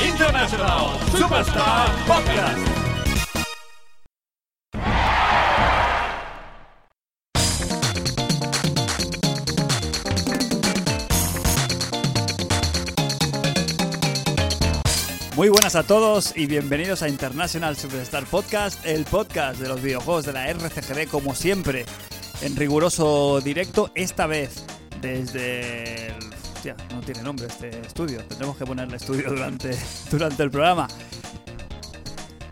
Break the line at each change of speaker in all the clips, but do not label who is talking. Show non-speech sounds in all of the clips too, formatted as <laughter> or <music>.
International Superstar Podcast.
Muy buenas a todos y bienvenidos a International Superstar Podcast, el podcast de los videojuegos de la RCGD como siempre, en riguroso directo, esta vez desde... el- Hostia, no tiene nombre este estudio, tendremos que ponerle estudio durante, <laughs> durante el programa.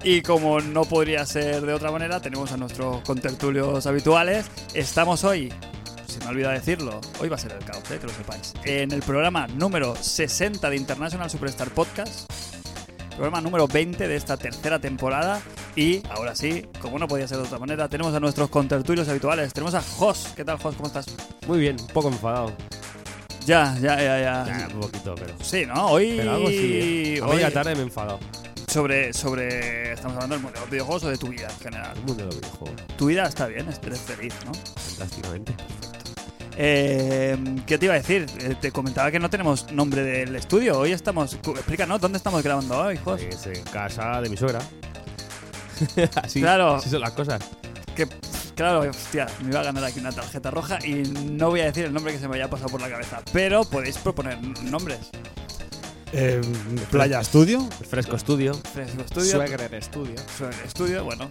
Y como no podría ser de otra manera, tenemos a nuestros contertulios habituales. Estamos hoy, se me olvida decirlo, hoy va a ser el caos, eh, que lo sepáis, en el programa número 60 de International Superstar Podcast programa número 20 de esta tercera temporada. Y ahora sí, como no podía ser de otra manera, tenemos a nuestros contertulios habituales. Tenemos a Jos. ¿Qué tal, Jos? ¿Cómo estás?
Muy bien, un poco enfadado.
Ya, ya, ya, ya.
Ah, un poquito, pero.
Sí, ¿no? Hoy.
Pero algo sí. ¿eh? A
hoy-
media tarde me he enfadado.
Sobre, sobre. Estamos hablando del mundo de los videojuegos o de tu vida en general.
El mundo de los videojuegos,
Tu vida está bien, eres feliz, ¿no?
fantásticamente.
Eh, ¿Qué te iba a decir? Eh, te comentaba que no tenemos nombre del estudio. Hoy estamos. cu- Explícanos, ¿dónde estamos grabando hoy, Jos?
Es en casa de mi suegra. <laughs> así,
Claro.
así son las cosas.
Que, claro, hostia, me iba a ganar aquí una tarjeta roja y no voy a decir el nombre que se me haya pasado por la cabeza. Pero podéis proponer n- nombres.
Eh, Playa Studio.
El fresco estudio.
Fresno Studio,
Studio.
Suegre Studio, bueno.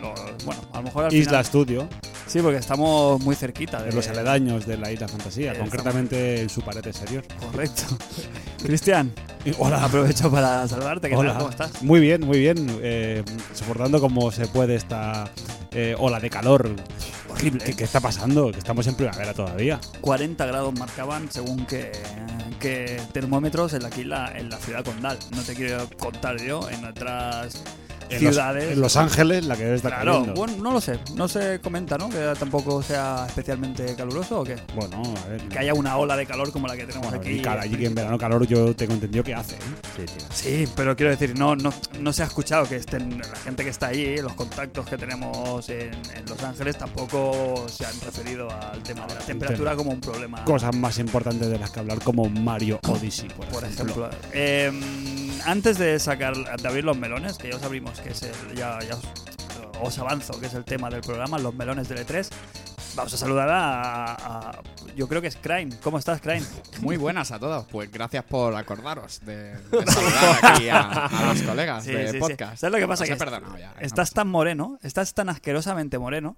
lo- bueno, a lo mejor al
Isla
final- Eh,
Studio,
Sí, porque estamos muy cerquita de
en los aledaños de la Isla Fantasía,
eh,
concretamente en su pared exterior.
Correcto. <laughs> Cristian,
Y- hola,
aprovecho para saludarte. ¿Qué tal?
hola.
¿Cómo estás?
Muy bien, muy bien. eh, soportando como se puede esta eh, ola de calor.
Horrible.
¿Qué, qué está pasando? Que estamos en primavera todavía.
40 grados marcaban según que, que termómetros en la, aquí en la, en la ciudad condal. No te quiero contar yo en otras
En los-
ciudades.
en Los Ángeles, la que debe estar
Claro,
cayendo.
bueno, no lo sé, no se comenta, ¿no? Que tampoco sea especialmente caluroso o qué.
Bueno, a ver.
Que haya una ola de calor como la que tenemos
bueno,
aquí.
y cara, allí que en verano calor yo tengo entendido que hace. ¿eh?
Sí, tío.
Sí, pero quiero decir, no, no, no se ha escuchado que estén la gente que está allí, los contactos que tenemos en, en Los Ángeles tampoco se han referido al tema
Ah,
de la temperatura como un problema.
Cosas más importantes de las que hablar como Mario Odyssey, por,
Ah. por ejemplo. Eh, antes de sacar, de abrir los melones, que ya os abrimos, que es el- ya, ya os, os avanzo, que es el tema del programa, los melones del E3. Vamos a saludar a, a- yo creo que es Crime. ¿Cómo estás, Crime?
Muy buenas a todos, pues gracias por acordaros de, de saludar aquí a, a los
<laughs>
colegas
Sí,
de
sí, sí.
podcast.
¿Sabes lo que pasa?
Os
Que
he perdonado ya.
Estás tan moreno, estás tan asquerosamente moreno,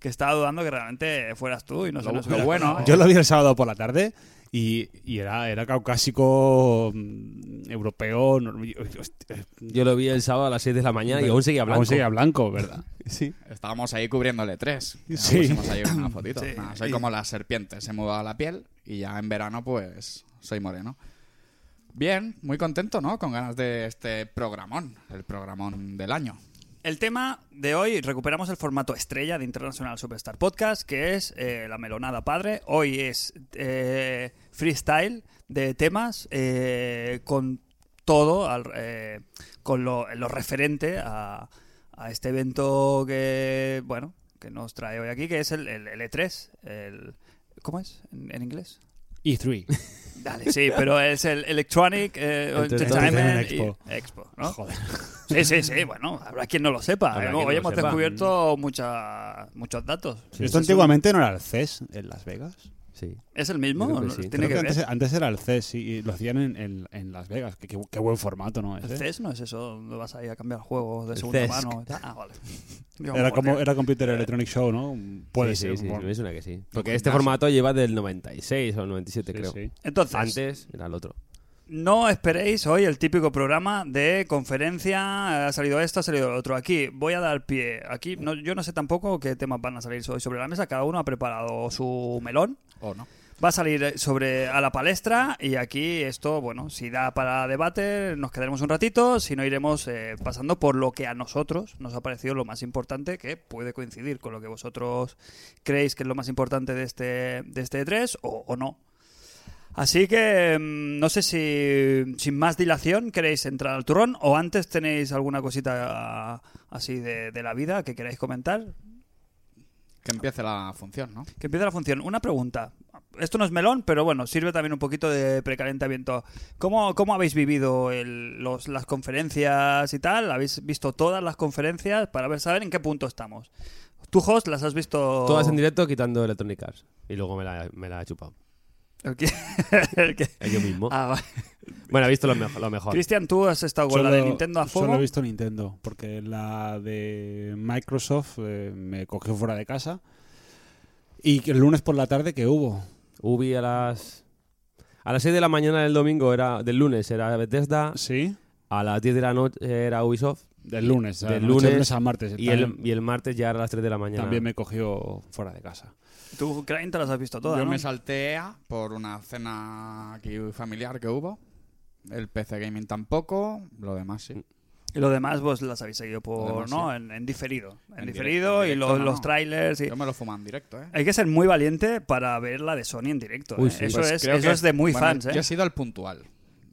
que estaba dudando que realmente fueras tú y no se
Lo-
nos
lo
hubiera
bueno,
ocurrido.
Yo lo vi el sábado por la tarde y, y era, era caucásico, mm, europeo. nor- y- hostia,
Yo lo vi el sábado a las 6 de la mañana y
Pero
aún seguía blanco.
Aún seguía blanco, ¿verdad?
<laughs> Sí.
Estábamos ahí cubriéndole tres. Ya
Sí.
Pusimos ahí una fotito.
<laughs> Sí.
Nada, soy como las serpientes, he mudado la piel y ya en verano pues soy moreno. Bien, muy contento, ¿no? Con ganas de este programón, el programón del año.
El tema de hoy, recuperamos el formato estrella de International Superstar Podcast, que es eh, la melonada padre. Hoy es eh, freestyle de temas eh, con todo, al- eh, con lo, lo referente a, a este evento que, bueno, que nos trae hoy aquí, que es el, el, el E3. El, ¿Cómo es en- en inglés?
<laughs>
E3.
Dale, sí, pero es el Electronic eh,
Entonces,
Entertainment
entonces en Expo.
y- Expo, ¿no?
Joder.
<laughs> Sí, sí, sí, bueno, habrá quien no lo sepa.
Habrá
Eh,
quien no
Hoy
lo
hemos
sepa.
descubierto mucha- muchos datos.
Esto antiguamente no era el CES en Las Vegas.
Sí.
¿Es el mismo?
Yo creo que
¿No?
sí.
¿Tiene
Creo que
que
antes,
ver?
antes era el CES sí, y lo hacían en, en- en Las Vegas. Qué, qué- qué buen formato, ¿no?
¿El
Ese.
E
CES no es eso? ¿Dónde vas ahí a cambiar juegos de
El
segunda
CES.
mano? y tal? Ah,
<laughs>
vale. Digo,
Era
joder.
como era Computer Electronic Show, ¿no? Puede
Eh, sí,
ser.
Sí, sí,
bueno.
me suena que sí. Porque
Un
este
gimnasio.
formato lleva del 96 o el 97,
Sí,
creo.
sí.
Entonces,
Antes era el otro.
No esperéis hoy el típico programa de conferencia, ha salido esto, ha salido lo otro. Aquí voy a dar pie. Aquí no, yo no sé tampoco qué temas van a salir hoy sobre la mesa. Cada uno ha preparado su melón.
¿O no?
Va a salir eh, sobre a la palestra y aquí esto, bueno, si da para debate, nos quedaremos un ratito, si no iremos eh, pasando por lo que a nosotros nos ha parecido lo más importante, que puede coincidir con lo que vosotros creéis que es lo más importante de este, de este E3 o, o no. Así que mm, no sé si sin más dilación queréis entrar al turrón o antes tenéis alguna cosita ah, así de, de la vida que queráis comentar.
Que empiece la función, ¿no?
Que empiece la función. Una pregunta. esto no es melón, pero bueno, sirve también un poquito de precalentamiento. ¿Cómo, cómo habéis vivido el- los- las conferencias y tal? ¿Habéis visto todas las conferencias para ver, saber en qué punto estamos? ¿Tú, host, las has visto?
Todas en directo quitando Electronic Arts. Y luego me la, me la he chupado.
<laughs> ¿El que- el que-
Es yo mismo.
<laughs> Ah, vale.
Bueno, he visto lo mejor. Lo mejor.
Cristian, tú has estado con la de Nintendo a fuego.
Solo he visto Nintendo, porque la de Microsoft eh, me cogió fuera de casa. Y que el lunes por la tarde que hubo.
Ubi a las. A las 6 de la mañana del domingo, era del lunes, era Bethesda.
Sí,
A las 10 de la noche era Ubisoft.
del lunes.
Del
la noche
lunes
a martes.
Y
también,
el, y el martes ya era a las 3 de la mañana.
también me cogió fuera de casa.
Tú, Crane, te las has visto todas.
Yo
¿no?
me salté EA por una cena aquí familiar que hubo. El PC Gaming tampoco, lo demás sí.
Y lo demás, vos las habéis seguido por,
demás,
¿no? En, en diferido. En,
En
diferido
directo, en
y
directo
los,
no,
los
no.
trailers. Y...
Yo me lo fumo en directo, ¿eh?
Hay que ser muy valiente para ver la de Sony en directo.
Uy,
¿eh?
sí.
Eso,
Pues
es,
creo
eso
que-
es de muy
bueno,
fans, ¿eh?
Yo he sido el puntual.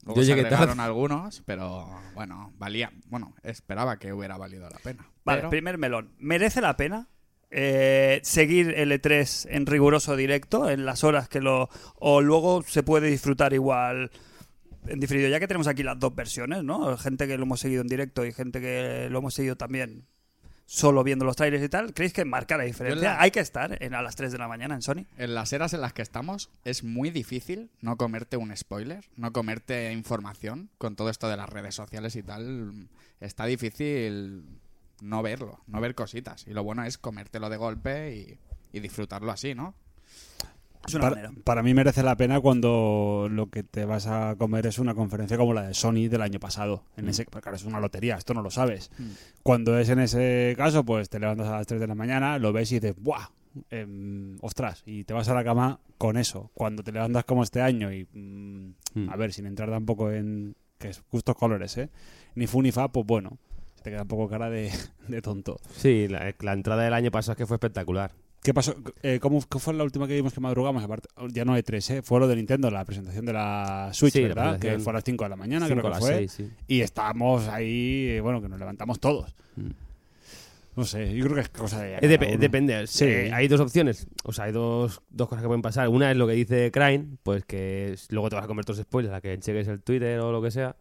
Luego
Yo
se
llegué tarde.
agregaron algunos, pero bueno, valía. Bueno, esperaba que hubiera valido la pena.
Vale,
Pero-
primer melón. ¿Merece la pena eh, seguir L3 en riguroso directo, en las horas que lo... o luego se puede disfrutar igual en diferido? Ya que tenemos aquí las dos versiones, ¿no? Gente que lo hemos seguido en directo y gente que lo hemos seguido también solo viendo los trailers y tal. ¿Creéis que marca la diferencia?
la-
Hay que estar en, a las 3 de la mañana en Sony.
En las eras en las que estamos es muy difícil no comerte un spoiler, no comerte información con todo esto de las redes sociales y tal. Está difícil no verlo, no ver cositas. Y lo bueno es comértelo de golpe y, y disfrutarlo así, ¿no?
Es una
Para,
manera.
para mí merece la pena cuando lo que te vas a comer es una conferencia como la de Sony del año pasado.
Mm.
En ese, claro, es una lotería, esto no lo sabes.
Mm.
Cuando es en ese caso, pues te levantas a las 3 de la mañana, lo ves y dices, ¡buah! Em, ostras, y te vas a la cama con eso. Cuando te levantas como este año y, mm,
Mm.
a ver, sin entrar tampoco en que es gustos colores, ¿eh? Ni fu ni fa, pues bueno, te queda un poco cara de, <laughs> de tonto.
Sí, la, la entrada del año pasado es que fue espectacular.
¿Qué pasó? Eh, ¿Cómo qué fue la última que vimos que madrugamos? Aparte, ya no E3, ¿eh? Fue lo de Nintendo, la presentación de la Switch,
Sí, la
¿verdad? que
presentación.
fue a las 5 de la mañana,
Cinco
creo
a
que
las
fue. Eh,
seis, sí.
Y estábamos ahí, eh, bueno, que nos levantamos todos.
Mm.
No sé, yo creo que es cosa de...
Eh, dep-
cada uno.
depende.
Sí.
Eh, hay dos opciones. O sea, hay dos, dos cosas que pueden pasar. Una es lo que dice Crane, pues que es- luego te vas a comer tus spoilers, a que cheques el Twitter o lo que sea.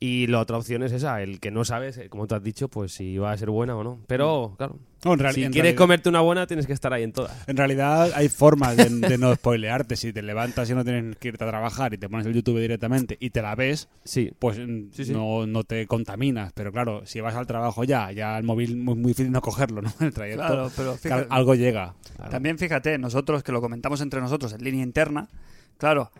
Y la otra opción es esa, el que no sabes, eh, como tú has dicho, pues si va a ser buena o no. Pero, claro,
No, en real-
si
Mm. en
quieres
realidad-
comerte una buena, tienes que estar ahí en todas.
En realidad hay formas de, de no spoilearte. Si te levantas y no tienes que irte a trabajar y te pones el YouTube directamente y te la ves,
Sí.
pues mm,
Sí, sí.
No, no te contaminas. Pero claro, si vas al trabajo ya, ya el móvil muy, muy difícil no cogerlo, ¿no? <laughs> El trayecto.
Claro, pero
que
fíjate.
al- algo llega.
También fíjate, nosotros que lo comentamos entre nosotros en línea interna, claro,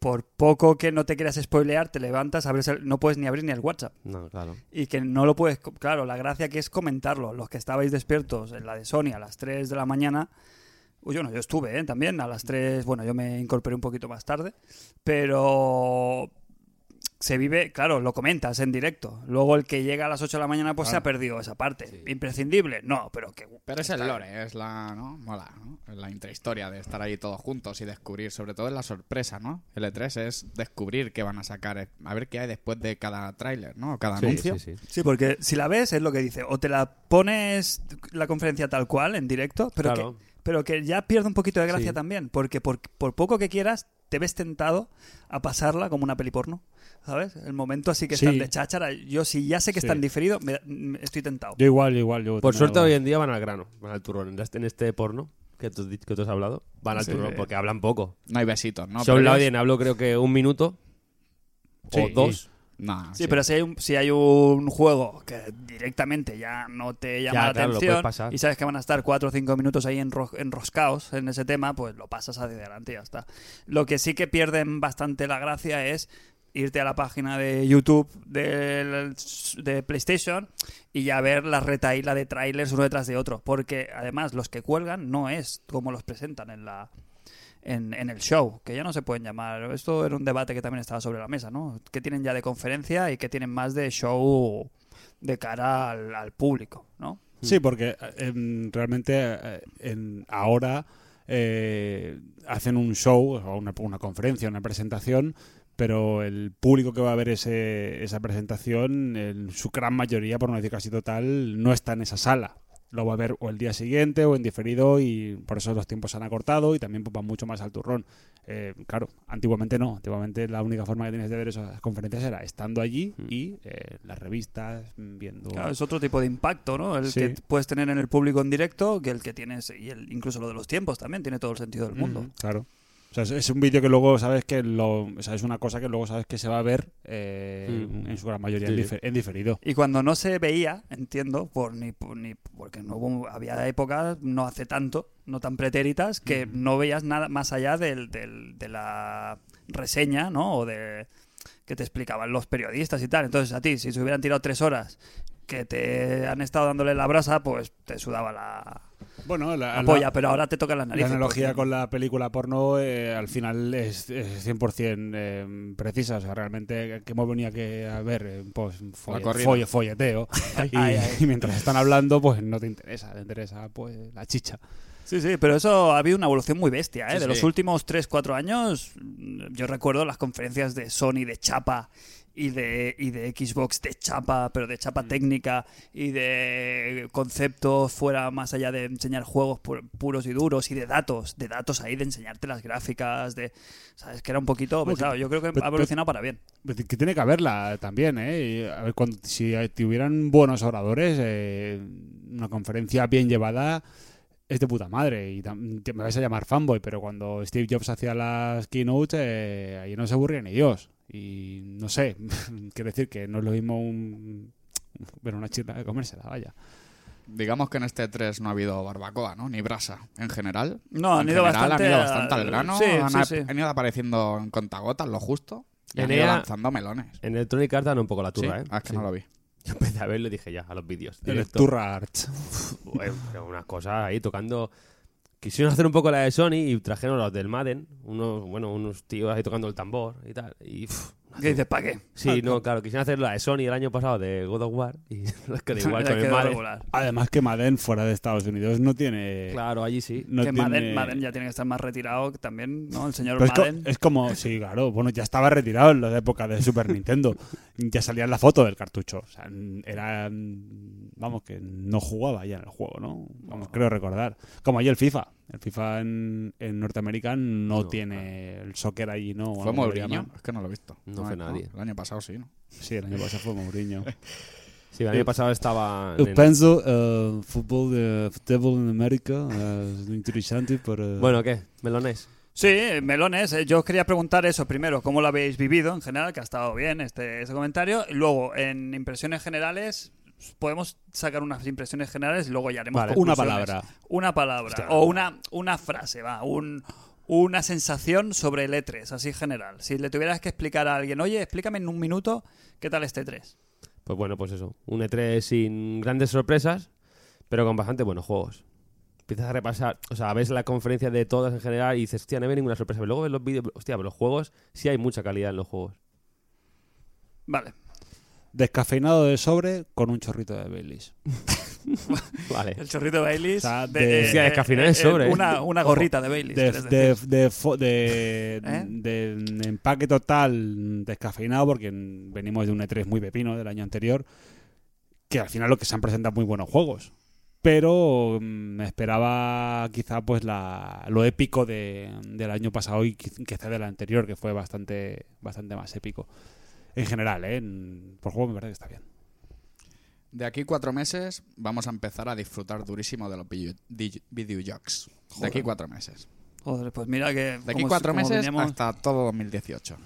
por poco que no te quieras spoilear, te levantas, abres el- no puedes ni abrir ni el WhatsApp.
No, claro.
Y que no lo puedes. co- Claro, la gracia que es comentarlo. Los que estabais despiertos en la de Sony a las 3 de la mañana. Uy, Yo no, yo estuve ¿eh? también a las 3. Bueno, yo me incorporé un poquito más tarde. Pero. Se vive, claro, lo comentas en directo. Luego el que llega a las 8 de la mañana, pues se ha perdido esa parte. ¿Imprescindible? No, pero que.
Pero es el lore, es la, ¿no? Mola, ¿no? Es la intrahistoria de estar ahí todos juntos y descubrir, sobre todo es la sorpresa, ¿no? L3 es descubrir qué van a sacar, eh, a ver qué hay después de cada tráiler, ¿no? Cada
Sí,
anuncio.
sí, sí.
Sí, porque si la ves es lo que dice. O te la pones la conferencia tal cual, en directo, pero,
Claro.
que, pero que ya pierde un poquito de gracia
Sí.
también. Porque por, por poco que quieras, te ves tentado a pasarla como una peli porno. ¿Sabes? El momento así que
Sí.
están de cháchara. Yo si ya sé que
Sí.
están diferido, me- me- estoy tentado.
Yo igual, igual. Yo
Por
tengo
suerte
algo.
hoy en día van al grano, van al turrón. En este- En este porno que tú, has dicho- que tú has hablado, van al
Sí.
turrón porque hablan poco.
No hay besitos, ¿no?
Yo
Previos.
hablo creo que un minuto o
Sí.
dos. Ah,
No,
Sí, pero si hay, un, si hay un juego que directamente ya no te llama
Ya,
la
claro, lo
atención
puedes pasar.
y sabes que van a estar 4 o 5 minutos ahí enro- enroscados en ese tema, pues lo pasas hacia adelante y ya está. Lo que sí que pierden bastante la gracia es irte a la página de YouTube del- de, PlayStation y ya ver la retaíla de trailers uno detrás de otro. Porque además los que cuelgan no es como los presentan en la... En, en el show, que ya no se pueden llamar. Esto era un debate que también estaba sobre la mesa, ¿no? Que tienen ya de conferencia y que tienen más de show de cara al, al público, ¿no?
Sí, porque eh, em, realmente eh, en, ahora eh, hacen un show, o una, una conferencia, una presentación, pero el público que va a ver ese, esa presentación, en su gran mayoría, por no decir casi total, no está en esa sala. Lo va a ver o el día siguiente o en diferido y por eso los tiempos se han acortado y también pues, van mucho más al turrón. Eh, claro, antiguamente no. Antiguamente la única forma que tenías de ver esas conferencias era estando allí
Mm.
y eh, las revistas, mm, viendo...
Claro, es otro tipo de impacto, ¿no? El
Sí.
que puedes tener en el público en directo que el que tienes, y el, incluso lo de los tiempos también, tiene todo el sentido del mundo.
Claro. O sea, es, es un vídeo que luego sabes que lo, o sea, es una cosa que luego sabes que se va a ver eh,
Sí.
Mm.
en su gran mayoría
Sí, sí.
en, dife- en diferido.
Y cuando no se veía, entiendo, por ni, por- ni porque no hubo- había épocas, no hace tanto, no tan pretéritas, que no veías nada más allá del, del- de la reseña, ¿no? O de que te explicaban los periodistas y tal. Entonces, a ti, si se hubieran tirado tres horas que te han estado dándole la brasa, pues te sudaba la,
Bueno, la,
la
la-
polla, pero ahora te tocan las
la
narices.
analogía
porque-
con la película porno eh, al final es, es 100% eh, precisa. O sea, realmente, ¿qué hemos venido aquí a ver? Eh, Pues folle-
corrida.
folle- folleteo.
<laughs>
y,
Ay, ay.
y <laughs> mientras están hablando, pues no te interesa. Te interesa pues la chicha.
Sí, sí, pero eso ha habido una evolución muy bestia, ¿eh?
Sí,
de
sí.
los últimos 3, 4 años, mm, yo recuerdo las conferencias de Sony de chapa y de, y de Xbox de chapa, pero de
Mm.
chapa técnica y de conceptos fuera más allá de enseñar juegos pu- puros y duros y de datos, de datos ahí, de enseñarte las gráficas, de... ¿Sabes? Que era un poquito
Bueno,
pesado. Yo creo que
pero-
ha evolucionado para bien.
Pues Que tiene que haberla también, ¿eh? Y, a ver, cuando, si tuvieran buenos oradores, eh, una conferencia bien llevada es de puta madre. Y tam- te- me vais a llamar fanboy, pero cuando Steve Jobs hacía las keynotes, eh, ahí no se aburría ni Dios. Y no sé, <laughs> quiero decir que no es lo mismo un, ver una chirla de comérsela, vaya.
Digamos que en este 3 no ha habido barbacoa, ¿no? Ni brasa, en general.
No, han
En
ido
general
bastante...
han ido
a-
bastante al grano.
Sí,
han,
sí,
a-
sí.
han ido apareciendo en contagotas, lo justo. Y han
Enea-
ido lanzando melones.
En Electronic Arts dan un poco la
Sí,
turra, ¿eh?
ah, es que
Sí.
no lo vi.
<laughs> Yo empecé a verlo y dije ya, a los vídeos.
El
directo.
Turra Arts.
Bueno, pero unas cosas ahí tocando. Quisieron hacer un poco la de Sony y trajeron los del Madden, unos, bueno, unos tíos ahí tocando el tambor y tal. Y pff,
¿Qué dices? ¿Para qué?
sí, no, claro, quisieron hacer la de Sony el año pasado de God of War y <laughs> les
<laughs>
quedó igual
Les
con el
quedó
Madden.
regular.
Además que Madden fuera de Estados Unidos no tiene...
Claro, allí sí.
no
que
tiene-
Madden, Madden ya tiene que estar más retirado que también, ¿no? El señor
Pero es co-
Madden.
Es, como, sí, claro, bueno, ya estaba retirado en la época de Super Nintendo. Ya salía la foto del cartucho. O sea, n- era. mm, Vamos, que no jugaba ya en el juego, ¿no? Vamos, creo recordar. Como allí el FIFA. El FIFA en, en Norteamérica no,
No,
tiene el soccer allí, ¿no? Algo
¿Fue
que
Mourinho?
llaman.
Es que no lo he visto.
No fue nadie.
El año pasado sí, ¿no?
Sí, el año pasado fue Mourinho.
Sí, el año pasado estaba. en-
pienso eh, fútbol de fútbol en América eh, es interesante pero
Bueno, ¿qué? Melones.
Sí, melones. eh, Yo os quería preguntar eso primero, cómo lo habéis vivido en general, que ha estado bien este, este comentario. Y Luego, en impresiones generales, podemos sacar unas impresiones generales y luego ya haremos
Vale,
una
conclusiones.
palabra.
Una palabra. o una, una frase, va. Un, una sensación sobre el E3, así general. Si le tuvieras que explicar a alguien, oye, explícame en un minuto qué tal este 3.
Pues bueno, pues eso. Un E3 sin grandes sorpresas, pero con bastante buenos juegos. Empiezas a repasar, o sea, ves la conferencia de todas en general y dices, hostia, no había ninguna sorpresa. Pero luego ves los vídeos, hostia, pero los juegos, sí hay mucha calidad en los juegos.
Vale.
descafeinado de sobre con un chorrito de Baileys
Vale.
El chorrito de Baileys.
O sea,
de-
de-
eh,
Sí, descafeinado
eh,
es sobre,
eh,
¿eh?
Una, una gorrita de Baileys.
de,
¿quieres
de,
decir?
de, fo- de-
¿Eh?
de empaque total descafeinado, porque en- venimos de un E3 muy pepino del año anterior, que al final lo que se han presentado muy buenos juegos. Pero mm, me esperaba quizá pues la, lo épico de- del año pasado y quiz- quizá del anterior, que fue bastante, bastante más épico. En general, ¿eh? En- por juego me parece que está bien.
De aquí cuatro meses vamos a empezar a disfrutar durísimo de los video- di- videojuegos. De aquí cuatro meses.
Joder, pues mira que.
De aquí
como-
cuatro
como
meses
veníamos-
hasta todo 2018.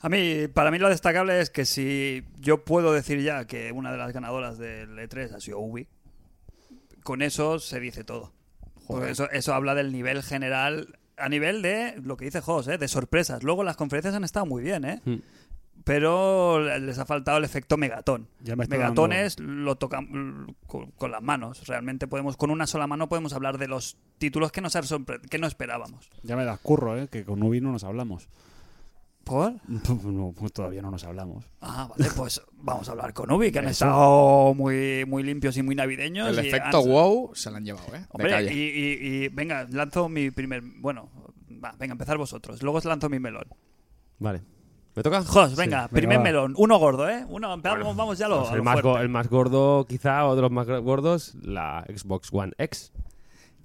A mí, para mí lo destacable es que si yo puedo decir ya que una de las ganadoras del E3 ha sido Ubi, con eso se dice todo. Porque Eso, eso habla del nivel general, a nivel de lo que dice Jos, ¿eh? de sorpresas. Luego las conferencias han estado muy bien, ¿eh?
Hmm.
Mm.
pero les ha faltado el efecto megatón.
Ya me está
Megatones lo tocan con, con las manos. Realmente podemos, con una sola mano podemos hablar de los títulos que nos han sorpre- que no esperábamos.
Ya me das curro, ¿eh? Que con Ubi no nos hablamos. <laughs>
¿Por?
No, pues todavía no nos hablamos.
Ah, vale, pues vamos a hablar con Ubi, que han estado muy, muy limpios y muy navideños.
El
y
efecto
han-
wow se lo han llevado, ¿eh? De
Hombre,
calle.
y, y- y venga, lanzo mi primer. Bueno, va, venga, empezar vosotros. Luego os lanzo mi melón.
Vale. ¿Me toca?
Jos, venga,
venga,
primer
va.
melón. Uno gordo, ¿eh? Uno, vamos, vamos ya lo,
Pues
a
el,
lo
más go-
fuerte.
el más gordo, quizá, o de los más gordos, la Xbox One X.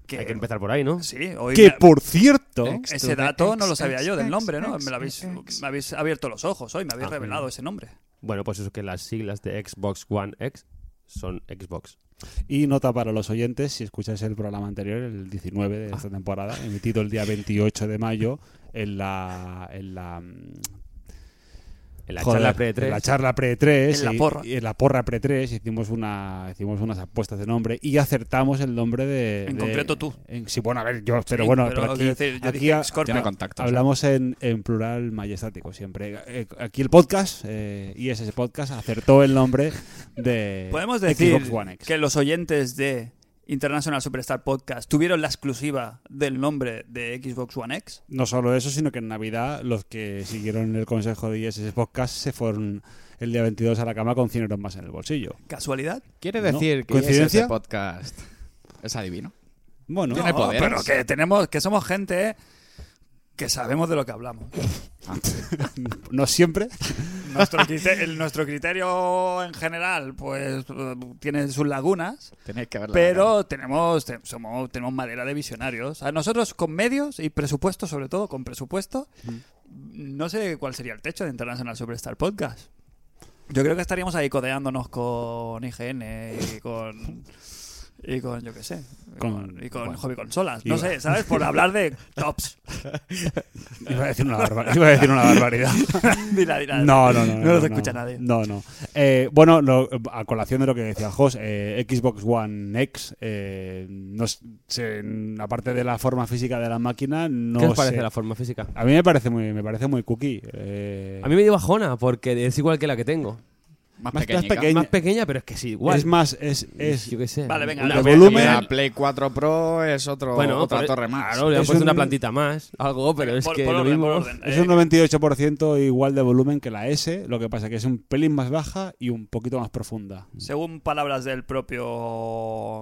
Que-
Hay que empezar por ahí, ¿no?
Sí, hoy
Que
me- ¿Eh?
por cierto,
Ex-
ese dato no lo sabía yo del
Ex,
nombre, ¿no?
ex,
Me, lo habéis,
ex.
me habéis abierto los ojos hoy, me habéis
Ah,
revelado
mira.
ese nombre.
Bueno, pues eso que las siglas de Xbox One X son Xbox.
y nota para los oyentes, si escucháis el programa anterior, el 19
Ah.
de esta temporada, emitido el día 28 de mayo en la en la mm,
En la
Joder,
charla pre
en la
3.
charla pre-3.
En la
y-
porra.
y en la porra pre-3 hicimos, una, hicimos unas apuestas de nombre y acertamos el nombre de...
En
de-
concreto tú.
en- sí, bueno, a ver, yo, pero
Sí,
bueno,
pero
pero aquí,
quiero decir, yo
aquí
dije
ha-
Scorpio.
Tiene contactos.
hablamos en, en plural majestático siempre. Eh, Aquí el podcast, eh, ISS Podcast, acertó el nombre de
Podemos
Xbox
decir
One X.
que los oyentes de International Superstar Podcast tuvieron la exclusiva del nombre de Xbox One X.
No solo eso, sino que en Navidad los que siguieron el consejo de ISS Podcast se fueron el día 22 a la cama con 100 euros más en el bolsillo.
¿Casualidad?
Quiere
No.
decir que
¿Coincidencia?
ese podcast es adivino.
Bueno,
Tiene poderes.
pero que tenemos, que somos gente que sabemos de lo que hablamos.
no siempre.
Nuestro <laughs> criterio, el- nuestro criterio en general, pues eh, tiene sus lagunas,
Tenéis que verlo.
pero tenemos, te- somos, tenemos madera de visionarios. A nosotros con medios y presupuesto, sobre todo con presupuesto, no sé cuál sería el techo de International Superstar Podcast. Yo creo que estaríamos ahí codeándonos con IGN y con. Y con, yo qué sé. y
Con-
y con
bueno.
hobby consolas. No
Iba.
sé, ¿sabes? Por hablar de tops. <laughs>
Iba a decir una, barbar- iba a decir una barbaridad.
Dila, dila.
No, no, no.
No nos escucha nadie.
No, no. Eh, bueno, lo- a colación de lo que decía Jos, eh, Xbox One X, eh, no s- se- aparte de la forma física de la máquina, no
¿Qué os
sé.
parece la forma física?
A mí me parece muy, me parece muy cookie. eh,
A mí me dio bajona porque es igual que la que tengo.
más-
Más,
más
pequeñica.
pequeña.
Más pequeña, pero es que sí, igual.
es más, es, es,
yo qué sé.
Vale, venga,
Una-
lo
de
voy a
volumen-
cambiar.
La Play 4 Pro es otro,
bueno,
otra
por-
torre más.
Claro, le han
Es
puesto una
un-
plantita más, algo, pero es
Por-
que
por
lo
orden,
mismo.
por orden.
es
Eh,
un 98% igual de volumen que la S, lo que pasa que es un pelín más baja y un poquito más profunda.
Según palabras del propio.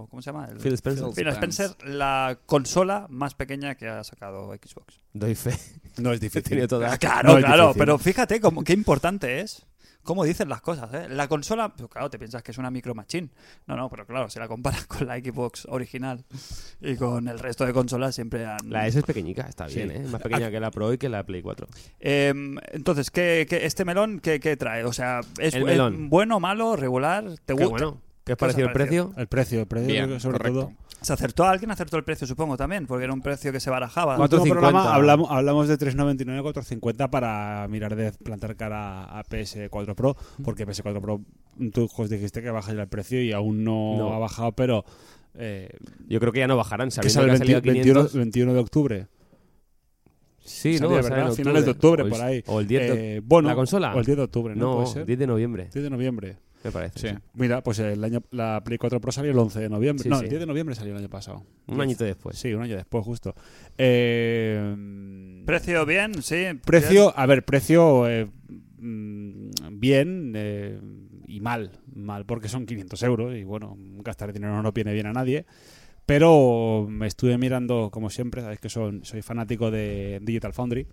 ¿Cómo se llama? El-
Phil Spencer.
Phil Spencer, la consola más pequeña que ha sacado Xbox.
Doy fe.
No es
He
difícil.
tenido toda.
Claro,
No es
claro,
difícil.
pero fíjate cómo, qué importante es cómo dicen las cosas. ¿eh? La consola, pues claro, te piensas que es una micro machine. No, no, pero claro, si la comparas con la Xbox original y con el resto de consolas, siempre han.
La S es pequeñica, está
Sí. Ah.
bien, ¿eh? Más pequeña que la Pro y que la Play 4.
Eh, entonces, ¿qué, qué- este melón qué, qué trae? O sea, ¿es,
El
bu-
melón.
es bueno, malo, regular? ¿Te
Qué
gusta?
bueno.
¿Qué
¿Qué os
os
pareció
ha
el precio?
El precio, el precio
Bien,
sobre
correcto.
todo.
¿Se acertó? ¿Alguien acertó el precio, supongo, también? Porque era un precio que se barajaba.
Cuatro-
Último
4.50.
programa hablamos, hablamos de 3.99 4.50 para mirar de plantar cara a PS4 Pro, porque PS4 Pro, tú Jos, dijiste que bajaría el precio y aún no,
No.
ha bajado, pero eh,
Yo creo que ya no bajarán,
que
sabiendo
sale
que
el
ha salido
20
a
21,
500.
21 de octubre.
Sí,
Sale,
no,
¿verdad?
Sale en
finales de octubre,
O el-
por ahí.
O el 10 de
Eh, bueno,
¿La consola?
O el 10 de octubre, ¿no?
No,
Puede ser.
10 de noviembre,
10 de noviembre.
me parece.
Sí.
sí.
Mira, pues el año, la Play 4 Pro salió el 11 de noviembre.
Sí,
no,
sí.
el 10 de noviembre salió el año pasado.
Un añito después.
Sí, un año después, justo. Eh,
¿Precio bien? Sí.
Precio, a ver, precio eh, mm, bien eh, y mal. Mal porque son 500 euros y bueno, gastar dinero no viene bien a nadie. Pero me estuve mirando, como siempre, sabéis que son, soy fanático de Digital Foundry.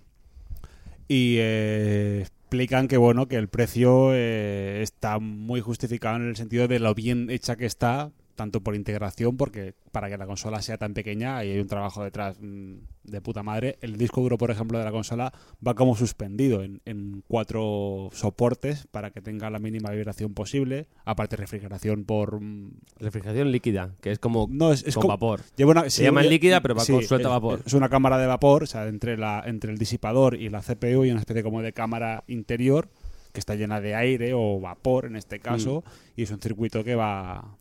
Y eh, explican que bueno, que el precio eh, está muy justificado en el sentido de lo bien hecha que está, tanto por integración, porque para que la consola sea tan pequeña y hay un trabajo detrás mm, de puta madre. El disco duro, por ejemplo, de la consola va como suspendido en, en cuatro soportes para que tenga la mínima vibración posible. Aparte, refrigeración por. mm,
Refrigeración líquida, que es como
No, es, es
con
como-
vapor.
Lleva una,
Se llama
lle-
líquida, pero va con- suelta
eh, es-
vapor.
Es una cámara de vapor, o sea, entre, la, entre el disipador y la CPU y una especie como de cámara interior que está llena de aire o vapor en este caso, y es un circuito que va,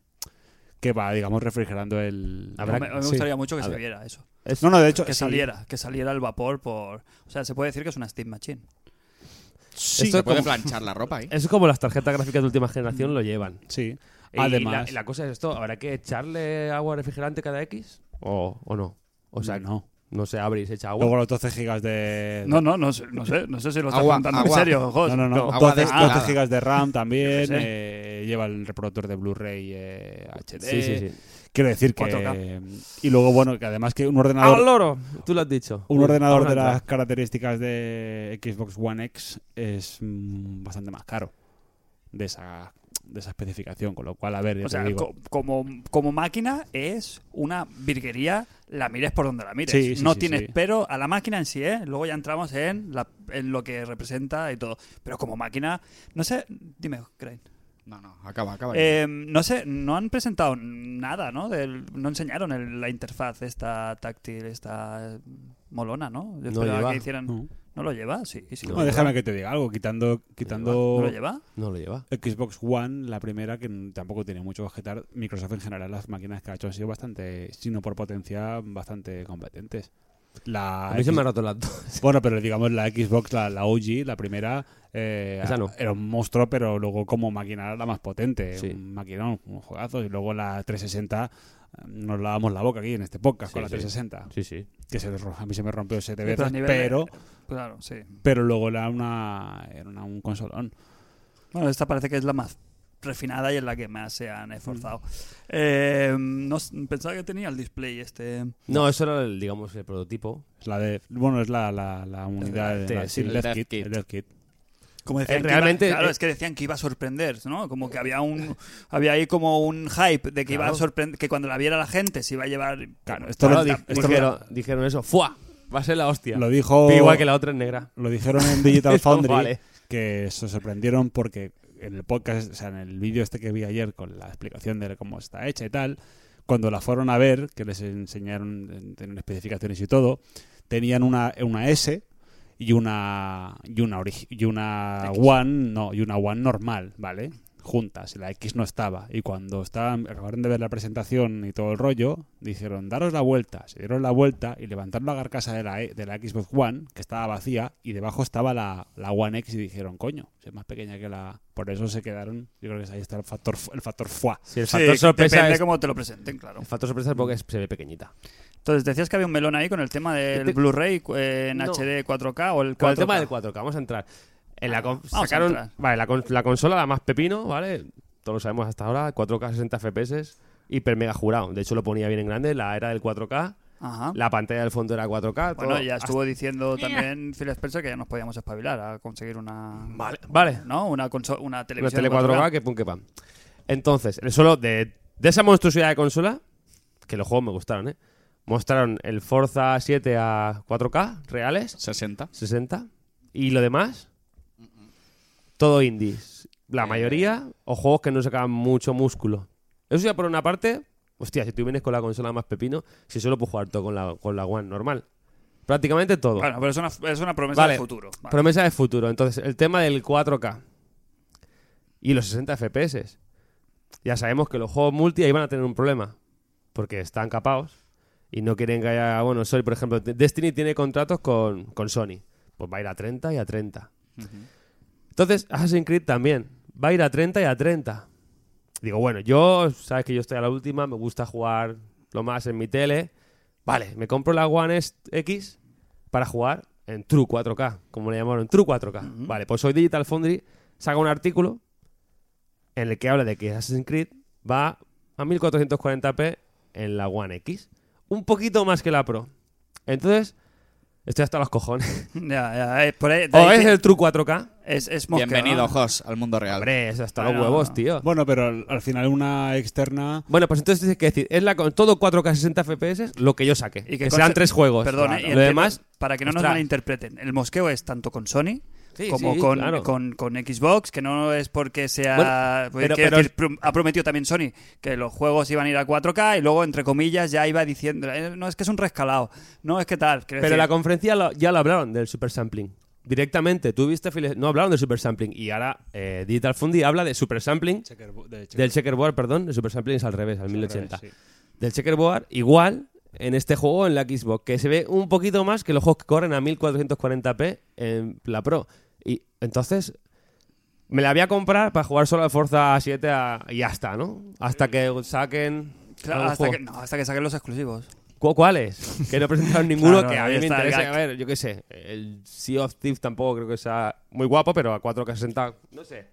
que va digamos, refrigerando el...
A mí me, me
sí.
gustaría mucho que
A
se
ver.
viera eso.
No, no, de hecho...
Que
sí.
saliera, que saliera el vapor por... O sea, se puede decir que es una Steam Machine.
Sí,
Esto
Se puede
como-
planchar
<laughs>
la ropa ahí.
Eh,
Eso es como las tarjetas gráficas de última generación lo llevan.
sí.
Y
Además...
la, la cosa es esto, ¿habrá que echarle agua refrigerante cada X? ¿O, o no? O sea,
no.
no se abre y se echa agua.
Luego los 12 gigas de...
No, no, no, sé- no sé, no sé si lo estás
Agua,
contando en
agua.
serio, Jos.
Eh, no, no, no.
agua
12,
destilada.
12 gigas de RAM
Yo
también.
qué sé.
eh, eh, lleva el reproductor de Blu-ray eh, HD.
Sí, sí, sí.
Quiero decir que...
4K.
Y luego, bueno, que además que un ordenador...
¡Al loro! Tú lo has dicho.
Un ordenador de
Ahora
las características de Xbox One X es mm, bastante más caro de esa, de esa especificación, con lo cual, a ver, ya
O
te
sea,
digo.
co- como, como máquina es una virguería, la mires por donde la mires.
Sí, sí,
no
sí,
tienes
sí.
pero a la máquina en sí, ¿eh? Luego ya entramos en, la- en lo que representa y todo. Pero como máquina, no sé, dime, Crane.
No, no, acaba, acaba.
Eh, no sé, no han presentado nada, ¿no? Del- no enseñaron el- la interfaz esta táctil, esta eh, molona, ¿no? Yo
No
esperaba
lleva.
que hicieran...
No.
¿No lo lleva? Sí, sí.
No,
lo lleva.
déjame que te diga algo, quitando,
¿No
quitando
lo lleva?
No lo lleva.
Xbox One, la primera, que n- tampoco tiene mucho que objetar, Microsoft en general, las máquinas que ha hecho han sido bastante, sino por potencia, bastante competentes. La
A mí se
X-
me ha roto las dos.
Bueno, pero digamos la Xbox, la, la OG, la primera, eh,
Esa no.
era un monstruo, pero luego como máquina era la más potente,
Sí.
un maquinón, un juegazo. Y luego la 360 eh, nos lavamos la boca aquí en este podcast
Sí,
con la
sí.
360,
Sí, sí.
que se les ro- a mí se me rompió siete
Sí,
veces,
pero a
pero,
nivel de-
pero,
Claro, sí.
luego era una era una- un consolón.
Bueno, esta parece que es la más refinada y en la que más se han esforzado. Eh, no s- pensaba que tenía el display este.
No, eso era, el, digamos, el prototipo.
Es la de bueno, es la, la, la unidad
T,
la-
sí,
sí, el
el
Dev
Dev
Kit,
Kit.
el Dev Kit.
Como decían
Eh,
que
realmente,
iba- claro,
eh,
es que decían que iba a sorprender, ¿no? Como que había un había ahí como un hype de que iba a
Claro.
sorprender, que cuando la viera la gente se iba a llevar.
Claro, esto
Claro,
lo,
di-
esto lo-
dijeron, dijeron eso. ¡Fua! Va a ser la hostia.
lo dijo
Igual que la otra es negra.
Lo dijeron en Digital
<laughs> Esto
Foundry
vale.
que se sorprendieron porque en el podcast, o sea, en el vídeo este que vi ayer con la explicación de cómo está hecha y tal, cuando la fueron a ver, que les enseñaron, tenían especificaciones y todo, tenían una, una S y una y una origi- y una One, no, y una One normal, ¿vale? Juntas, y la X no estaba. Y cuando estaban, acabaron de ver la presentación y todo el rollo, dijeron, daros la vuelta. Se dieron la vuelta y levantaron la carcasa de la, E- de la Xbox One, que estaba vacía, y debajo estaba la, la One X y dijeron, coño, si es más pequeña que la... Por eso se quedaron, yo creo que ahí está el factor, fu- el factor FUA.
Sí, el factor
Sí,
sorpresa
depende
es...
cómo te lo presenten, claro.
El factor sorpresa es porque es- se ve pequeñita.
Entonces decías que había un melón ahí con el tema del
Te-
Blu-ray eh, en
Este No.
HD 4K o el 4K.
Con el tema del 4K, vamos a entrar. En la con-
Vamos a
sacaron
entrar.
Vale, la, con- la consola, la más pepino, ¿vale? Todos lo sabemos hasta ahora, 4K 60 FPS, hiper mega jurado. De hecho, lo ponía bien en grande, la era del 4K,
Ajá.
la pantalla del fondo era 4K.
Bueno,
todo-
ya estuvo diciendo también Phil Spencer que ya nos podíamos espabilar a conseguir una
Vale, vale.
¿no? Una, conso- una
Una
televisión
tele 4K,
4K.
que pum que pam. Entonces, el solo de, de esa monstruosidad de consola, que los juegos me gustaron, ¿eh? Mostraron el Forza 7 a 4K reales,
60.
60. Y lo demás, todo indies. La mayoría, o juegos que no sacaban mucho músculo. Eso ya por una parte, hostia, si tú vienes con la consola más pepino, si solo puedes jugar todo con la, con la One normal. Prácticamente todo.
Bueno, pero es una, es una promesa
Vale.
del futuro. Vale.
Promesa de futuro. Entonces, el tema del 4K y los 60 FPS. Ya sabemos que los juegos multi ahí van a tener un problema. Porque están capados y no quieren que haya. Bueno, Sony, por ejemplo, Destiny tiene contratos con, con Sony. Pues va a ir a 30 y a 30. Entonces, Assassin's Creed también. Va a ir a 30 y a 30. Digo, bueno, yo, sabes que yo estoy a la última, me gusta jugar lo más en mi tele. Vale, me compro la One S- X para jugar en True 4K, como le llamaron, True 4K. Vale, pues hoy Digital Foundry saca un artículo en el que habla de que Assassin's Creed va a 1440p en la One X. Un poquito más que la Pro. Entonces, estoy hasta
<laughs>
los cojones.
Ya, ya, eh, por ahí- de
O
ahí
es
que-
el True 4K.
es, es mosca,
Bienvenido,
¿no?
Jos, al mundo real.
Hombre, es hasta los
Bueno.
huevos, tío.
Bueno, pero al, al final una externa...
Bueno, pues entonces es que decir, es la con todo 4K 60 FPS lo que yo saque.
Y que
que
conste-
sean tres juegos.
Perdón, eh, y
Claro. Lo
entiendo-
demás,
para que no nos
ostras.
malinterpreten, el mosqueo es tanto con Sony
Sí,
como
sí,
con,
claro.
con, con Xbox, que no es porque sea... pues,
Bueno, pero-
quiero
pero-
decir, prom- ha prometido también Sony que los juegos iban a ir a 4K y luego, entre comillas, ya iba diciendo, eh, no es que es un rescalado, no es que tal. quiero
pero
decir,
la conferencia lo- ya lo hablaron del super sampling. Directamente, tú viste, Phil- no hablaron del super sampling. Y ahora eh, Digital Fundy habla de super sampling, del checkerboard, perdón, el super sampling es al revés, al 1080. Del checkerboard, igual en este juego, en la Xbox, que se ve un poquito más que los juegos que corren a 1440p en la Pro. Y entonces, me la voy a comprar para jugar solo al Forza 7 a- y ya está, ¿no? Hasta que saquen.
claro,
algún
hasta,
juego.
que, no, hasta que saquen los exclusivos.
¿Cu- ¿Cuáles? Que
<laughs>
no presentaron ninguno
Claro,
que a
ahí
mí me
está el
interese.
gag.
A ver, yo qué sé. El Sea of Thieves tampoco creo que sea muy guapo, pero a 4K60, no sé.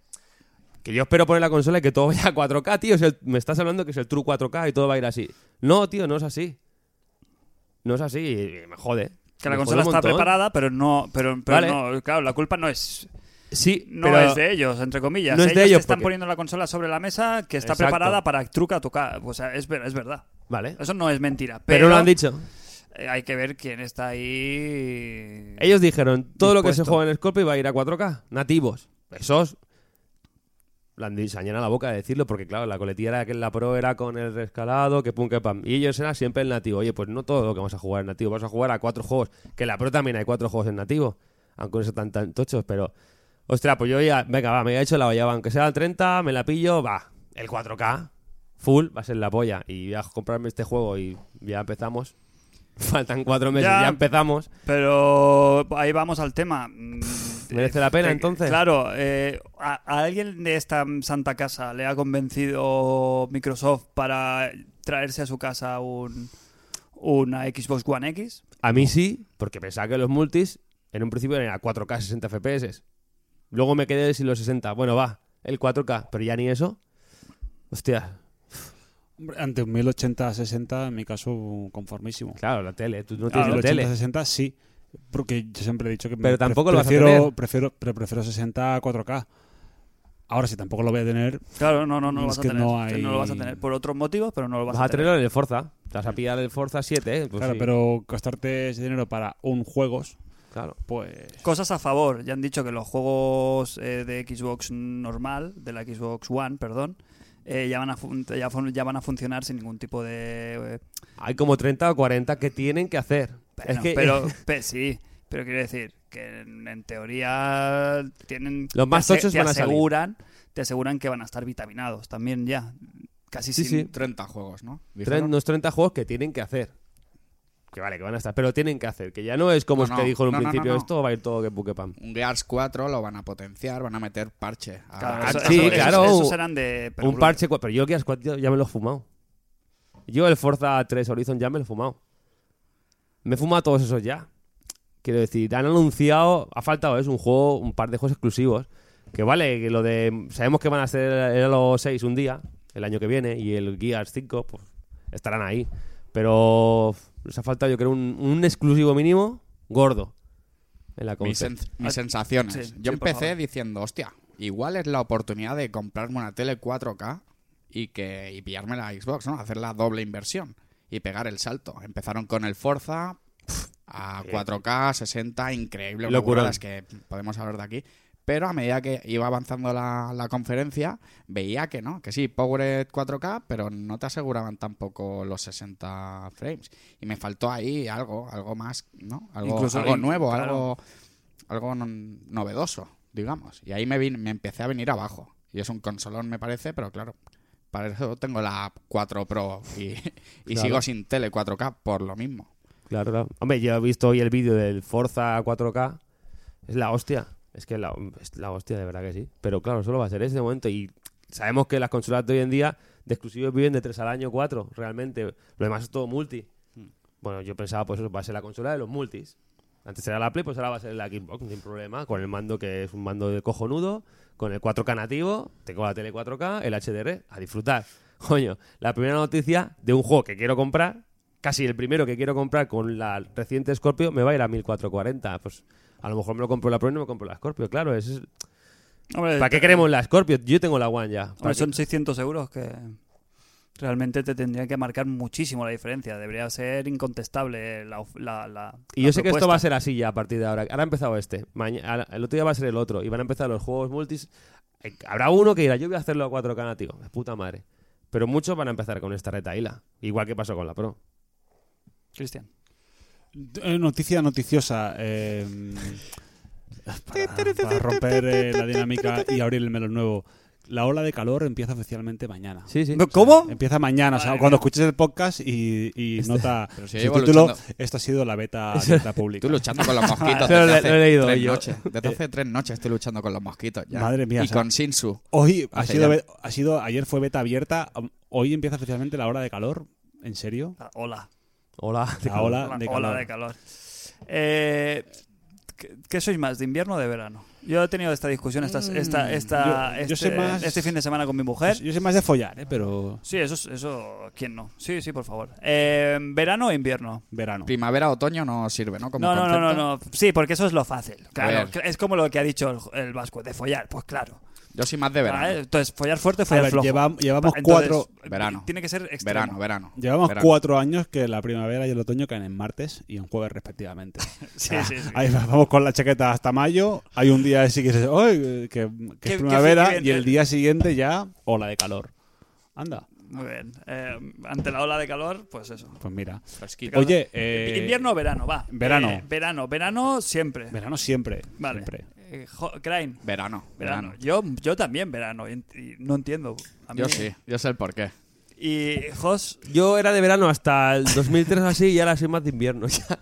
Que yo espero poner la consola y que todo vaya a 4K, tío. Es el- me estás hablando que es el True 4K y todo va a ir así. No, tío, no es así. No es así. y Me jode.
Que la
Me jode
consola
un
está
montón.
preparada, pero no, pero, pero
Vale.
no, claro, la culpa no es,
Sí,
no
pero
es de ellos, entre comillas.
No es de
te
ellos,
están
porque-
poniendo la consola sobre la mesa que está
Exacto.
preparada para truca tocar. O sea, es, ver- es verdad.
Vale. Pero,
Eso no es mentira. Pero,
lo han dicho.
eh, Hay que ver quién está ahí.
Ellos dijeron, todo lo que se
Dispuesto.
juega en Scorpio va a ir a 4K. Nativos. Esos... Le han dicho, se han llenado la boca de decirlo porque, claro, la coletilla era que la pro era con el rescalado, que pum, que pam. Y ellos eran siempre el nativo. Oye, pues no todo lo que vamos a jugar es nativo. Vamos a jugar a cuatro juegos. Que en la pro también hay cuatro juegos en nativo. Aunque no sean tan, tan tochos, pero... Ostras, pues yo ya... Venga, va, me he hecho la vallaba. Aunque sea el 30, me la pillo, va. El 4K, full, va a ser la polla. Y voy a comprarme este juego y ya empezamos. <laughs> Faltan cuatro meses,
Ya.
ya empezamos.
Pero ahí vamos al tema. Mm,
¿Merece la pena
eh,
entonces?
Claro, eh, a, a alguien de esta santa casa le ha convencido Microsoft para traerse a su casa un, una Xbox One X?
A mí sí, porque pensaba que los multis en un principio eran a 4K 60 FPS. Luego me quedé sin los 60. Bueno, va, el 4K, pero ya ni eso. Hostia,
Hombre, ante un 1080-60, en mi caso, conformísimo.
claro, la tele, tú no
Ah,
tienes
el
la tele.
80-60 sí, porque yo siempre he dicho que
Pero
pre-
tampoco lo vas a
prefiero,
tener.
prefiero pero prefiero 60 a 4K. Ahora si tampoco lo voy a tener,
Pues
Claro, no, no, no lo
Es
vas a
que
tener.
no hay-
lo vas a tener por otros motivos, pero no lo vas,
Vas a
tener.
tenerlo en el Forza. Te vas a pillar el Forza 7, eh, pues
claro,
sí,
pero gastarte ese dinero para un juegos,
claro.
pues
Cosas a favor. Ya han dicho que los juegos eh, de Xbox normal, de la Xbox One, perdón, eh, ya, van a fun- ya, fun- ya van a funcionar sin ningún tipo de... eh,
Hay como 30 o 40 que tienen que hacer.
Bueno,
es que <laughs>
pero <laughs> pe- sí, pero quiero decir que en, en teoría tienen
Los más
te ase-
tochos
te
van a salir.
aseguran, te aseguran que van a estar vitaminados también ya, casi
Sí,
sin-
sí.
30 juegos, ¿no?
tre-
Dijeron.
unos 30 juegos que tienen que hacer. Que vale, que van a estar, pero tienen que hacer. Que ya no es como
No,
es
no,
que dijo en un
no, no, no,
principio,
no.
esto va a ir todo que puque pam.
Un Gears 4 lo van a potenciar, van a meter parche. a-
Claro,
a-
eso-
sí,
eso-
claro,
esos-
un-
esos eran de
un
Perú.
parche, cua- pero yo el Gears 4 ya me lo he fumado. Yo el Forza 3 Horizon ya me lo he fumado. Me he fumado todos esos ya. Quiero decir, han anunciado, ha faltado es un juego, un par de juegos exclusivos. Que vale, que lo de. Sabemos que van a ser el Halo 6 un día, el año que viene, y el Gears 5, pues estarán ahí. Pero nos ha faltado, yo creo, un, un exclusivo mínimo gordo en la
mis,
consola.
sen- mis sensaciones.
sí,
Yo
sí, por
empecé
favor.
diciendo, hostia, igual es la oportunidad de comprarme una tele 4K y que y pillarme la Xbox, ¿no? Hacer la doble inversión y pegar el salto. Empezaron con el Forza pf, a 4K, 60, increíble,
Locurón.
las que podemos hablar de aquí. Pero a medida que iba avanzando la, la conferencia, veía que no, que sí, Powered 4K, pero no te aseguraban tampoco los 60 frames. Y me faltó ahí algo, algo más, ¿no? Algo,
Incluso-
algo
in-
nuevo,
claro.
algo algo no- novedoso, digamos. Y ahí me, vin- me empecé a venir abajo. Y es un consolón, me parece, pero claro, para eso tengo la 4 Pro y, <laughs> y
Claro.
sigo sin tele 4K por lo mismo.
Claro, claro. Hombre, yo he visto hoy el vídeo del Forza 4K. Es la hostia. Es que la, es la hostia, de verdad que sí. Pero claro, solo va a ser ese de momento. Y sabemos que las consolas de hoy en día de exclusivos viven de 3 al año, 4, realmente. Lo demás es todo multi. Bueno, yo pensaba, pues eso va a ser la consola de los multis. Antes era la Play, pues ahora va a ser la Xbox, sin problema. Con el mando que es un mando de cojonudo, con el 4K nativo, tengo la tele 4K, el HDR, a disfrutar. <laughs> Coño, la primera noticia de un juego que quiero comprar, casi el primero que quiero comprar con la reciente Scorpio, me va a ir a 1440. Pues a lo mejor me lo compro la Pro y no me compro la Scorpio, claro. ese es-
Hombre,
¿Para qué queremos la Scorpio? Yo tengo la One ya.
hombre,
¿Para
son
qué?
600 euros que realmente te tendría que marcar muchísimo la diferencia. Debería ser incontestable la, of- la- la-
Y
la
yo sé que esto
propuesta.
va a ser así ya a partir de ahora. Ahora ha empezado este. Maña- ahora- el otro día va a ser el otro. Y van a empezar los juegos multis. Eh, Habrá uno que dirá, yo voy a hacerlo a 4K nativo. De puta madre. Pero muchos van a empezar con esta retaíla. Igual que pasó con la Pro.
Cristian.
eh, noticia noticiosa eh, para, para romper eh, la dinámica y abrir el melón nuevo. La ola de calor empieza oficialmente mañana.
Sí, sí.
¿Cómo?
Empieza mañana, o sea,
Madre
cuando
mía.
escuches el podcast y, y
Este-
nota
Pero si
su
llevo
título,
luchando.
esto ha sido
<laughs>
la beta, abierta pública.
Estoy luchando con los mosquitos.
Pero
desde
le-
hace
lo he leído
tres
yo.
noches. Desde hace tres noches estoy luchando con los mosquitos. ya.
Madre mía,
Y
o sea-
con Shinsu.
Hoy ha
Hace
sido,
ya.
be- ha sido, ayer fue beta abierta, um, hoy empieza oficialmente la ola de calor.
<laughs>
¿En serio?
Ah, Hola.
Hola.
La ola
Hola
de
de
calor.
calor. Eh, ¿Qué, qué sois más, de invierno o de verano? Yo he tenido esta discusión esta,
Mm.
esta, esta-
Yo- yo
este,
soy más-
este fin de semana con mi mujer.
Yo soy más de follar, ¿eh? pero
Sí, eso, es- eso, ¿quién no? Sí, sí, por favor. Eh, ¿Verano o invierno?
verano.
Primavera, otoño no sirve, ¿no? Como
No, no, no, no,
concepto.
no. Sí, porque eso es lo fácil. Claro,
ver.
cl- es como lo que ha dicho el, el vasco, de follar, pues claro.
Yo soy más de
Ah,
verano.
Entonces, follar fuerte,
A
follar
ver,
flojo.
lleva- llevamos
Entonces,
cuatro,
Verano.
Tiene que ser extremo.
Verano, verano.
llevamos
verano.
cuatro años que la primavera y el otoño caen en martes y en jueves respectivamente.
<laughs>
Ah,
Sí, sí, sí.
Ahí va- vamos con la chaqueta hasta mayo. Hay un día sí que dices, "Ay, que, que
Qué- qué
es primavera
bien.
y el día siguiente ya ola de calor. Anda,
Muy bien. Eh, ante la ola de calor, pues eso.
pues mira.
Fresquito.
Oye, eh,
¿Invierno o verano? Va.
verano.
Eh, verano, verano siempre.
Verano siempre.
Vale.
siempre.
Eh, jo- Crane,
Verano,
verano.
verano.
Yo, yo también verano. y ent- y no entiendo. A mí-
Yo sí, yo sé el porqué.
Y Jos,
Yo era de verano hasta el 2003 o así y ahora soy más de invierno <laughs> ya.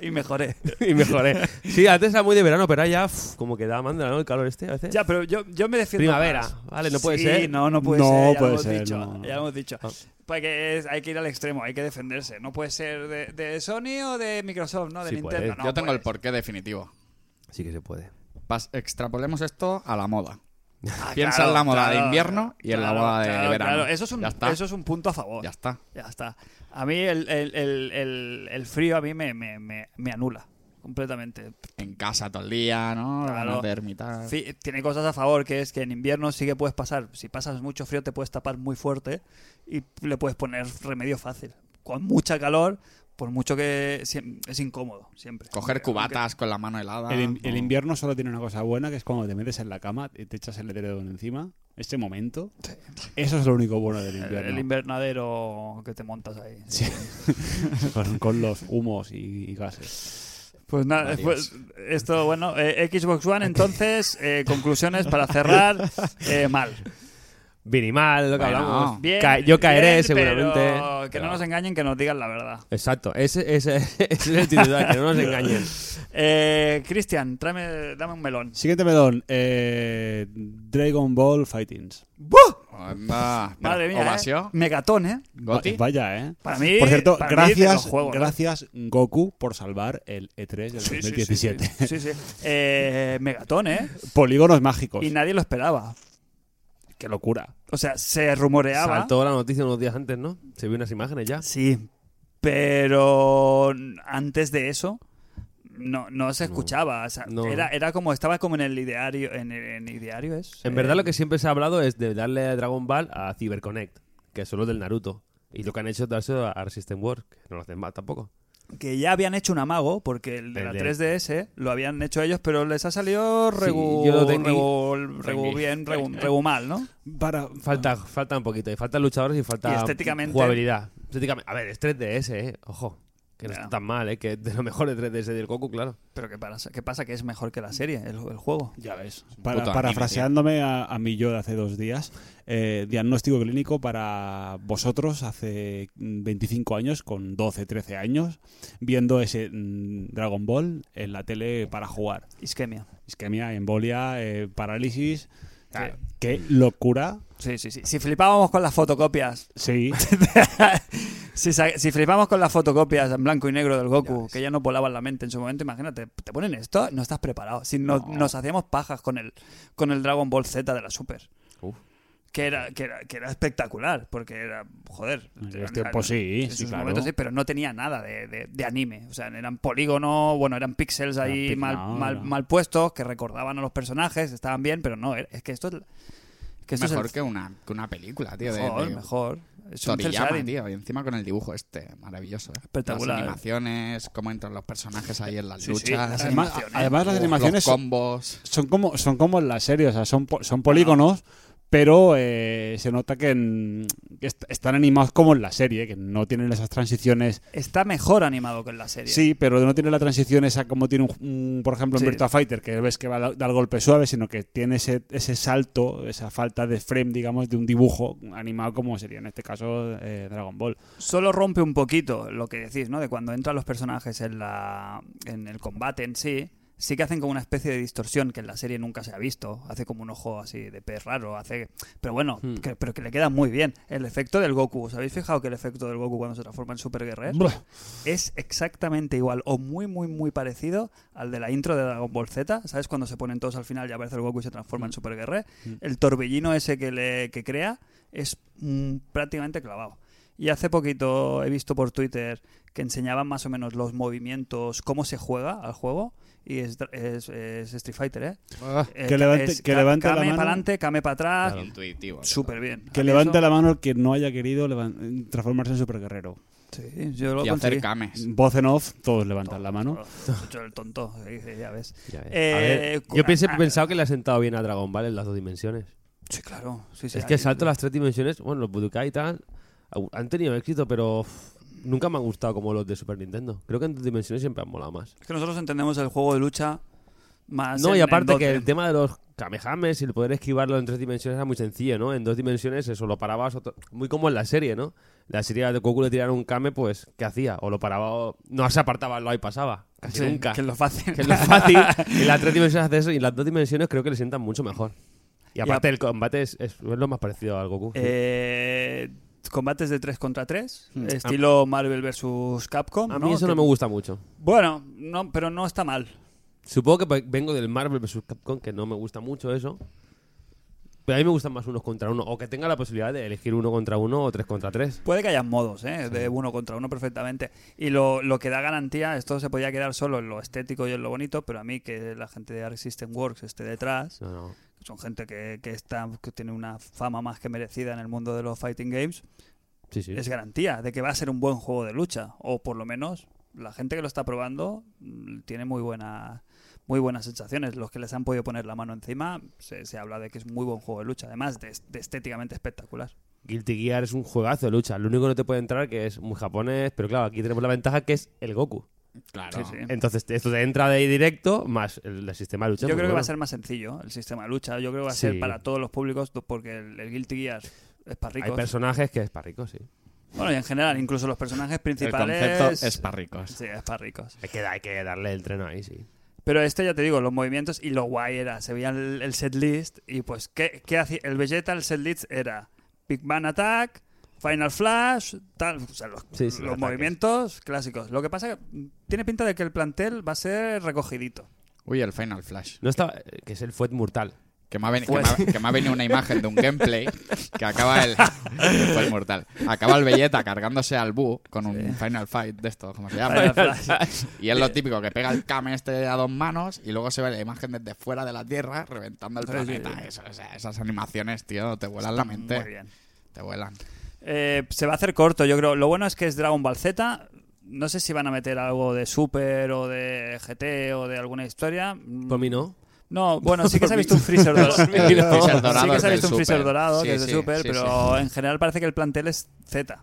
y mejoré.
y mejoré. Sí, antes era muy de verano, pero ahora ya uf, como que da mandra, ¿no? El calor este a veces.
Ya, pero yo, yo me defiendo.
Primavera,
más.
vale, no puede
Sí,
ser.
No, no puede
No
ser. Ya
puede
lo hemos
ser,
dicho.
no.
Ya lo hemos dicho.
Ah.
Porque es- hay que ir al extremo, hay que defenderse. No puede ser de, de Sony o de Microsoft, ¿no? De
Sí
Nintendo.
puedes.
Pues, no
yo tengo el
puedes.
porqué definitivo.
Sí que se puede.
Pas- extrapolemos esto a la moda.
Ah,
Piensa
claro,
en la moda
claro,
de invierno y en
claro,
la moda de
claro,
verano.
claro. Eso, es un,
ya está.
eso es un punto a favor.
Ya está.
Ya está. A mí el, el- el- el- el frío a mí me, me- me- me anula completamente.
En casa todo el día, ¿no?
Claro.
Ganas De ermita.
Fi- Tiene cosas a favor, que es que en invierno sí que puedes pasar, si pasas mucho frío te puedes tapar muy fuerte y le puedes poner remedio fácil. Con mucha calor, por mucho que sie- es incómodo, siempre.
Coger
Aunque-
cubatas con la mano helada.
Ah,
El, in- el
¿no?
invierno solo tiene una cosa buena, que es cuando te metes en la cama y te echas el edredón encima. Ese momento. Eso es lo único bueno del
aunque- el,
invierno.
el invernadero que te montas ahí.
Sí. con, con los humos y, y gases.
Pues nada,
Varios.
pues esto, bueno, eh, Xbox One, entonces,
<laughs>
eh, conclusiones para cerrar, eh, mal.
Bien y mal, lo que
Bueno,
hablamos.
Bien,
Ca- yo caeré
bien,
seguramente. <laughs>
pero que
Pero-
no nos engañen, que nos digan la verdad.
Exacto, ese, ese- <laughs> ese es el titular, que no nos engañen.
Eh, Cristian, tráeme- dame un melón.
Siguiente melón. eh, Dragon Ball Fightings.
Anda, espera,
Madre mía,
Ovasio,
eh. Megatón, ¿eh?
Goti.
Va- Vaya, ¿eh?
Para mí,
Por cierto,
para mí de los
gracias,
juegos, ¿no?
gracias Goku por salvar el E3 del
Sí, sí,
2017.
Sí, sí, sí. Eh, Megatón, ¿eh?
Polígonos mágicos.
Y nadie lo esperaba.
Qué locura.
O sea, se rumoreaba.
Saltó la noticia unos días antes, ¿no? Se vio unas imágenes ya.
Sí, pero antes de eso no, no se escuchaba. O sea,
No.
Era, era como, estaba como en el ideario. En, en ideario es.
En
Eh,
verdad lo que siempre se ha hablado es de darle a Dragon Ball a CyberConnect, que son los del Naruto. Y lo que han hecho es dárselo a a Resistance Wars, que no lo hacen mal tampoco.
Eh, Que ya habían hecho un amago, porque el de
El
la
de-
3DS lo habían hecho ellos, pero les ha salido
Sí,
regu,
yo lo tengo-
regu- regu
tengo.
bien, regu, regu mal, ¿no?
Para,
Falta, falta un poquito, y faltan luchadores y falta
Ah. Y estéticamente-
jugabilidad. Estéticamente- a ver, es 3DS, ¿eh? Ojo, que no
Ya.
está tan mal, ¿eh? Que es de lo mejor de 3DS del Goku, claro.
Pero ¿qué pasa? ¿Qué pasa? Que es mejor que la serie, el, el juego.
Ya ves.
puto anime,
parafraseándome a, a mi yo de hace dos días, eh, diagnóstico clínico para vosotros hace mm, 25 años, con 12, 13 años, viendo ese mm, Dragon Ball en la tele para jugar.
Isquemia.
Isquemia, embolia, eh, parálisis. Ah,
Sí.
Qué locura.
Sí, sí, sí. Si flipábamos con las fotocopias.
<laughs>
Sí.
<laughs> si, sa- si flipamos con las fotocopias en blanco y negro del Goku, que ya nos volaban la mente en su momento, imagínate, te ponen esto, no estás preparado. Si no- nos hacíamos pajas con el, con el Dragon Ball Z de la Super.
Uf.
Que era, que, era, que era espectacular, porque era, joder.
En los
eran-
tiempos sí,
en
sí,
sus
claro.
momentos sí, pero no tenía nada de, de- de anime. O sea, eran polígonos, bueno, eran píxeles
Eran
ahí
pic-
mal,
no,
mal,
no.
mal puestos, que recordaban a los personajes, estaban bien, pero no, es que esto es, es que esto es el
Mejor que una, que una película, tío. de-
Mejor,
de-
mejor. Es un cel
Toriyama,
shading.
tío. Y encima con el dibujo este, maravilloso. ¿eh?
Espectacular.
Las animaciones, cómo entran los personajes ahí en las
Sí, sí,
luchas.
las
Además,
animaciones.
además las
Uf,
animaciones
Los combos. Ah.
son como, son como en la serie, o sea, son, po- son polígonos, pero eh, se nota que, en- que est- están animados como en la serie, que no tienen esas transiciones
Está mejor animado que en la serie.
Sí, pero no tiene la transición esa como tiene, un, un- por ejemplo, en
Sí.
Virtua Fighter, que ves que va a dar golpe suave, sino que tiene ese, ese salto, esa falta de frame, digamos, de un dibujo animado como sería en este caso eh, Dragon Ball.
Solo rompe un poquito lo que decís, ¿no? De cuando entran los personajes en, la, en el combate en sí. sí que hacen como una especie de distorsión que en la serie nunca se ha visto. Hace como un ojo así de pez raro, hace... Pero bueno,
Hmm.
que- pero que le queda muy bien. El efecto del Goku, ¿os habéis fijado que el efecto del Goku cuando se transforma en Super Guerrero
Buah.
es exactamente igual o muy, muy, muy parecido al de la intro de Dragon Ball Z? ¿Sabes? Cuando se ponen todos al final y aparece el Goku y se transforma en
Hmm.
Super Guerrero. El torbellino ese que, le, que crea es mm, prácticamente clavado. Y hace poquito he visto por Twitter que enseñaban más o menos los movimientos, cómo se juega al juego. Y es, es- es Street Fighter, ¿eh? Eh,
Ah, Que levante- que
ca-
levante la
came
mano.
para adelante, came para atrás.
Claro.
Intuitivo.
Súper bien.
Que levante la mano el que no haya querido levan- transformarse en superguerrero.
Sí, yo lo
Y hacer
conseguí.
cames.
Voz en off, todos levantan la mano.
Oh, Yo el tonto, ahí dice, ya ves.
Ya ves.
Eh,
A ver,
cu-
yo pensé,
ah,
pensaba que le ha sentado bien a Dragon Ball en las dos dimensiones.
Sí, claro. sí, sí,
es que
ahí-
el salto a las tres dimensiones, bueno, los Budokai y tal, au- han tenido éxito, pero uf, nunca me han gustado como los de Super Nintendo. Creo que en dos dimensiones siempre han molado más.
Es que nosotros entendemos el juego de lucha más.
No,
en-
y
en ¿eh?
aparte que
doce.
el tema de los kamehames y el poder esquivarlo en tres dimensiones era muy sencillo, ¿no? En dos dimensiones eso lo parabas, otro- muy como en la serie, ¿no? La serie de Goku le tiraron un kame, pues, ¿qué hacía? O lo paraba, o- no se apartaba, lo ahí pasaba. Casi
Sí,
nunca.
Que es lo fácil.
que es lo fácil. en las tres dimensiones hace eso y en las dos dimensiones creo que le sientan mucho mejor. Y aparte el combate es, es- es lo más parecido al Goku. sí.
<laughs> Eh, combates de 3 contra 3, estilo Marvel vs Capcom.
a mí eso no
Que-
me gusta mucho.
Bueno, no, pero no está mal.
Supongo que pe- vengo del Marvel vs. Capcom, que no me gusta mucho eso. Pero a mí me gustan más unos contra uno. O que tenga la posibilidad de elegir uno contra uno o tres contra tres.
Puede que haya modos, ¿eh? de uno contra uno perfectamente. Y lo, lo que da garantía, esto se podía quedar solo en lo estético y en lo bonito, pero a mí que la gente de Arc System Works esté detrás,
No, no.
son gente que, que, está, que tiene una fama más que merecida en el mundo de los fighting games,
Sí, sí.
es garantía de que va a ser un buen juego de lucha. O por lo menos la gente que lo está probando mm, tiene muy buena muy buenas sensaciones. Los que les han podido poner la mano encima, se, se habla de que es muy buen juego de lucha, además de, de estéticamente espectacular.
Guilty Gear es un juegazo de lucha. Lo único que no te puede entrar que es muy japonés, pero claro, aquí tenemos la ventaja que es el Goku.
Claro.
Sí, sí.
Entonces, esto te entra de ahí directo más el, el sistema de lucha.
Yo
muy
creo que va a
bueno.
ser más sencillo el sistema de lucha. Yo creo que va a
Sí.
ser para todos los públicos, do- porque el, el Guilty Gear es para
Hay
ricos.
personajes que es para ricos, sí.
Bueno, y en general, incluso los personajes
El
principales.
concepto es para ricos.
Sí, es para ricos.
Hay que, hay que darle el tren ahí, sí.
Pero este, ya te digo, los movimientos y lo guay era. Se veía el, el setlist y pues, ¿qué, qué hacía? El Vegeta, el setlist era Big Man Attack, Final Flash, tal. O sea, los,
Sí, sí,
los
ataques.
movimientos clásicos. Lo que pasa que mm, tiene pinta de que el plantel va a ser recogidito.
Uy, el Final Flash.
No estaba. eh, Que es el Fuet Mortal.
Que me, ha veni- que me
Pues-
ha- que me ha venido una imagen de un gameplay que acaba el. <laughs> Fue el mortal. Acaba el Belleta cargándose al Bu con un Final Fight de estos, como se llama.
Final Flash.
Y es lo típico, que pega el Kame este a dos manos y luego se ve la imagen desde fuera de la Tierra reventando el
Sí,
planeta.
sí.
Eso, o sea, esas animaciones, tío, te vuelan la mente.
Muy bien.
Te vuelan.
Eh, se va a hacer corto, yo creo. Lo bueno es que es Dragon Ball Z. No sé si van a meter algo de Super o de GT o de alguna historia. Mm,
Por mí no.
No, bueno, sí que se ha <laughs> visto un Freezer dorado.
mí no. Freezer dorado
sí que
es
se ha
del
visto un Freezer
Super.
dorado,
Sí,
que es de
sí,
Super,
sí,
pero en general parece que el plantel es Z.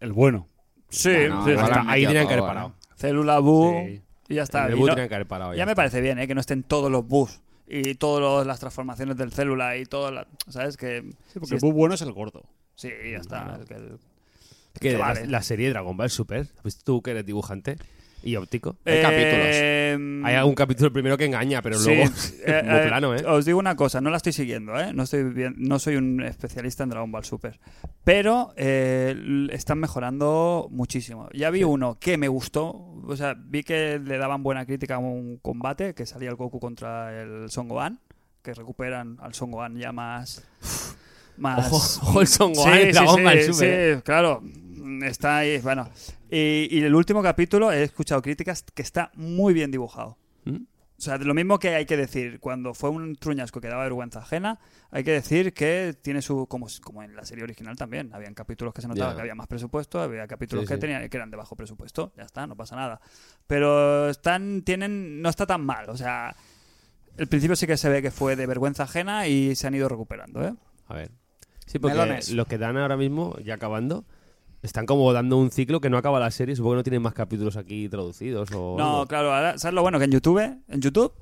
El bueno.
Sí,
Bueno, igual
está.
han
Ahí
metido
tenían que
todo,
haber parado.
Célula, Bu
Sí.
y ya está.
El
Y
debut
no-
tenían que haber parado.
ya
Ya,
me
está.
parece bien, ¿eh? que no estén todos los bus y todas las transformaciones del célula y todas las... ¿Sabes? Que...
Sí, porque
sí,
el muy bueno es el gordo.
sí, ya está. el que- el-
Que la,
Vale.
la serie Dragon Ball Super, ¿has visto tú que eres dibujante y óptico? Hay capítulos.
Eh,
Hay algún capítulo primero que engaña, pero
sí,
luego
eh,
<laughs> muy
eh,
plano, ¿eh?
Os digo una cosa, no la estoy siguiendo, ¿eh? No, estoy bien- no soy un especialista en Dragon Ball Super. Pero eh, l- están mejorando muchísimo. Ya vi uno que me gustó. O sea, vi que le daban buena crítica a un combate que salía el Goku contra el Son Gohan. Que recuperan al Son Gohan ya más. más
Ojo, ojo el Son Gohan en Dragon Ball Super, ¿eh?
sí, claro. Está ahí, bueno. Y, y el último capítulo he escuchado críticas que está muy bien dibujado.
¿Mm?
O sea, lo mismo que hay que decir, cuando fue un truñasco que daba vergüenza ajena, hay que decir que tiene su. como, como en la serie original también. Habían capítulos que se notaba
Ya.
que había más presupuesto, había capítulos
Sí,
que
sí.
tenían que eran de bajo presupuesto, ya está, no pasa nada. Pero están, tienen. no está tan mal. O sea, el principio sí que se ve que fue de vergüenza ajena y se han ido recuperando, ¿eh?
A ver. Sí, porque
Melones.
los que dan ahora mismo, ya acabando, están como dando un ciclo que no acaba la serie. Supongo que no tienen más capítulos aquí traducidos o.
No,
algo.
claro, ahora, ¿sabes lo bueno? Que en YouTube, en YouTube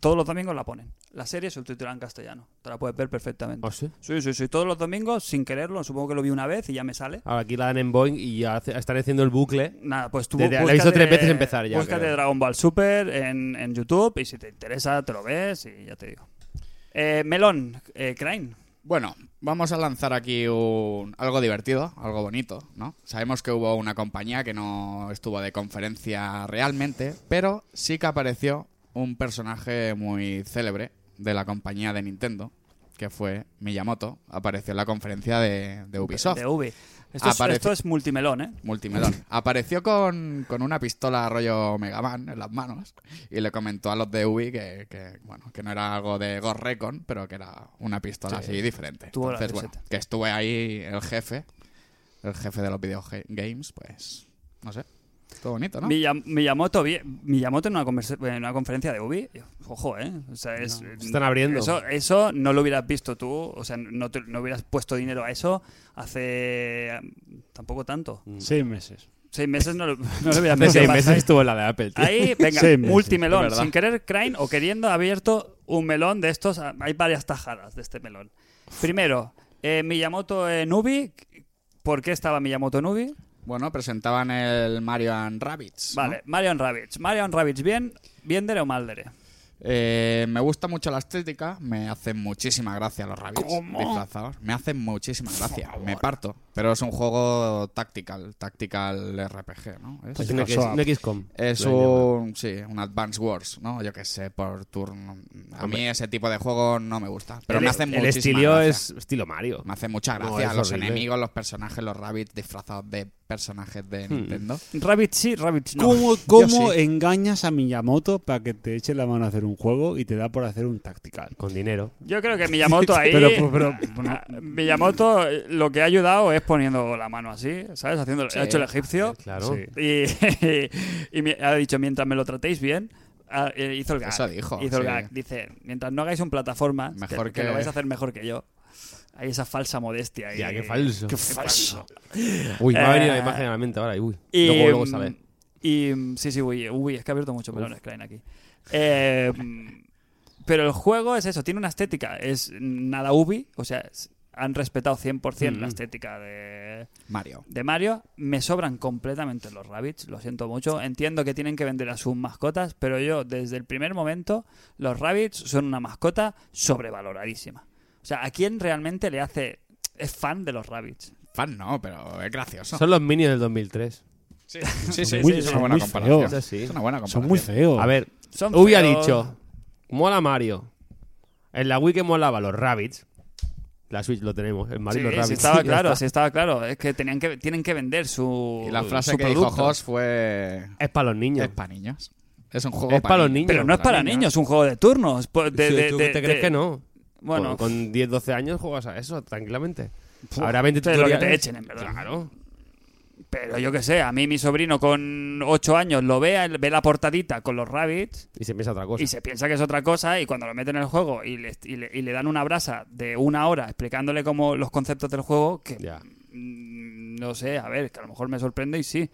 todos los domingos la ponen. La serie subtitulada en castellano. Te la puedes ver perfectamente.
¿Ah, sí?
Sí, sí, sí. Todos los domingos, sin quererlo, supongo que lo vi una vez y ya me sale.
Ahora aquí la dan en Boeing y ya hace- están haciendo el bucle.
Nada, pues tú.
Desde- la he
búscate-
visto tres veces empezar ya,
Búscate
creo.
Dragon Ball Super en, en YouTube y si te interesa te lo ves y ya te digo. Eh, Melón, eh, Crane.
Bueno, vamos a lanzar aquí un- algo divertido, algo bonito, ¿no? Sabemos que hubo una compañía que no estuvo de conferencia realmente, pero sí que apareció un personaje muy célebre de la compañía de Nintendo, que fue Miyamoto. Apareció en la conferencia de, de
Ah.
Ubisoft.
De Ubi. Esto es,
Aparece-
esto es multimelón, ¿eh?
Multimelón. Apareció con, con una pistola rollo Mega Man en las manos y le comentó a los de Ubi que, que, bueno, que no era algo de Ghost Recon, pero que era una pistola así diferente.
Tuvo la
Entonces, bueno,
receta.
que estuve ahí el jefe, el jefe de los videogames, pues, no sé. Todo bonito,
Ah.
¿no?
Miyam- Miyamoto, vi- Miyamoto en una, conversa- en una conferencia de Ubi, ojo, ¿eh? O sea, es-
Se están abriendo.
Eso, eso no lo hubieras visto tú, o sea, no, te- no hubieras puesto dinero a eso hace mm, tampoco tanto.
Seis meses.
Seis meses no lo, <laughs> no lo hubieras
Hace
puesto.
seis meses estuvo en la de Apple, tío.
Ahí, venga,
Seis meses,
multimelón.
es verdad.
Sin querer, Crane o queriendo, ha abierto un melón de estos. Ah, Hay varias tajadas de este melón. Primero, eh, Miyamoto en Ubi. ¿Por qué estaba Miyamoto en Ubi?
Bueno, presentaban el Mario and Rabbits. ¿no?
Vale, Marion Rabbits. Marion Rabbits, bien, bien dere o mal dere.
Eh, me gusta mucho la estética, me hacen muchísima gracia los rabbits disfrazados. Me hacen muchísima gracia, me parto. Pero es un juego tactical, tactical RPG, ¿no? Es,
Es un, X-
Microsoft.
un XCOM.
es
Lo han llamado.
un, sí, un Advance Wars, ¿no? Yo que sé, por turno. A
Hombre.
mí ese tipo de juego no me gusta, pero
El-
me hacen
El
muchísima
estilo
gracia.
es estilo Mario.
Me hacen mucha
No,
gracia
es
los
horrible.
enemigos, los personajes, los rabbits disfrazados de personajes de Nintendo.
Rabbits sí, Rabbits no.
¿Cómo, cómo
Yo sí.
engañas a Miyamoto para que te eche la mano a hacer un juego y te da por hacer un tactical?
Con dinero.
Yo creo que
<laughs>
Miyamoto ahí.
Pero, pero, pero-
Miyamoto eh, lo que ha ayudado es poniendo la mano así, ¿sabes? Haciendo, ha hecho el egipcio.
eh,
Claro.
Sí.
Y, y <laughs> mi- ha dicho, mientras me lo tratéis bien, ah, eh, hizo el gag.
Eso dijo,
Hizo el
sí.
gag. Dice, mientras no hagáis un plataforma,
Mejor
que,
que-
lo vais a hacer mejor que yo. Hay esa falsa modestia. ahí.
Ya, qué falso.
Qué falso.
Uy, me ha venido
Eh,
la imagen a la mente ahora. y Uy.
Y,
luego, luego
mm,
sale.
Y mm, sí, sí, uy, uy, es que ha abierto mucho melones, Klein, aquí. Eh, mm, pero el juego es eso, tiene una estética, es nada ubi, o sea, es- han respetado 100% la
Mm.
estética de,
Mario.
de Mario. Me sobran completamente los rabbits, lo siento mucho. Entiendo que tienen que vender a sus mascotas, pero yo desde el primer momento los rabbits son una mascota sobrevaloradísima. O sea, ¿a quién realmente le hace... es fan de los rabbits?
Fan no, pero es gracioso.
Son los minions del 2003.
Sí, sí, sí,
muy-
es una
son
buena
muy
comparación.
feos.
Eso sí.
Es una buena comparación.
son muy feos.
A ver,
Oh. Son
Uy ha
feos.
dicho. Mola Mario. En la Wii que molaba los Rabbits. La Switch lo tenemos. El Mario
Sí,
y los
sí,
Rabbits.
estaba
<laughs> Ya
claro,
está.
sí estaba claro. Es que tenían que tienen que vender su
Y la frase
su
que
producto.
dijo Jos fue...
Es para los niños.
Es para niños. Es un juego
Es para los niños.
Pero no es para niños, es un juego de turnos. pues, de-
Sí,
de-
¿Tú
de-
te crees
de-
que no?
Bueno,
Con, con 10, 12 años juegas a eso tranquilamente.
Puf,
Habrá 20
esto es lo que te
tutoriales.
echen, en verdad.
Claro.
pero yo qué sé, a mí mi sobrino con 8 años lo vea, ve la portadita con los rabbits
Y se piensa otra cosa.
y se piensa que es otra cosa y cuando lo meten en el juego y le, y le- y le dan una brasa de una hora explicándole como los conceptos del juego, que
Ya.
Mm, no sé, a ver, que a lo mejor me sorprende y sí.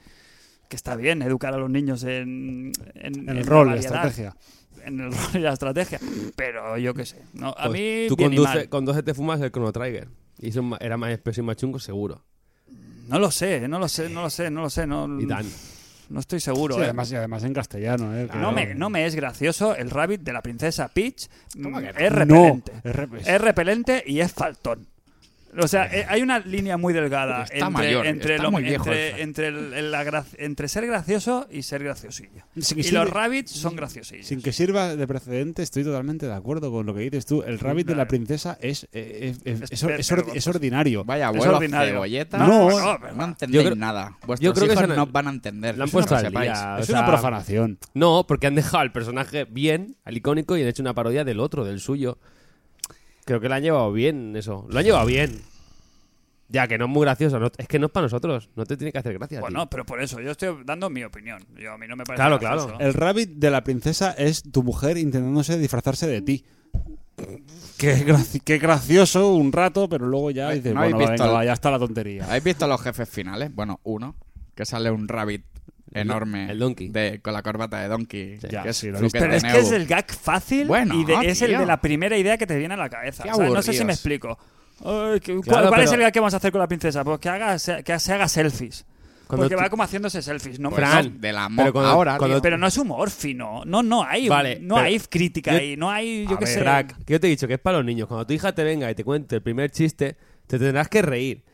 Que está bien educar a los niños en, en,
En el
en
rol, la
variedad,
estrategia.
En el <laughs> rol y la estrategia. Pero yo qué sé. No, a
Pues
mí.
tú
bien y
conduce-
mal.
con 12 te fumas el Chrono Trigger. Y eso es ma- era más espeso y más chungo, seguro.
No lo sé, no lo sé, no lo sé, no lo sé. No,
Y Dan.
no estoy seguro.
Sí,
eh.
además, y además en castellano, ¿eh?
no, me, no me es gracioso el rabbit de la princesa Peach.
¿Cómo
Mm,
que no?
Es
No,
repelente.
es rep- es-
es repelente y es faltón. O sea, eh, hay una línea muy delgada
Está
entre,
mayor,
entre,
está
lo-
muy viejo
entre-
el Fran.
entre el- el- la gra- entre ser gracioso y ser graciosillo.
Sin que
Y
sirva-
los rabbits son graciosillos.
Sin que sirva de precedente, estoy totalmente de acuerdo con lo que dices tú. El rabbit de la princesa es, eh, es- es- es- es or- es ordinario.
Vaya
Es
abuelo,
ordinario.
cebolleta.
No,
No,
no,
no,
pero-
entendéis
Yo creo-
nada. Vuestros
yo creo que
hijos
se han-
no os van a entender.
le han
eso no
puesto
lo
al
sepáis.
día.
Es
o
una
sea,
profanación.
No, porque han dejado al personaje bien, al icónico, y han hecho una parodia del otro, del suyo. Creo que lo han llevado bien, eso. Lo han llevado bien. Ya, que no es muy gracioso. no- es que no es para nosotros. No te tiene que hacer gracia. a ti.
Bueno, pero por eso, yo estoy dando mi opinión. Yo, a mí no me parece
Claro,
gracioso.
claro.
El rabbit de la princesa es tu mujer intentándose disfrazarse de ti. Qué, graci- qué gracioso un rato, pero luego ya
Ay,
dices,
no habéis
bueno, va,
visto
venga,
el-
va, ya está la tontería.
¿Habéis visto los jefes finales? Bueno, uno, que sale un rabbit enorme.
el Donkey.
De, con la corbata de Donkey.
Ya,
que es
sí, lo he
truque
visto.
Pero
de
es que
Neu.
es el gag fácil
Bueno,
y de- es el
tío.
de la primera idea que te viene a la cabeza.
Qué
O sea, no sé si
aburridos.
me explico. Ay, que- ¿Cuál,
Claro,
cuál es
pero-
el gag que vamos a hacer con la princesa? Pues que haga, se- que se haga selfies.
Cuando
Porque
tú-
va como haciéndose selfies, ¿no?
Pues
Fran,
no, de la
pero
mo-
cuando-
ahora,
cuando-
tío.
pero no es humor fino. No, no hay,
Vale,
no
pero-
hay crítica
yo-
ahí. No hay, yo
A
qué
ver,
sé.
Crack, que yo te he dicho que es para los niños. Cuando tu hija te venga y te cuente el primer chiste, te tendrás que reír.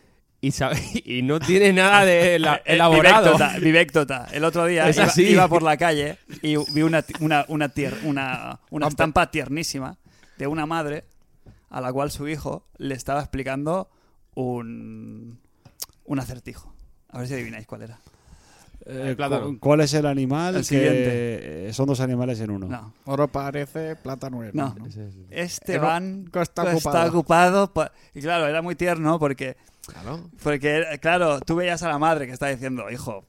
Y, sabe- <laughs> y no tiene nada
<laughs>
de la-
Eh,
elaborado.
Vivectota, vivectota. El otro día
Es
iba,
así.
iba por la calle y vi una, ti- una, una, tier- una, una estampa tiernísima de una madre a la cual su hijo le estaba explicando un, un acertijo. A ver si adivináis cuál era.
Eh,
El plátano.
cu- ¿Cuál es el animal?
El
que-
siguiente.
eh, son dos animales en uno.
No.
Oro parece, plátano era,
No.
¿no?
Ese es el-
Esteban
Pero está
está
ocupado.
ocupado pa- y claro, era muy tierno porque
Claro.
Porque, claro, tú veías a la madre que está diciendo, hijo.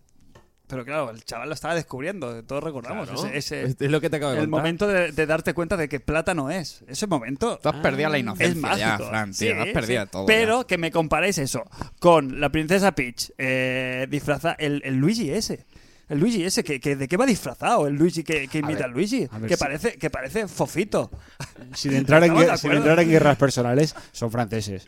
Pero claro, el chaval lo estaba descubriendo, todos recordamos
Claro.
Pues ese, ese-
Es- es lo que te acabo de
el
contar.
momento de, de darte cuenta de que plata no es. Ese momento
Tú has perdido la
es
inocencia ya,
mágico.
Fran,
Sí,
tío. has perdido
sí.
todo.
Pero
ya.
que me comparéis eso con la princesa Peach eh, disfraza el, el Luigi ese. El Luigi ese, que, que- ¿de qué va disfrazado? El Luigi que, que imita
ver,
al Luigi,
a ver
que,
si-
parece, que parece fofito. <laughs>
Sin, entrar en,
Estamos de
guer- sin
acuerdo.
entrar en guerras personales, son franceses.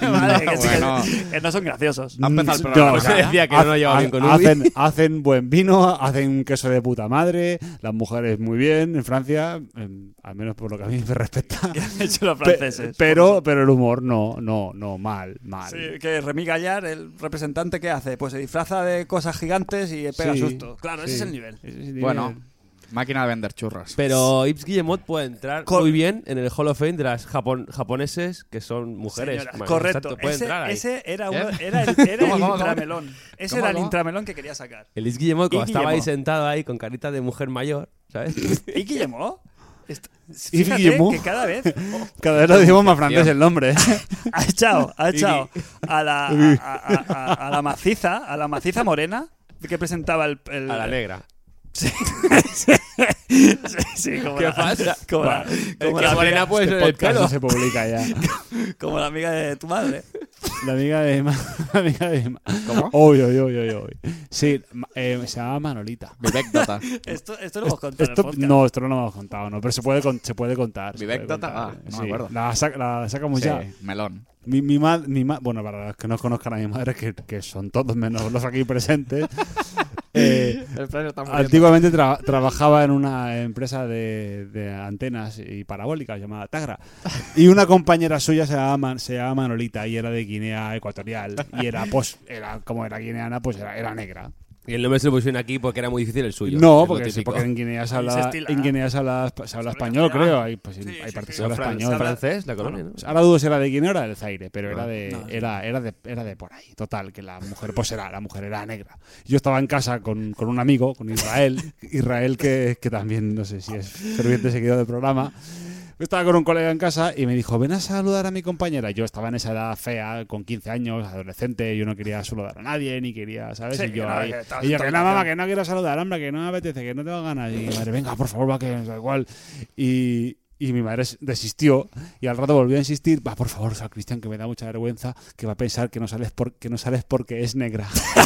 Vale, que, sí, que-
bueno.
que no son <laughs> graciosos.
Ha empezado el
Mm, No,
programa
o sea,
ya.
decía que no lo llevaba
ha-
bien con Ubi.
hacen, hacen buen vino, hacen queso de puta madre, las mujeres muy bien en Francia, em, al menos por lo que a mí me respecta.
Han hecho los
Pe-
franceses.
pero, pero el humor no, no, no, mal, mal.
Sí, que Remy Gallar, el representante, ¿qué hace? Pues se disfraza de cosas gigantes y pega
Sí,
susto. Claro, ese
sí.
es el nivel.
Ese es el
Bueno,
nivel.
máquina de vender churros.
Pero Yves Guillemot puede entrar
Cor-
muy bien en el Hall of Fame de las japon- japoneses que son mujeres.
Señora,
Bueno,
correcto.
exacto, puede
Ese,
entrar ahí.
ese era,
¿Eh?
uno- era el,
<laughs>
era el
¿Cómo, cómo, cómo?
intramelón. Ese
¿Cómo,
era el
cómo?
intramelón que quería sacar.
El Yves Guillemot, cuando
Y
estaba ahí
Guillemot.
sentado ahí con carita de mujer mayor,
<laughs>
¿sabes?
¿Y Guillemot? Est-
¿Y
Fíjate
Guillemot?
que cada vez
<laughs>
Ah,
Cada vez lo decimos más francés
Tío.
<laughs>
el nombre. ¿eh?
ha echado, ha echado a
<laughs>
la, a, a- a- a la maciza, a la maciza morena que presentaba el... el-
A la negra.
<laughs> Sí, como
¿Qué
la-
pasa?
Como la, como
que
la
morena
amiga,
puede ser el
este Podcast
pelo.
no se
<laughs>
publica ya.
como la amiga de tu madre.
La amiga de Emma. <laughs> La amiga de Emma.
¿Cómo?
Uy, uy, uy, uy, uy. Sí, ma- eh, se llama Manolita.
<laughs>
Vivecdota.
Esto, esto lo hemos contado en el
Esto,
podcast.
no, esto no lo hemos contado, no, pero se puede, con- se puede contar. se puede
Vivectota,
contar,
ah, no
sí.
me acuerdo.
La, sac- la sacamos
Sí,
ya.
melón.
Mi, mi, ma- mi ma- bueno, para los que no conozcan a mi madre, que, que son todos menos los aquí
<laughs>
presentes, eh,
El plan está
antiguamente tra- trabajaba en una empresa de, de antenas y parabólicas llamada Tagra. Y una compañera suya se llamaba, Man- se llamaba Manolita y era de Guinea Ecuatorial. Y era, pues, era como era guineana, pues era, era negra.
Y el nombre se lo pusieron aquí porque era muy difícil el suyo. Es
No,
lo
porque, sí,
típico. <laughs>
porque en Guinea se
Ahí se
habla,
estila,
en
¿no?
Guinea se habla, se habla
habla
español,
castellano.
creo. Hay, pues,
Sí,
hay
sí,
partes
sí.
que se habla
Fran-
español. Pues,
se habla-
francés, la colonia, ¿no?
Ahora dudo si era de Guinea o era del Zaire, pero era,
No,
de,
no,
era, era, de, era de por ahí. Total, que la mujer, pues era, la mujer era negra. Yo estaba en casa con, con un amigo, con Israel, <laughs> Israel que, que también, no sé si es ferviente seguidor del programa. Estaba con un colega en casa y me dijo, ven a saludar a mi compañera. Yo estaba en esa edad fea, con 15 años, adolescente, yo no quería saludar a nadie, ni quería, ¿sabes?
Sí,
y yo,
que no,
ahí-
que estabas
y yo,
en
que
tu
no, mamá,
habitación".
que no quiero saludar, hombre, que no me apetece, que no tengo ganas. Y mi madre, venga, por favor, va, que da igual. Y, y mi madre s- desistió y al rato volvió a insistir, va, por favor, San Cristian, que me da mucha vergüenza, que va a pensar que no sales, por, que no sales porque es negra. <laughs>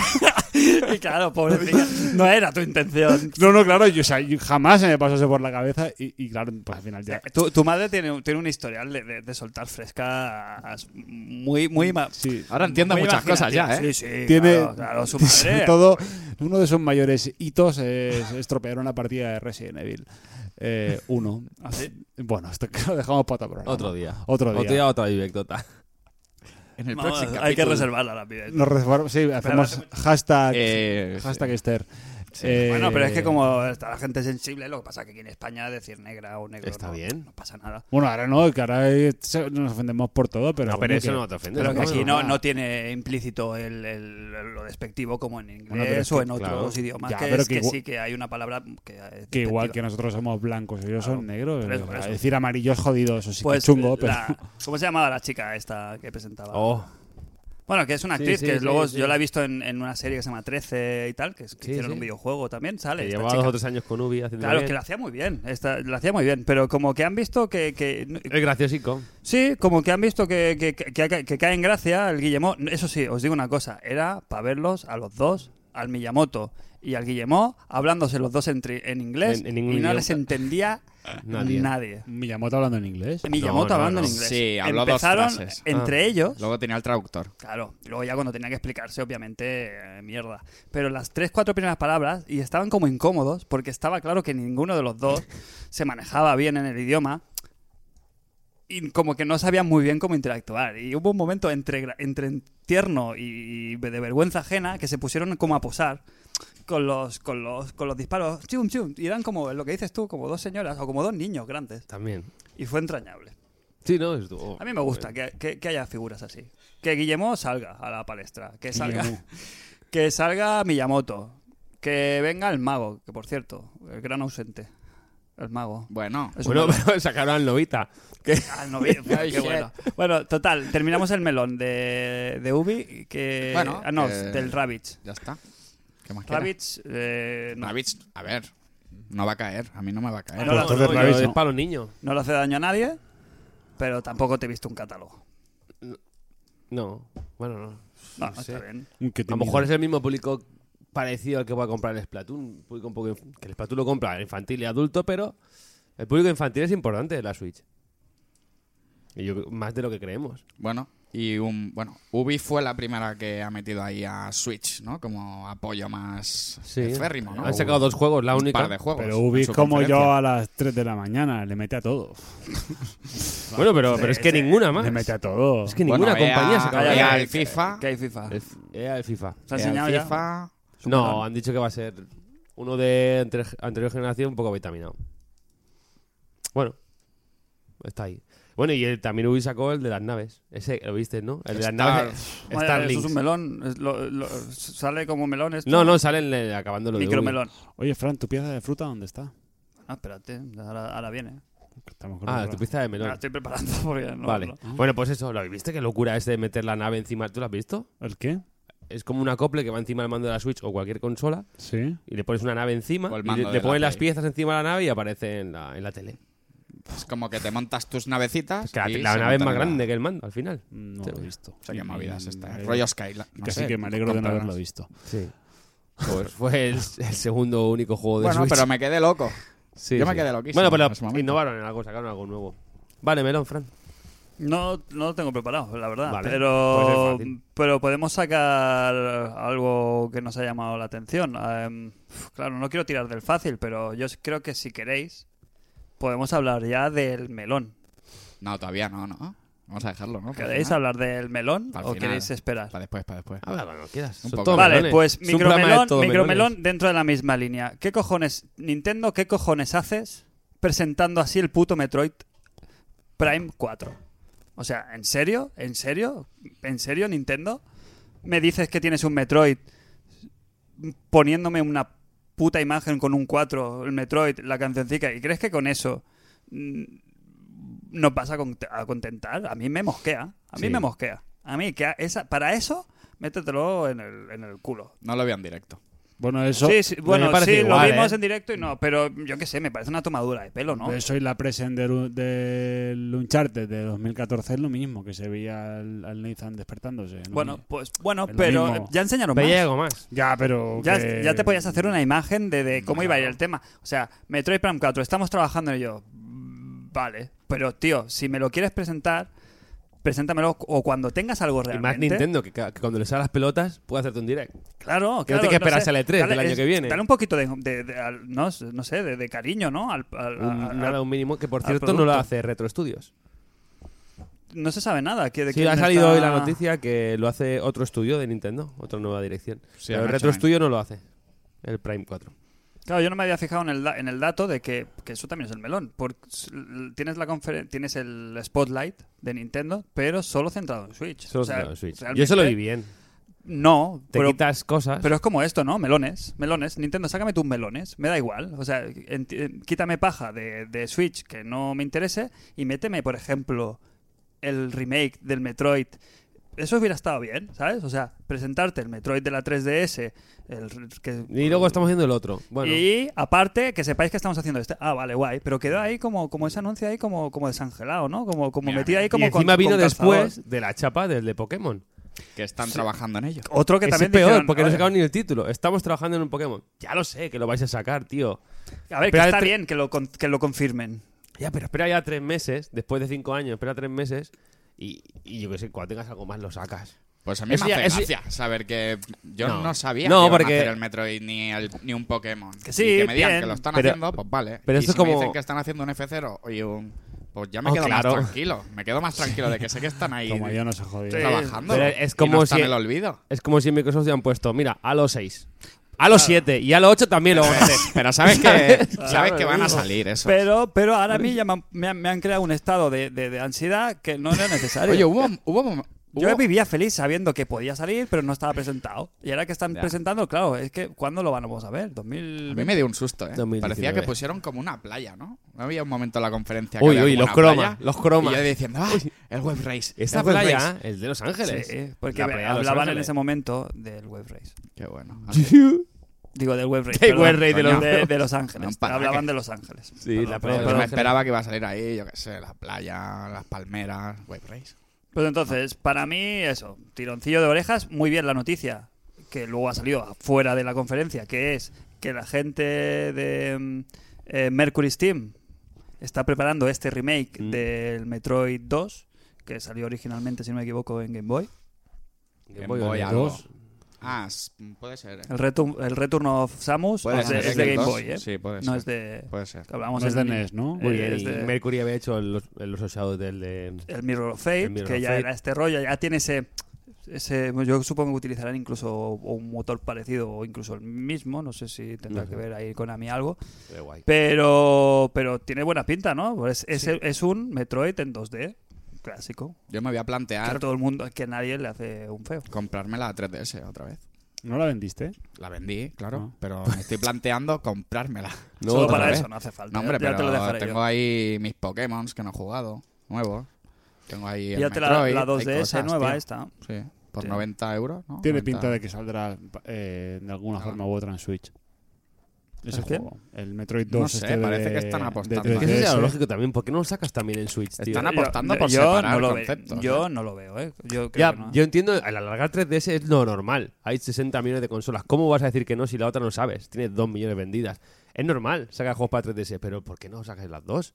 Y claro, pobrecilla, no era tu intención.
no, no, claro, yo, o sea, yo- jamás se me pasó eso por la cabeza y, y claro, pues al final ya...
Tu, tu madre tiene, un- tiene un historial de, de- de soltar frescas muy, muy ma-
Sí.
Ahora entiendo
muy
muchas cosas ya,
imaginativas.
¿eh?
Sí, sí,
Tiene,
claro, claro, su
<laughs>
madre.
sobre todo, uno de sus mayores hitos es estropear una partida de Resident Evil. Eh, uno.
¿Ah, sí?
Bueno, esto <laughs> que lo dejamos para otro programa.
Otro día.
Otro día.
Otro día,
<laughs>
otra anécdota.
En el
Vamos,
próximo
hay que
capítulo.
reservarla la pibe.
Nos reservamos, sí, hacemos hashtag,
Eh,
hashtag Esther.
Sí.
Eh,
Bueno, pero es que como está la gente sensible, lo que pasa es que aquí en España decir negra o negro
Está
no,
bien.
no pasa nada.
Bueno, ahora no, que ahora eh, se- nos ofendemos por todo, pero.
No,
bueno,
pero eso
que-
no te ofende.
Pero que
pasa
aquí
nada.
no, no tiene implícito el, el- lo despectivo como en inglés
Bueno, pero es
o
que,
en otros
claro.
idiomas,
Ya,
que,
pero
es
que
que
igual-
sí que hay una palabra que es
Que igual
despectiva.
que nosotros somos blancos, ellos son negros.
por eso,
o
por
sea,
eso.
Decir amarillo es jodido, eso sí que
Pues,
es chungo, pero. <laughs>
la- ¿Cómo se llamaba la chica esta que
<laughs>
presentaba?
Oh,
Bueno, que es una actriz
Sí, sí,
que
sí,
luego
sí.
yo la he visto en, en una serie que se llama 13 y tal, que, es- que
Sí,
hicieron
sí.
un videojuego también,
que
sale. esta
llevaba
chica.
dos o tres años con Ubi haciendo
Claro, es
bien.
que lo hacía muy bien, esta, lo hacía muy bien, pero como que han visto que... que-
Es graciosico.
sí, como que han visto que, que, que- que cae en gracia el Guillemot. Eso sí, os digo una cosa, era para verlos a los dos al Miyamoto y al Guillemot hablándose los dos en, tri- en inglés
En-
y
en
no
ningún idioma.
les entendía nadie.
<laughs> Nadie.
Miyamoto hablando en inglés.
Miyamoto
No, no,
hablando
no. Ah.
en inglés.
Sí, habló dos
Empezaron
frases.
entre ellos.
Luego tenía el traductor.
Claro, luego ya cuando tenía que explicarse, obviamente, eh, mierda. Pero las tres, cuatro primeras palabras, y estaban como incómodos, porque estaba claro que ninguno de los dos se manejaba bien en el idioma, y como que no sabían muy bien cómo interactuar. Y hubo un momento entre, gra- entre tierno y, y de vergüenza ajena que se pusieron como a posar con los, con los, con los disparos, chum, chum, y eran como lo que dices tú, como dos señoras o como dos niños grandes.
También.
Y fue entrañable.
Sí, no, estuvo-
A mí me gusta que, que- que haya figuras así. Que Guillemot salga a la palestra. Que salga,
Guillemot.
<laughs> que salga Miyamoto. Que venga el mago, que por cierto, el gran ausente. El mago.
Bueno,
Es
Bueno,
un-
pero sacaron al novita. Que...
Ah, no vi- <laughs>
Ay,
qué bueno. Bueno, total, terminamos el melón de, de Ubi. Que,
Bueno,
ah, no,
eh,
del Rabbits.
ya está. ¿Qué más queda?
Rabbits, eh, no,
Rabbits, a ver, no va a caer. A mí no me va a caer.
No, no,
entonces Rabbits
yo-
no.
es para los niños.
no le hace daño a nadie, pero tampoco te he visto un catálogo.
No, bueno, no.
No,
No sé.
está bien.
Que
A lo mejor es el mismo público parecido al que va a comprar el Splatoon. un público un poco inf- que el Splatoon lo compra infantil y adulto, pero el público infantil es importante de la Switch. Y yo creo- más de lo que creemos.
Bueno, y un. Bueno, Ubi fue la primera que ha metido ahí a Switch, ¿no? Como apoyo más férrimo, ¿no?
Han sacado dos juegos, la
un
única.
par de juegos.
Pero
en
Ubi
su
como yo
conferencia.
a las 3 de la mañana, le mete a todo.
Bueno, pero, pero es que ninguna más.
Le Eh, mete a todo.
Es que
Bueno,
ninguna
EA
compañía se acaba
Calla,
ya,
EA
que-
el FIFA.
Que hay FIFA.
El f- EA el FIFA.
¿Se ha
Eh,
enseñado ya?
FIFA.
No, han dicho que va a ser uno de entre- anterior generación un poco vitaminado. Bueno, está ahí. Bueno, y el- también Ubi sacó el de las naves. Ese lo viste, ¿no? El de las
Star-
naves.
Madre,
Starlink.
Eso es un melón. es lo- lo- sale como melón esto.
No, no, salen eh, acabando lo de Ubi.
Micromelón.
Oye, Fran, ¿tu pieza de fruta dónde está?
Ah, espérate, ahora, ahora viene.
Estamos con
Ah,
el-
tu pista de
Me la
melón.
estoy preparando <laughs> porque no.
vale.
no.
Bueno, pues eso, ¿lo viste? Qué locura este de meter la nave encima. ¿Tú lo has visto?
¿El qué?
Es como un acople que va encima del mando de la Switch o cualquier consola
Sí.
y le pones una nave encima
O el
y
mando
le,
de
le
la
pones las
Play.
piezas encima de la nave y aparece en la, en la tele.
Es pues como que te montas tus navecitas.
Es que la,
y
la
se
nave es
montan
más
en la-
grande que el mando al final.
No
Sí.
lo he visto.
O sea, qué movidas esta.
Mm,
Rollo Skyline. No
Casi
sé,
que me alegro de no
compararlas.
haberlo visto.
Sí. Pues <laughs> fue el, el segundo único juego de
Bueno,
Switch.
pero me quedé loco.
Sí,
yo me
sí.
quedé loquísimo
Bueno,
en ese
pero
momento.
innovaron en algo, sacaron algo nuevo. Vale, melón, Fran.
No, no lo tengo preparado, la verdad.
Vale,
Pero,
pues es fácil.
pero podemos sacar algo que nos ha llamado la atención. Em, uf, claro, no quiero tirar del fácil, pero yo creo que si queréis, podemos hablar ya del melón.
No, todavía no, ¿no? Vamos a dejarlo, ¿no? Para
¿Queréis
final.
hablar del melón
Al
o
final.
queréis esperar?
Para después, para después.
Habla cuando quieras. Son
Un poco.
todos
Vale,
melones.
pues
Es un programa de
micromelón,
todo melones.
micromelón dentro de la misma línea. ¿Qué cojones, Nintendo, qué cojones haces presentando así el puto Metroid Prime 4? O sea, ¿en serio? ¿En serio? ¿En serio, Nintendo? ¿Me dices que tienes un Metroid poniéndome una puta imagen con un 4, el Metroid, la cancioncica, y crees que con eso mm, nos vas a, cont- a contentar? A mí me mosquea, a mí
Sí.
me mosquea. A mí, que a- esa, para eso, métetelo en el, en el culo.
No lo veo en directo.
Bueno, eso,
sí, sí, bueno, sí,
parece igual,
lo vimos
¿eh? Pues
en directo y no, pero yo qué sé, me parece una tomadura de pelo, ¿no?
eso y pues la presen del, del Uncharted de 2014 es lo mismo, que se veía al, al Nathan despertándose. ¿no?
bueno, pues bueno,
Es lo
pero
mismo.
ya enseñaron
Pero
más.
ya algo más.
Ya, pero...
Ya,
que-
ya te podías hacer una imagen de, de cómo iba a ir
Claro.
el tema. O sea, Metroid Prime 4, estamos trabajando en ello. Mm, Vale, pero tío, si me lo quieres presentar, preséntamelo cu- o cuando tengas algo
Y
realmente.
más Nintendo, que, ca- que cuando le salen las pelotas puede hacerte un direct.
Claro, claro.
Que no te queda esperarse
sé,
al E3 del
dale,
año que viene.
Dale un poquito de, de- de- al- no, s- no sé, de, de cariño, ¿no? Al- al-
Un-
al-
nada, un mínimo que por
al
cierto no lo
producto.
hace Retro Studios.
No se sabe nada. Que, de
Sí,
quién
ha salido
está-
hoy la noticia que lo hace otro estudio de Nintendo, otra nueva dirección.
Sí,
pero el
han hecho
Retro
bien.
Studio no lo hace. El Prime 4.
Claro, yo no me había fijado en el, da- en el dato de que, que eso también es el melón. Porque s- l- tienes, la conferen- tienes el spotlight de Nintendo, pero solo centrado en Switch.
Solo
O sea,
se lo- Switch.
realmente-
Yo eso lo vi bien.
No,
Te
pero,
quitas cosas.
pero es como esto, ¿no? Melones, melones. Nintendo, sácame tus melones. Me da igual. O sea, enti- eh, quítame paja de, de Switch que no me interese y méteme, por ejemplo, el remake del Metroid. Eso hubiera estado bien, ¿sabes? O sea, presentarte el Metroid de la 3DS, el r- que
Y luego estamos viendo el otro. Bueno,
Mm. y aparte, que sepáis que estamos haciendo este. Ah, vale, guay. Pero quedó ahí como, como ese anuncio ahí como, como desangelado, ¿no? Como, como
Mira,
metido ahí
y
como con-
encima vino
con calzador.
después de la chapa del de Pokémon.
que están trabajando en ello.
Otro que
Ese
también
es peor,
dijeron,
porque no
"Oye,
sacaron ni el título. Estamos trabajando en un Pokémon. Ya lo sé, que lo vais a sacar, tío.
A ver, que
Pero
está
el tre-
bien que lo, con- que lo confirmen.
Ya, pero espera ya tres meses, después de cinco años, espera tres meses y, y yo qué sé, cuando tengas algo más lo sacas.
Pues a mí
Eso
me
ya-
hace
eso-
gracia saber que yo no,
No.
sabía
No,
que iban a
porque-
hacer el Metroid ni, el- ni un Pokémon.
Que sí,
Y que me digan
bien,
que lo están
pero-
haciendo, pues vale.
pero
y
esto es
si
como-
me dicen que están haciendo un F0 y un... Pues ya me
Oh,
quedo
claro.
más tranquilo. Me quedo más tranquilo de que sé
<laughs>
que están ahí
Como yo no se jodido.
Sí.
trabajando.
Pero es
y
como
no está
si-
en el olvido.
Es como si en Microsoft te han puesto, mira, a los 6, a los 7 y a los 8 también
<laughs>
lo vamos a hacer.
Pero sabes
<laughs>
que, sabes
Claro,
que van
digo.
a salir eso.
Pero, pero ahora a mí ya me han, me han- me han creado un estado de, de- de ansiedad que no era necesario.
Oye, hubo... hubo, hubo-
uh.
Yo vivía feliz sabiendo que podía salir, pero no estaba presentado. Y ahora que están
Ya.
presentando, claro, es que ¿cuándo lo vamos a ver?
A
2000...
mí me dio un susto, ¿eh?
2019.
Parecía que pusieron como una playa, ¿no? No había un momento en la conferencia que
Uy,
había
uy,
como
los
una
cromas,
playa,
los cromas.
Y yo diciendo, ¡ah! El web race.
Esta
el web
playa,
race".
el de Los
Sí,
Ángeles.
porque
La playa de Los
hablaban en
Ángeles.
ese momento del Web Race.
Qué bueno.
Digo, del Web Race.
Del
perdón.
Web Race de los-
de, de Los Ángeles.
No, para
<laughs> hablaban
que-
de Los Ángeles.
Sí, la playa de Los
Yo me
Ángeles.
esperaba que iba a salir ahí, yo qué sé, la playa, las palmeras, web race.
Pues entonces, para mí, eso, tironcillo de orejas, muy bien la noticia, que luego ha salido fuera de la conferencia, que es que la gente de mm, eh, Mercury Steam está preparando este remake
Mm.
del Metroid 2, que salió originalmente, si no me equivoco, en Game Boy.
Game
Boy
Boy
algo.
dos.
Ah, s- puede ser. ¿eh?
El, retu- el Return of Samus
Puede
es de,
ser,
es de
Game
Game
Boy,
Boy, ¿eh?
sí, puede
no
ser.
es de...
Puede ser.
Hablamos
No es de E
del-
NES, ¿no?
Eh,
Muy bien,
es
y
de-
Mercury había hecho los, los osados del de...
el Mirror of Fate,
El Mirror
que
of
ya
Fate.
era este rollo, ya tiene ese, ese. Yo supongo que utilizarán incluso o un motor parecido o incluso el mismo. No sé si tendrá
No sé.
que ver ahí Konami algo.
Qué guay.
Pero, pero tiene buena pinta, ¿no? Pues Es, es, es un Metroid en 2D clásico.
Yo me voy a
Que a
plantear
todo el mundo, que a nadie le hace un feo.
comprarme la 3DS otra vez.
¿No la vendiste?
La vendí, claro,
Ah.
No.
pero me estoy
<laughs>
planteando comprármela.
No, eh.
Solo
otra
para
vez.
eso, no hace falta.
No, hombre,
ya, ya te lo
pero
dejaré
tengo
yo.
ahí mis Pokémon que no he jugado, nuevos. Tengo ahí el
Píllate la,
Metroid,
la
hay
2DS
cosas,
nueva
tío.
esta.
Sí, por
Sí.
90 euros, ¿no?
Tiene
90.
pinta de que saldrá eh, de alguna
Ah.
forma u otra en Switch. Ese
¿El qué?
juego. El Metroid
No
2.
sé,
este de-
parece que están
de
apostando.
3DS.
Es
Que eso sería lo lógico también. ¿Por qué no lo sacas también en Switch, tío?
Están apostando por separar
no lo veo.
conceptos,
Yo
¿eh?
no lo veo, ¿eh? Yo creo
Ya,
que no.
yo entiendo, al alargar 3DS es lo normal. Hay 60 millones de consolas. ¿Cómo vas a decir que no si la otra no sabes? Tienes 2 millones vendidas. Es normal sacar juegos para 3DS, pero ¿por qué no sacas las dos?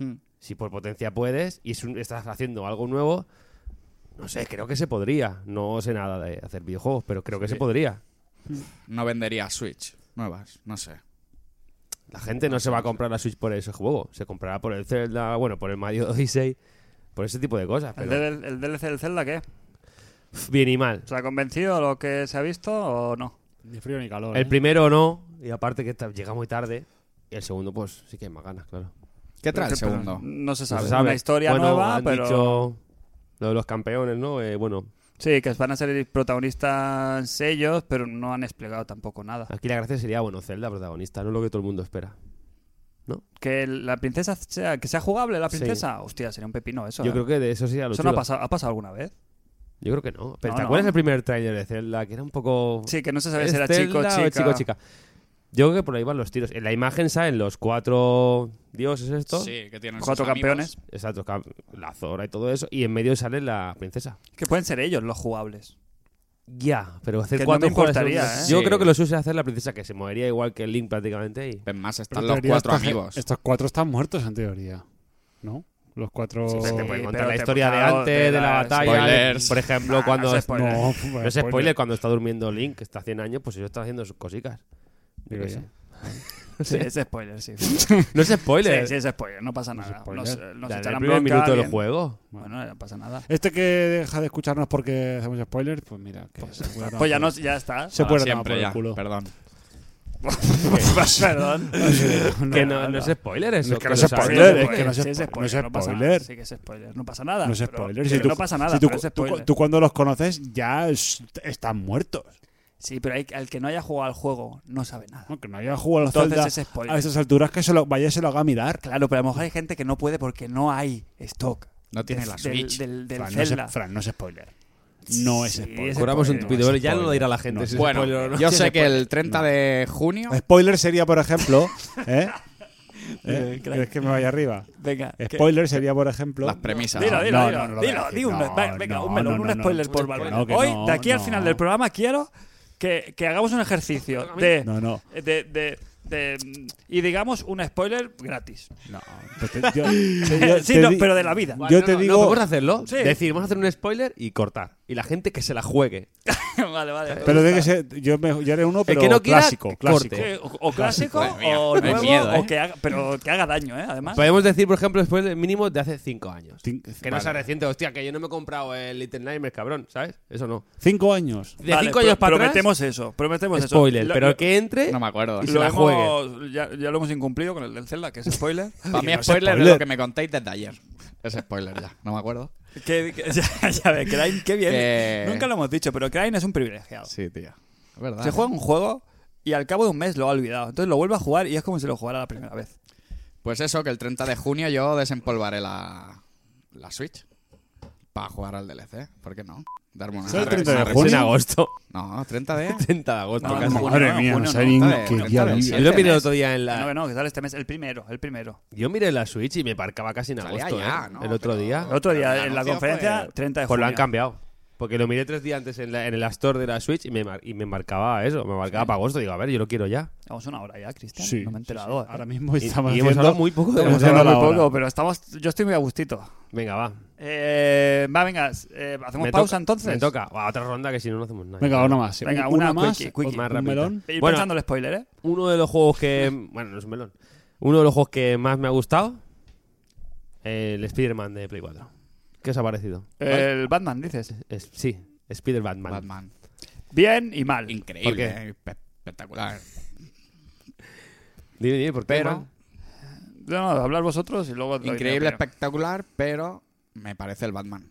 Hmm.
Si por potencia puedes y es un- estás haciendo algo nuevo, no sé, creo que se podría. No sé nada de hacer videojuegos, pero creo que se podría.
No vendería Switch nuevas, no sé.
La gente no se va a comprar la Switch por ese juego. Se comprará por el Zelda, bueno, por el Mario <laughs> Odyssey, por ese tipo de cosas.
¿El,
Pero
DL- ¿El DLC del Zelda qué?
pf, bien y mal.
¿Se ha convencido lo que se ha visto o no?
Ni frío ni calor.
El
¿eh?
primero no, y aparte que ta- llega muy tarde. Y el segundo, pues sí que hay más ganas, claro.
¿Qué trae el
Pero-
segundo?
No se
No
sabe.
se sabe.
Una historia
Bueno,
nueva,
han
pero.
dicho lo de los campeones, ¿no? Eh, bueno,
Sí, que van a ser protagonistas ellos, pero no han explicado tampoco nada.
aquí la gracia sería, bueno, Zelda protagonista, no es lo que todo el mundo espera.
Que la princesa sea, que sea jugable la princesa. Hostia, sería un pepino eso.
Yo
¿eh?
creo que de eso sería lo
eso no ha
chulo.
pasado, ha pasado alguna vez.
Yo creo que no. Pero
No,
¿te
no.
acuerdas del primer tráiler de Zelda? Que era un poco...
Sí, que no se sabe
¿Es
si era chico
Zelda o
chica.
Este chico chica? Yo creo que por ahí van los tiros. En la imagen salen los cuatro dioses estos.
Sí, que tienen sus
Cuatro
amigos.
campeones.
Exacto, cam- la Zora y todo eso. Y en medio sale la princesa.
Que pueden ser ellos los jugables.
Ya, pero hacer
Que no
cuatro
me
juegos-
importaría, ¿eh?
Yo
Sí.
creo que lo suyo es hacer la princesa que se movería igual que Link prácticamente. Y...
Ven más, están
Pero en
los
teoría
cuatro
esta ge-
amigos.
Estos cuatro están muertos en teoría. ¿no? Los cuatro.
Sí,
te
sí.
pueden
pero
contar la
te-
historia de
claro,
antes,
te
de la
da-
batalla.
Spoilers.
Por ejemplo,
Nah,
cuando.
no
No
se
es,
Ah, spoiler.
No,
no es
pues,
spoiler, cuando está durmiendo Link, que está haciendo años, pues ellos están haciendo sus cositas.
Digo
Yo qué
yo.
sé.
<laughs> Sí, es spoiler,
<laughs>
sí. sí,
No es spoiler.
sí, es spoiler, no pasa nada.
spoiler.
Nos, eh, nos
Dale, el
echarán
primer
bronca,
minuto del
bien.
juego.
Bueno, no pasa nada.
Este que deja de escucharnos porque hacemos spoilers, pues mira, que se puede
Pues ya, no, ya
<laughs>
está. <laughs>
se
Para
puede tomar por
siempre
el
ya,
culo.
perdón.
Perdón.
<laughs>
<laughs> que no, no es spoiler eso.
que
que
no
lo
es
sabes.
spoiler, es que no es
Sí,
spoiler, no es
pasa
spoiler.
nada. Sí que es spoiler, no pasa nada.
No es
pero-
spoiler.
pero
si tú,
no pasa nada,
si tú,
pero es
tú-
spoiler.
tú cuando los conoces ya es- están muertos.
Sí, pero hay- al que no haya jugado al juego no sabe nada.
Aunque no haya jugado al
Entonces
Zelda
es spoiler.
a esas alturas que se lo, vaya y se lo haga mirar.
Claro, pero a lo mejor hay gente que no puede porque no hay stock.
No tiene
del-
la
del-
Switch.
Del, del
Fran, no es,
Zelda.
Fran, no es spoiler. No es
Sí,
spoiler.
es
Curamos un
spoiler.
tupido. velo, Ya
spoiler.
lo dirá la gente.
No,
si es
<laughs>
Bueno,
spoiler o no.
yo
Si es
sé que
<laughs>
spoiler.
el 30 de junio
Spoiler sería, por ejemplo, <laughs> ¿eh? ¿Eh?
Crack.
¿Crees que me vaya arriba?
Venga. que-
Spoiler sería, por ejemplo.
Las premisas.
Dilo,
No,
dilo,
no,
dilo.
no lo voy a
dilo,
decir.
di un-
No,
va- venga,
no,
un melón,
no,
un
no, no.
spoiler por
Bueno,
Valverde.
que
Hoy,
no,
de aquí al
no.
final del programa, quiero que, que hagamos un ejercicio de,
No, no.
de- de- de- y digamos un spoiler gratis.
No, pues te- yo- yo
<laughs> sí,
te
no,
di-
pero de la vida.
Yo te
no,
digo.
No, podemos hacerlo.
Sí.
Decir, vamos a hacer un spoiler y cortar. Y la gente que se la juegue.
vale, vale. me gusta.
pero tiene que ser. Yo, me, yo haré uno, pero
que no quiera,
clásico.
que
clásico.
corte.
Sí, o, o clásico,
Madre mía,
o
me da
nuevo,
miedo, ¿eh?
o que haga, pero que haga daño, ¿eh? Además.
Podemos decir, por ejemplo, spoiler mínimo de hace 5 años.
Cin-
Que no
vale.
sea reciente, hostia, que yo no me he comprado el Little Nightmares, cabrón, ¿sabes? Eso no.
Cinco años.
De
Vale,
5
pro-
años para atrás,
Prometemos eso, prometemos
spoiler.
eso. Lo-
pero
lo-
que entre...
No me acuerdo.
y se
lo
la
hemos, ya, ya lo hemos incumplido con el del Zelda, que es spoiler. <laughs>
Para mí
no es
spoiler, es lo
spoiler.
que me contáis desde ayer. Es spoiler ya, no me acuerdo.
que, que- ya, ya ves, Crane, qué bien.
Que-
Nunca lo hemos dicho, pero Crane es un privilegiado.
Sí, tío. Es verdad.
Se juega un juego y al cabo de un mes lo ha olvidado. Entonces lo vuelve a jugar y es como si lo jugara la primera vez.
Pues eso, que el 30 de junio yo desempolvaré la, la Switch para jugar al DLC. ¿Por qué no? Darme una.
¿Solo el
una
30 de
re-
Es en
junio?
agosto. <laughs>
No, 30 de.
30 de agosto,
No,
casi.
no,
Madre
no,
mía,
no,
no
no,
sé
no,
ni
está
qué
bien,
día
está bien,
vive.
sí.
Yo lo miré el
mes.
otro día en la...
No, no, que sale este mes, el primero, el primero.
Yo miré la Switch y me parcaba casi en
Salía
agosto,
ya,
¿eh?
¿no?
El otro
Pero-
día.
El otro
Pero
día,
el
en la
anuncio
conferencia,
fue-
30 de
Pues
julio.
lo han cambiado. Porque lo miré tres días antes en, la- en el store de la Switch y me, mar- y me marcaba eso. Me marcaba para agosto. Digo, a ver, yo lo quiero ya.
Vamos una hora ya, Cristian.
Sí,
no me he
sí, sí.
enterado. ¿eh?
Ahora mismo
Y,
estamos
y hemos
haciendo-
hablado muy
<laughs>
poco de
Estamos
Hemos
eso.
hablado
hablando
muy
ahora.
poco, pero estamos, yo estoy muy a gustito.
Venga, va.
Eh, va, venga, eh, hacemos
Me
pausa
toca-
entonces.
Me toca. Va, otra ronda que si no, no hacemos nada.
Venga, una más.
Venga,
Un-
una
más.
quickie, quickie.
un
Más rapidita.
melón.
Ir
Bueno.
pensando el spoiler, ¿eh?
Uno de los juegos <laughs> que. Bueno, no es un melón. Uno de los juegos que más me ha gustado. El Spider-Man de Play 4. ¿Qué os ha parecido?
El Batman, dices.
Es- sí, Spider-Man.
<laughs> Batman.
Bien y mal.
¿Por
Increíble,
qué?
eh, pe- espectacular.
Dime, dime, ¿por qué?
Pero-
man?
No, no, hablar vosotros y luego. doy mi
Increíble,
opinión.
espectacular, pero me parece el Batman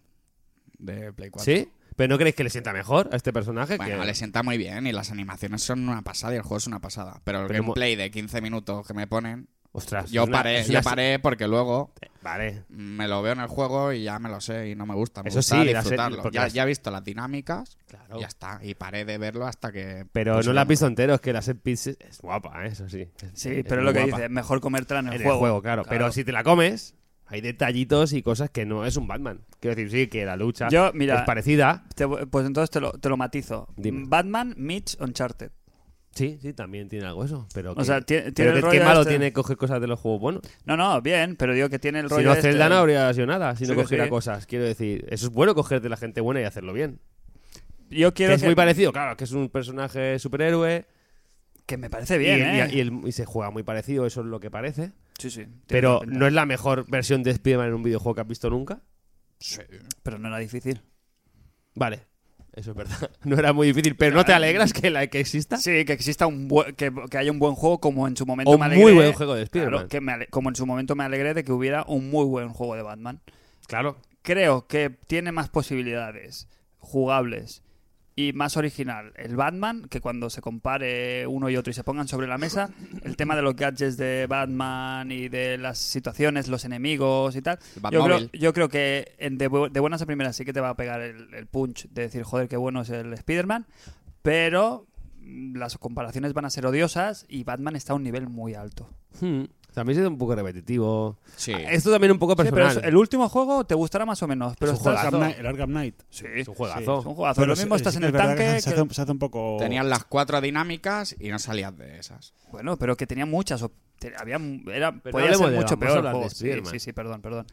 de Play 4.
¿Sí? ¿Pero no creéis que le sienta mejor a este personaje?
Bueno,
que...
le sienta muy bien y las animaciones son una pasada y el juego es una pasada. Pero el
Pero mo-
gameplay de 15 minutos que me ponen,
Ostras.
yo
Pues es una-
paré,
es una-
yo paré porque luego
Vale.
me lo veo en el juego y ya me lo sé y no me gusta. Me
Eso
gusta
sí, la serie-
disfrutarlo.
porque
Ya,
las-
ya he visto las dinámicas,
Claro.
ya está. Y paré de verlo hasta que.
Pero
pues,
no la has
bueno,
visto entero, es que la set piece es- es guapa, ¿eh? eso sí. Es-
Sí,
es
pero
muy
lo que
guapa.
dices, es mejor comértela en el
En
juego.
el juego, claro. Pero si te la comes, hay detallitos y cosas que no es un Batman. Quiero decir, sí, que la lucha
Yo, mira-
es parecida.
Te voy- pues entonces te lo, te lo matizo.
Dime.
Batman meets Uncharted.
Sí, sí, también tiene algo eso. Pero que-
sea, tie-
pero
tiene el
que-
rollo
qué malo
este-
tiene coger cosas de los juegos buenos.
No, no, bien, pero digo que tiene el rollo.
Si no,
este-
Zelda no habría sido nada si
Sí
no
que
cogiera
sí.
cosas. Quiero decir, eso es bueno coger de la gente buena y hacerlo bien.
Yo
Que
quiero.
es muy parecido, claro, que es un personaje superhéroe.
Que me parece bien,
y,
¿eh?
y- y el- y se juega muy parecido, eso es lo que parece.
sí, sí. tiene
Pero
buena pinta.
no es la mejor versión de Spider-Man en un videojuego que has visto nunca.
sí.
Pero no era difícil.
Vale, eso es verdad. <laughs> No era muy difícil, pero ¿no te alegras que la que exista?
Sí, que exista un buen- que, que haya un buen juego como en su momento
O
me
muy
alegré.
buen juego de Spider-Man.
Claro, que me ale- como en su momento me alegré de que hubiera un muy buen juego de Batman.
Claro.
Creo que tiene más posibilidades jugables y más original el Batman que cuando se compare uno y otro y se pongan sobre la mesa el tema de los gadgets de Batman y de las situaciones, los enemigos y tal.
El
Yo creo,
Batmóvil.
yo creo que en de, bu- de buenas a primeras sí que te va a pegar el, el punch de decir, joder, qué bueno es el Spider-Man, pero mm, las comparaciones van a ser odiosas y Batman está a un nivel muy alto.
Hmm. También es un poco repetitivo.
Sí.
Esto también un poco
Sí, pero
personal.
es- el último juego te gustará más o menos, pero
Es un
estás-
Arkham
juegazo.
Knight- El Arkham Knight.
Sí,
Es un juegazo.
es un juegazo. Lo
sí-
mismo
sí
estás
que
en
es
el
verdad que
tanque.
Se
que-
hace, se hace un poco.
Tenían las cuatro dinámicas y no salías de esas.
Bueno, pero que tenía muchas. op- te- Había, era,
Pero
podía
hablemos
ser
de-
mucho
vamos a
peor el
hablar de
juego. Sí,
Spiderman.
sí, sí, perdón, perdón.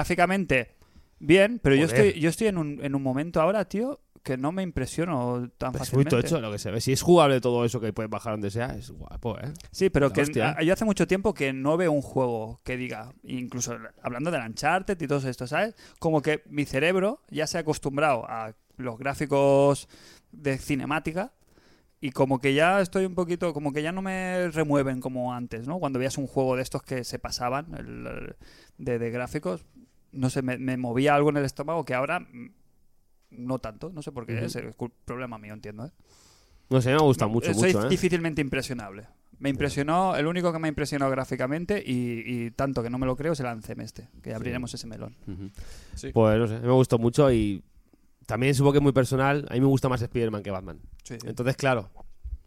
Gráficamente, bien, pero yo
Joder.
estoy, yo estoy en, un, en un momento ahora, tío, que no me impresiono tan
Es Pues muy
fácilmente.
tocho lo que se ve. Si es jugable todo eso que puedes bajar donde sea, es guapo, ¿eh?
Sí, pero
La
que
hostia.
a- yo hace mucho tiempo que no veo un juego que diga, incluso hablando de Uncharted y todo esto, ¿sabes? Como que mi cerebro ya se ha acostumbrado a los gráficos de cinemática y como que ya estoy un poquito, como que ya no me remueven como antes, ¿no? Cuando veías un juego de estos que se pasaban el- el- de, de gráficos, no sé, me, me movía algo en el estómago que ahora mm, no tanto, no sé por qué,
Ujú.
es el cul- problema mío, entiendo, ¿eh?
No sé, me gusta mucho,
soy
mucho, ¿eh?
difícilmente impresionable. Me impresionó, el único que me impresionó gráficamente y, y tanto que no me lo creo es el Anthem este, que abriremos ese melón.
Ujú.
Sí.
Pues no sé, me gustó mucho y también supongo que es muy personal. A mí me gusta más Spider-Man que Batman. Entonces, claro,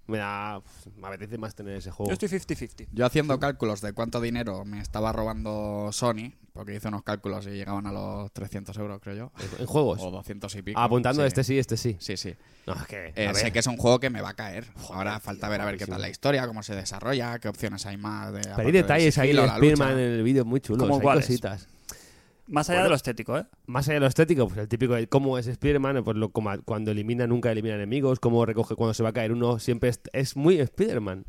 me da. Me apetece más tener ese juego.
Yo estoy 50-50.
Yo haciendo cálculos de cuánto dinero me estaba robando Sony, porque hice unos cálculos y llegaban a los 300 euros, creo yo.
En juegos.
O 200 y pico.
Ah, Pues apuntando
Sí.
este sí, este sí.
Sí, sí.
No, es que.
Eh,
a
sé
ver.
que es un juego que me va a caer. Ahora falta ver a ver qué
buenísimo.
tal la historia, cómo se desarrolla, qué opciones hay más. De,
Pero
aparte
hay
del
detalles ahí
sigilo,
de
la lucha.
Spiderman en el vídeo muy chulos.
¿Cómo
hay
cuáles?
cositas.
Más allá de lo estético, ¿eh?
Más allá de lo estético, pues el típico de cómo es Spider-Man, pues lo, como a- cuando elimina nunca elimina enemigos, cómo recoge cuando se va a caer uno, siempre es, es muy Spider-Man.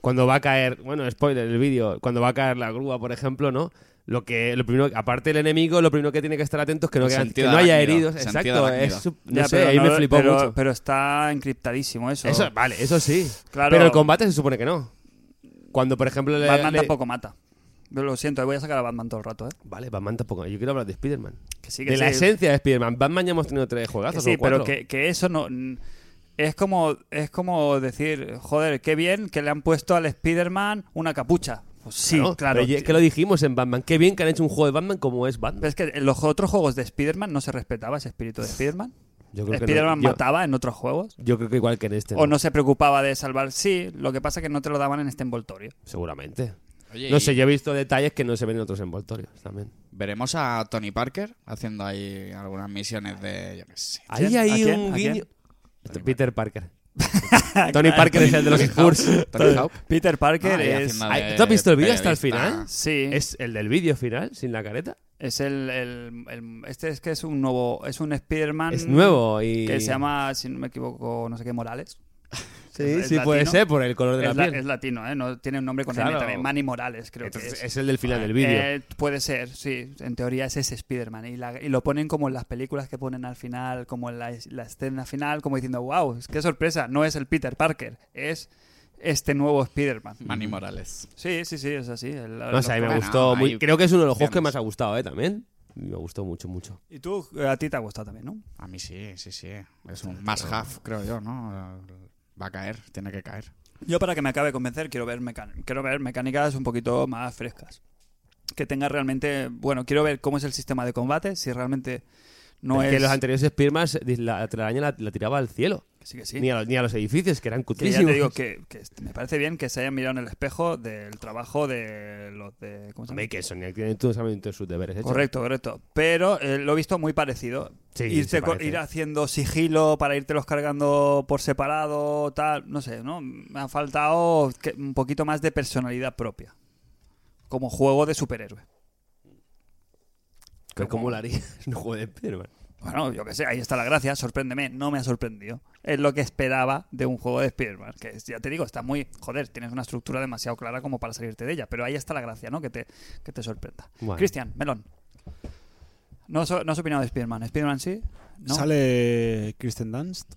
Cuando va a caer, bueno, spoiler el vídeo, cuando va a caer la grúa, por ejemplo, ¿no? Lo que, lo primero, aparte del enemigo, lo primero que tiene que estar atento es que no,
El
quedan- que
sentido
no haya
arácnido,
heridos.
el
Exacto,
sentido
es,
arácnido.
su- no
Ya,
sé,
pero
ahí
no-
me flipó
pero-
mucho.
Pero está encriptadamente eso.
Eso, vale, eso sí.
Claro.
Pero el combate se supone que no. Cuando, por ejemplo, le,
Batman
le-
tampoco mata. Lo siento, voy a sacar a Batman todo el rato, ¿eh?
Vale, Batman tampoco. Yo quiero hablar de Spider-Man.
Que sí, que
de la
sí.
esencia de Spider-Man. Batman ya hemos tenido tres
Que
juegazos.
sí,
o
pero
cuatro.
que, que eso no. n- Es como, es como decir, joder, qué bien que le han puesto al Spider-Man una capucha. Pues sí,
Claro,
claro.
pero ya-
tío.
que lo dijimos en Batman. Qué bien que han hecho un juego de Batman como es
Pero
Batman.
es que en los otros juegos de Spider-Man no se respetaba ese espíritu de Spider-Man.
Yo creo que no.
Spider-Man
Yo-
mataba en otros juegos.
Yo, creo que igual que en este.
O no se preocupaba de salvar. Sí, lo que pasa es que no te lo daban en este envoltorio.
Seguramente.
Oye,
no
y
sé, yo he visto detalles que no se ven en otros envoltorios también.
Veremos a Tony Parker haciendo ahí algunas misiones de. Yo qué sé.
Ahí
¿A
hay
quién?
un
¿A quién?
guiño. Este, Peter Parker. <laughs> Tony Parker es el de los Spurs.
Tony Hawk.
Peter Parker
Ah, y
es.
haciendo
Ay,
de
¿tú has visto el vídeo hasta el
periodista.
final?
Sí. Es,
¿Es el del vídeo final, sin la careta?
el, el- el- Este es que es un nuevo. Es un Spider-Man.
Es nuevo y...
Mm, Que se llama, si no me equivoco, no sé qué, Morales.
Sí,
es
sí, puede
latino.
ser por el color de la
Es, la-
piel.
es latino, ¿eh? No tiene un nombre con
Claro.
M también. Manny Morales, creo
Entonces,
que es.
es el del final del vídeo.
Eh, puede ser, sí. En teoría es ese Spider-Man. Y, la- y lo ponen como en las películas que ponen al final, como en la, la escena final, como diciendo, wow, qué sorpresa, no es el Peter Parker, es este nuevo Spider-Man.
Manny Morales.
Sí, sí, sí, es así. el-
no sé, a mí me
Bueno,
gustó.
hay
muy- Creo que es uno de los juegos que
opciones.
más ha gustado, ¿eh? También. Me gustó mucho, mucho.
Y tú, eh, a ti te ha gustado también, ¿no?
A mí sí, sí, sí. Es un más half, creo yo, ¿no? Va a caer, tiene que caer.
Yo para que me acabe de convencer quiero ver, mecan- quiero ver mecánicas un poquito más frescas. Que tenga realmente, bueno, quiero ver cómo es el sistema de combate, si realmente no
Es
es...
que los anteriores Spearmas la telaraña la, la tiraba al cielo.
Que sí, que sí.
Ni, a los, ni a los edificios, que eran
Que ya
cutrísimos.
te digo que, que este- me parece bien que se hayan mirado en el espejo del trabajo de los de... ¿Cómo se llama?
Hombre, que Sonic tiene todos todos sus deberes hechos.
Correcto, correcto. Pero eh, lo he visto muy parecido.
Sí,
Irte
se
co-
parece.
ir haciendo sigilo para irte los cargando por separado, tal, no sé, ¿no? Me ha faltado que- un poquito más de personalidad propia. Como juego de superhéroe.
Que como la haría <laughs> un juego de Spiderman.
Bueno, yo qué sé, ahí está la gracia, sorpréndeme, no me ha sorprendido. Es lo que esperaba de un juego de Spider-Man, que es- ya te digo, está muy, joder, tienes una estructura demasiado clara como para salirte de ella, pero ahí está la gracia, ¿no? Que te, que te sorprenda.
Bueno.
Cristian, Melón. No, has- no has opinado de Spider-Man, ¿Spider-Man sí? No.
¿Sale Kristen Dunst?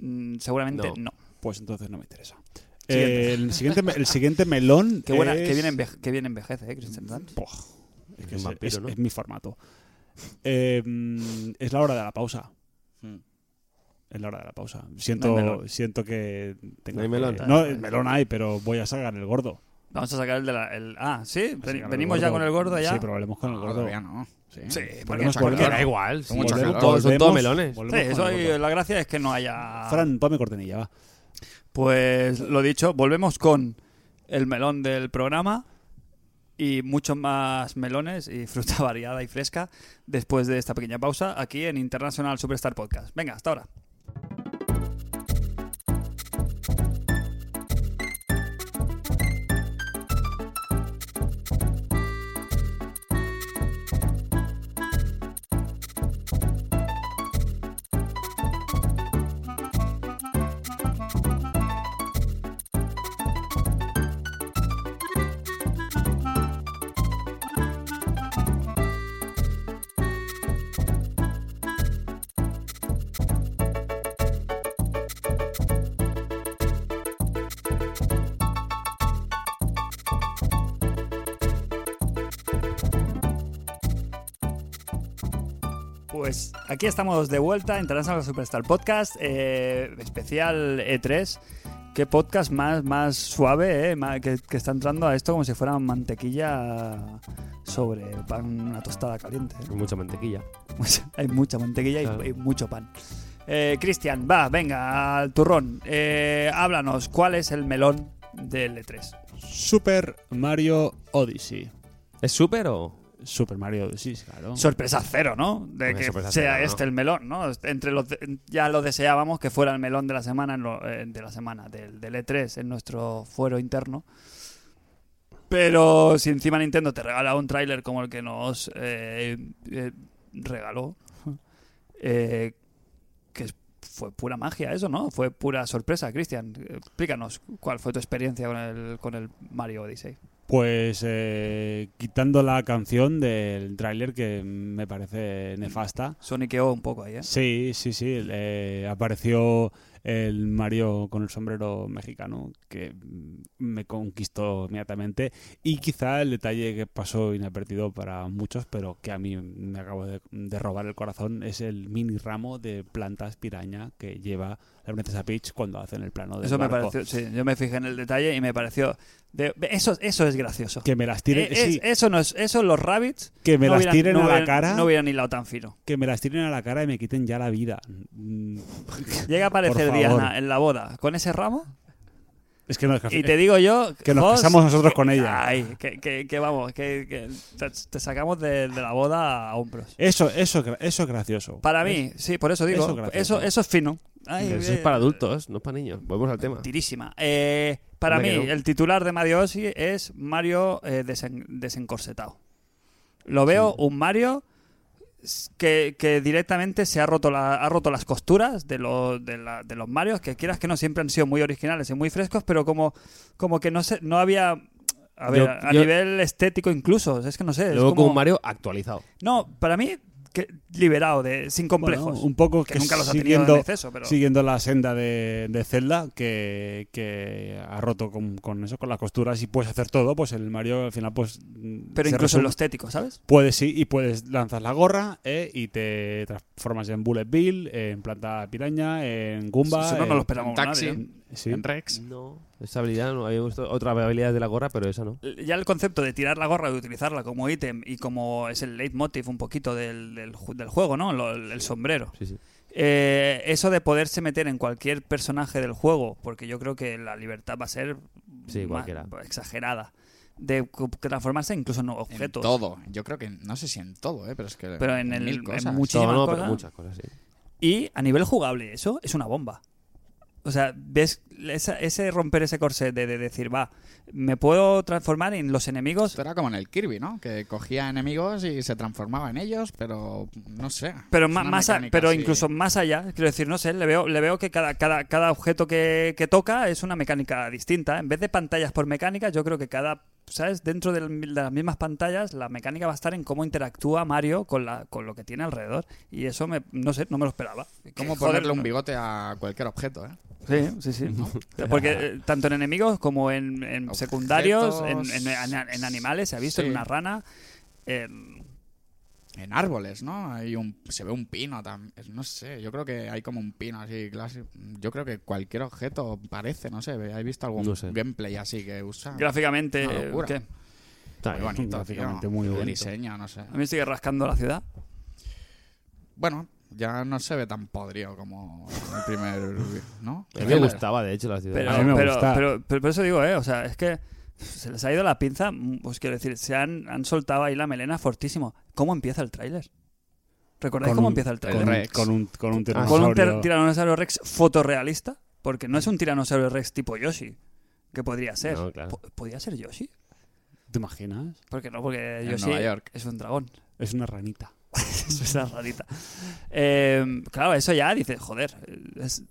Mm, seguramente
No.
no.
Pues entonces no me interesa.
Siguiente.
Eh, el, siguiente, me- el siguiente melón.
<laughs> Qué, buena,
es- Mm.
qué, bien enveje- qué bien envejece, ¿eh? Kristen Dunst.
Poh, es, que
Un
es-
vampiro,
es-
¿no?
es mi formato. Eh, mm, es la hora de la pausa.
Hmm.
Es la hora de la pausa.
No hay
Siento,
melón.
siento que. tengo
No hay melón.
Ah,
no, el melón hay, pero voy a sacar el gordo.
Vamos a sacar el de la. el- ah, sí,
Voy a
Ven-
sacar el
venimos ya
gordo.
con el gordo ya. Ah,
Sí, pero volvemos con el
No,
gordo.
todavía no. Sí,
porque
mucho
nos volvemos-
calor.
Da igual. sí,
Mucho
son
calor.
todos- son todos
Volvemos-
melones.
volvemos
Sí,
con el
eso ahí,
gordo.
la gracia es que no haya.
Fran, ponme cortinilla, va.
Pues lo dicho, volvemos con el melón del programa y muchos más melones y fruta <laughs> variada y fresca después de esta pequeña pausa aquí en International Superstar Podcast. Venga, hasta ahora. Pues aquí estamos de vuelta, International Superstar Podcast, eh, especial E3. Qué podcast más, más suave, eh, ma- que, que está entrando a esto como si fuera mantequilla sobre pan, una tostada caliente. eh.
Mucha mantequilla.
Pues <laughs> Mucha- hay mucha mantequilla y-
Claro.
y, mucho pan. Eh, Cristian, va, venga, al turrón. Eh, háblanos, ¿cuál es el melón del E E3?
Super Mario Odyssey.
¿Es súper o...?
Super Mario Odyssey, claro.
Sorpresa cero, ¿no? De
Hombre,
que sea
sorpresa cero, ¿no?
este el melón, ¿no? Entre los de- ya lo deseábamos que fuera el melón de la semana, en lo- eh, de la semana, del, del E3 en nuestro fuero interno. Pero si encima Nintendo te regala un tráiler como el que nos eh, eh, regaló, <laughs> eh, que es- fue pura magia eso, ¿no? Fue pura sorpresa, Cristian. Explícanos cuál fue tu experiencia con el, con el Mario Odyssey.
Pues eh, quitando la canción del tráiler que me parece nefasta.
Soniqueó un poco ahí, ¿eh?
Sí, sí, sí. eh, apareció el Mario con el sombrero mexicano que mm, me conquistó inmediatamente. Y quizá el detalle que pasó inadvertido para muchos, pero que a mí me acabo de, de robar el corazón, es el mini ramo de plantas piraña que lleva la princesa Peach cuando hacen el plano de
Eso me pareció, sí, yo me fijé en el detalle y me pareció de- eso, eso es gracioso.
Que me las tiren,
Eh, es-
sí,
eso no es, eso los rabbits
que me
no
las
hubieran-
tiren
no
a la
hubieran-
cara.
No hubieran hilado tan
<laughs>
fino.
que me las tiren a la cara y me quiten ya la vida. Mm,
Llega a aparecer
favor.
Diana en la boda con ese ramo
Es que nos,
y te digo yo
que nos
Jos, eh,
casamos nosotros con ella.
Ay, que, que- que vamos, que, que te, te sacamos de, de la boda a hombros.
Eso, eso, es gra- eso es gracioso.
Para mí, sí, por eso digo,
Eh, eso
eso,
es gracioso.
eso, es fino. Ay,
Eso
eh,
es para adultos, no es para niños. Volvemos al tema.
Tirísima. Eh, para
Hombre,
mí,
que no.
el titular de Mario Odyssey es Mario eh, desen- desencorsetado. Lo veo un Mario s- que, que directamente se ha roto, la- ha roto las costuras de, los- de, la- de los Marios, que quieras que no siempre han sido muy originales y muy frescos, pero como, como que no, se, no había... A ver,
Yo-
a
yo-
nivel estético incluso, es que no sé. es
Luego como...
como-
un Mario actualizado.
No, para mí, que, liberado, de, sin
Bueno,
complejos.
un poco
que,
que,
nunca los ha tenido
siguiendo,
en exceso, pero...
siguiendo la senda de, de Zelda que, que ha roto con, con eso, con las costuras y puedes hacer todo, pues el Mario al final pues mm,
Pero
se
incluso en
resume-
lo estético, ¿sabes?
Puedes sí, y puedes lanzar la gorra eh, y te transformas en Bullet Bill, en planta piraña, en Goomba.
Eso no nos lo
en-
esperamos
taxi.
nadie. ¿eh?
sí.
En Rex.
No. Esa habilidad no había visto otra habilidad de la gorra, pero esa no.
ya el concepto de tirar la gorra y utilizarla como ítem y como es el leitmotiv un poquito del, del ju- del juego, ¿no? Lo- el, el sombrero.
Sí, sí.
Eh, eso de poderse meter en cualquier personaje del juego, porque yo creo que la libertad va a ser
Sí,
ma-
cualquiera.
exagerada. De cu- transformarse incluso en
En
objetos.
todo. Yo creo que, no sé si en todo, ¿eh? pero es que.
Pero en el-
mil
en
cosas.
mucho- Muchísimas
Todo no, pero
cosas.
muchas cosas, sí.
Y a nivel jugable, eso es una bomba. O sea, ves esa- ese romper ese corset de, de decir, va, me puedo transformar en los enemigos
Esto era como en el Kirby, ¿no? Que cogía enemigos y se transformaba en ellos, pero no sé.
Pero,
Es
ma-
una
más a-
mecánica
pero
así.
incluso más allá, quiero decir, no sé, le veo, le veo que cada, cada, cada objeto que, que toca es una mecánica distinta. En vez de pantallas por mecánica, yo creo que cada, ¿sabes? Dentro del- de, las mismas pantallas, la mecánica va a estar en cómo interactúa Mario con, la, con lo que tiene alrededor. Y eso, me, no sé, no me lo esperaba.
¿Cómo
Que, joder,
ponerle
no-
un bigote a cualquier objeto, eh?
Sí, sí, sí. <laughs> Porque eh, tanto en enemigos como en, en
Objetos.
secundarios, en, en- en animales, se ha visto, en
Sí.
una rana. en-
En árboles, ¿no? Hay un, se ve un pino también. No sé, yo creo que hay como un pino así clásico. Yo creo que cualquier objeto parece, no sé. ¿Has visto algún
No sé.
gameplay así que usa?
gráficamente,
Ah. Una
eh,
locura.
¿qué?
Está
muy
bien.
bonito,
Gráficamente
tío.
muy
El
bonito.
diseño, no sé.
a mí sigue rascando la ciudad.
Bueno, ya no se ve tan podrido como el primer,
<laughs>
¿no?
A mí me gustaba, de hecho, la ciudad.
Pero,
A mí me
pero,
gusta.
pero- pero por eso digo, ¿eh? O sea, es que se les ha ido la pinza. mm, Os quiero decir, se han, han soltado ahí la melena fortísimo. ¿Cómo empieza el tráiler? ¿Recordáis
Con
cómo
un-
empieza el
con,
tráiler?
El Rex.
con un, con un
Con un
Ah, Con un
tiranosaurio.
ter- tiranosaurio rex fotorrealista. Porque no es un tiranosaurio rex tipo Yoshi. Que podría ser.
No, claro.
Po- ¿Podría ser Yoshi?
¿Te imaginas?
Porque no, porque
En
Yoshi
Nueva York.
es un dragón.
Es una ranita.
<laughs> Eso es una rarita. Eh, claro, eso ya dices, joder, es,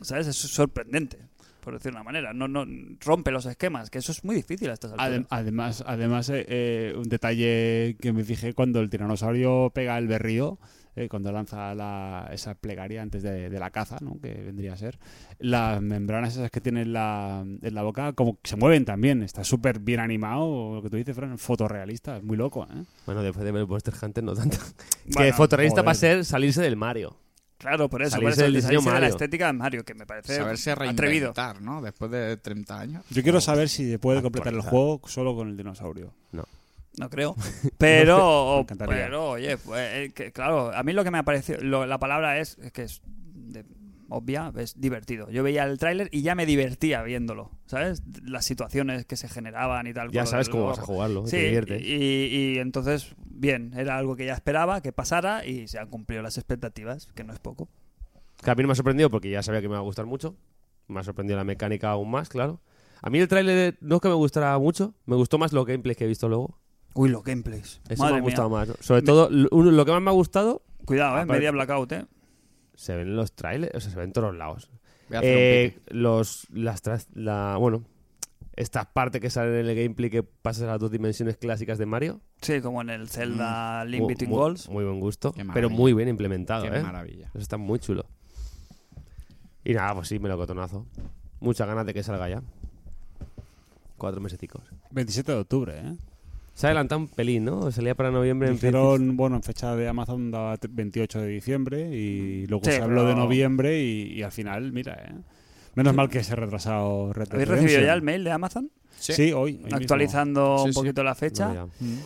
¿sabes? Es sorprendente, por decir una manera. No, no rompe los esquemas, que eso es muy difícil a estas alturas.
Adem- además, además eh, eh, un detalle que me fijé cuando el tiranosaurio pega el berrío, eh, cuando lanza la- esa plegaria antes de, de la caza, ¿no? que vendría a ser, las membranas esas que tiene en la, en la boca como que se mueven también. Está súper bien animado, lo que tú dices, Fran, fotorrealista, es muy loco. ¿eh?
Bueno, después de ver Monster Hunter, no tanto. <laughs> que
Bueno,
fotorrealista
joder.
va a ser salirse del Mario.
claro, por eso, por
salirse
eso
del
de
diseño
salirse de la
Mario.
estética de Mario, que me parece
Saberse
atrevido.
reinventar, ¿no? Después de 30 años.
Yo quiero saber si se puede completar el
Actualizar.
juego solo con el dinosaurio.
No creo. Pero,
encantaría.
pero oye, pues, eh, que, claro, a mí lo que me ha parecido, lo- la palabra es, es que es- de- obvia, es divertido. Yo veía el tráiler y ya me divertía viéndolo, ¿sabes? Las situaciones que se generaban y tal.
Ya
con lo
sabes
del
cómo vas
guapo.
a jugarlo,
Sí,
te diviertes.
y, y entonces, bien, era algo que ya esperaba que pasara y se han cumplido las expectativas, que no es poco.
Que a mí no me ha sorprendido porque ya sabía que me iba a gustar mucho. Me ha sorprendido la mecánica aún más, claro. A mí el tráiler no es que me gustara mucho, me gustó más los gameplays que he visto luego.
Uy, los gameplays.
Eso
Madre
me ha gustado
mía.
más. Sobre todo, lo uno- lo que más me ha gustado
Cuidado, eh,
Aparte-
media blackout, eh.
se ven los trailers, o sea, se ven en todos lados.
Voy a hacer un
Eh,
pipi.
los, las, tras- la, bueno, estas partes que salen en el gameplay que pasas a las dos dimensiones clásicas de Mario.
Sí, como en el Zelda Link
Muy-
Between
muy-
Worlds.
Muy buen gusto,
Qué
pero
maravilla.
muy bien implementado,
Qué
¿eh?
maravilla.
Eso está muy chulo. Y nada, pues sí, melocotonazo. Muchas ganas de que salga ya. Cuatro mesecicos.
27 de octubre, ¿eh?
Se ha adelantado un pelín, ¿no? Salía para noviembre en principio.
Dijeron, bueno, en fecha de Amazon daba t- 28 de diciembre y luego
Sí,
se habló de
pero-
noviembre y, y al final, mira, ¿eh? Menos mal que se ha retrasado Red Dead
¿Habéis recibido ya el
Redemption.
mail de Amazon?
Sí.
Sí, hoy. hoy
Actualizando
Sí,
un
sí.
poquito la fecha.
No, ya.
mismo.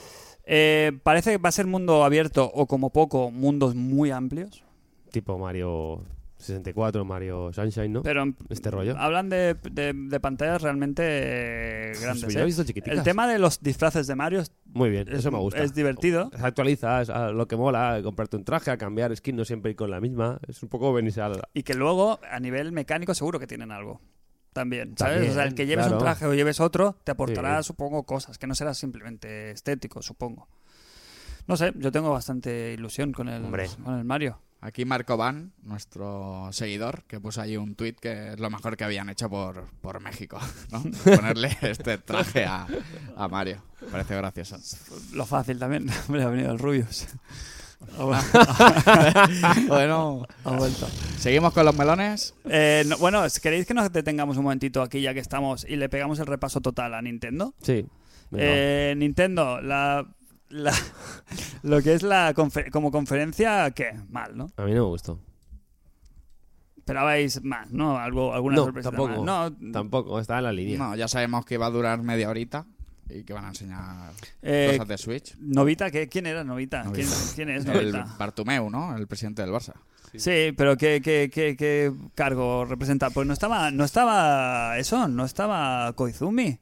Eh, parece que va a ser mundo abierto o como poco mundos muy amplios.
Tipo Mario 64, Mario Sunshine, ¿no?
Pero en-
este rollo.
hablan de, de- de pantallas realmente eh,
Se
grandes.
hubiera
¿eh?
Pues visto chiquiticas.
El tema de los disfraces de Mario es,
Muy bien, eso me gusta.
es divertido.
Se actualizas a lo que mola, a comprarte un traje, a cambiar skin, no siempre ir con la misma. Es un poco venirse al...
Y que luego, a nivel mecánico, seguro que tienen algo. También, ¿sabes?
También,
o sea, el que lleves
claro.
un traje o lleves otro, te aportará,
Sí.
supongo, cosas, que no será simplemente estético, supongo. No sé, yo tengo bastante ilusión con el,
Hombre.
con el Mario.
Aquí Marco Van, nuestro seguidor, que puso allí un tuit que es lo mejor que habían hecho por, por México, <laughs> ¿no?
<laughs>
Ponerle este traje a, a Mario. Parece gracioso.
Lo fácil también, <laughs> hombre, ha venido el
<laughs>
Rubius. Ha vu-
Bueno,
ha vuelto.
seguimos con los melones.
Eh, no- bueno, ¿queréis que nos detengamos un momentito aquí ya que estamos y le pegamos el repaso total a Nintendo?
Sí. venga,
Eh, Nintendo, la, la- <laughs> lo que es la confer- como conferencia, ¿qué? Mal, ¿no?
va. A mí no me gustó.
Esperabais más, ¿no? Algo, alguna
No,
sorpresa
tampoco.
más. No,
Tampoco, está en la línea.
No, ya sabemos que va a durar media horita y que van a enseñar
eh,
cosas de Switch.
Novita, ¿qué? ¿quién era Novita?
Novita.
¿Quién, quién es
El
Novita?
Bartumeu, ¿no? El presidente del Barça.
Sí, pero ¿qué, qué, qué, qué cargo representa? Pues no estaba, no estaba eso, no estaba Koizumi.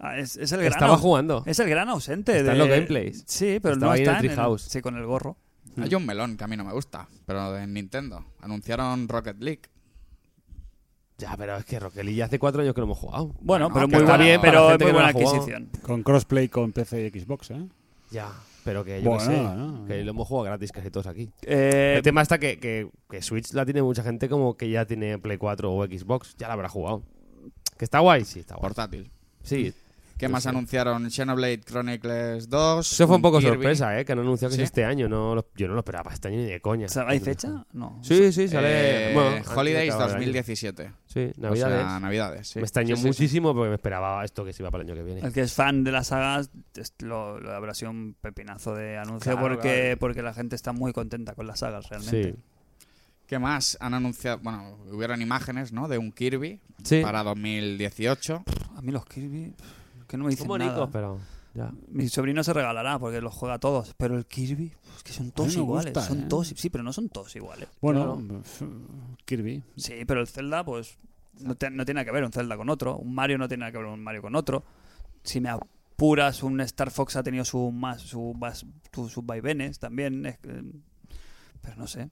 Ah, es, es el gran
Estaba
au-
jugando.
Es el gran ausente.
Está en
de-
los gameplays.
Sí, pero no
Estaba ahí en
está
el Treehouse.
Sí, con el gorro.
Mm.
Hay un melón que a mí no me gusta, pero de Nintendo. Anunciaron Rocket League.
Ya, pero es que Rocket League ya hace cuatro años que no hemos jugado.
Bueno,
Bueno,
pero
que
muy
está
buena,
bien para
pero
la
es
gente
muy
que no
buena
la ha jugado.
adquisición.
Con crossplay con PC y Xbox, ¿eh?
Ya, pero que yo
Bueno,
qué sé,
no, no.
que lo hemos jugado gratis casi todos aquí.
Eh,
el tema está que, que- que Switch la tiene mucha gente como que ya tiene Play 4 o Xbox, ya la habrá jugado. ¿Que está guay? Sí, está guay.
Portátil.
Pues Sí.
¿Qué
Yo
más
sé.
anunciaron? Xenoblade Chronicles 2.
Eso fue un poco
Kirby.
sorpresa, ¿eh? Que han anunciado que
¿Sí?
es este año. No, lo- yo no lo esperaba este año ni de coña.
o sea, ¿Hay fecha? No.
Sí, sí, sale...
Eh,
bueno, antes de
Holidays
acabar Ah, el año.
2017.
Sí,
O
Navidades.
sea, Navidades. sí.
Me extrañó
Sí, sí, sí.
muchísimo porque me esperaba esto que se iba para el año que viene.
El que es fan de las sagas es- lo, lo habrá sido un pepinazo de anuncio
Claro,
porque,
claro.
porque la gente está muy contenta con las sagas realmente.
Sí.
¿Qué más? Han anunciado. Bueno, hubieron imágenes, ¿no? De un Kirby
Sí.
para 2018.
A mí los Kirby pff, que no me dicen
Son bonitos,
nada.
pero... Ya.
Mi sobrino se regalará porque los juega todos, pero el Kirby es que son todos
me
iguales,
gusta,
son
¿eh?
todos sí, pero no son todos iguales.
Bueno, f- Kirby.
Sí, pero el Zelda pues no, te- no tiene nada que ver un Zelda con otro, un Mario no tiene nada que ver un Mario con otro. Si me apuras, un Star Fox ha tenido su más su más- tu- sus vaivenes también, es que- pero no sé.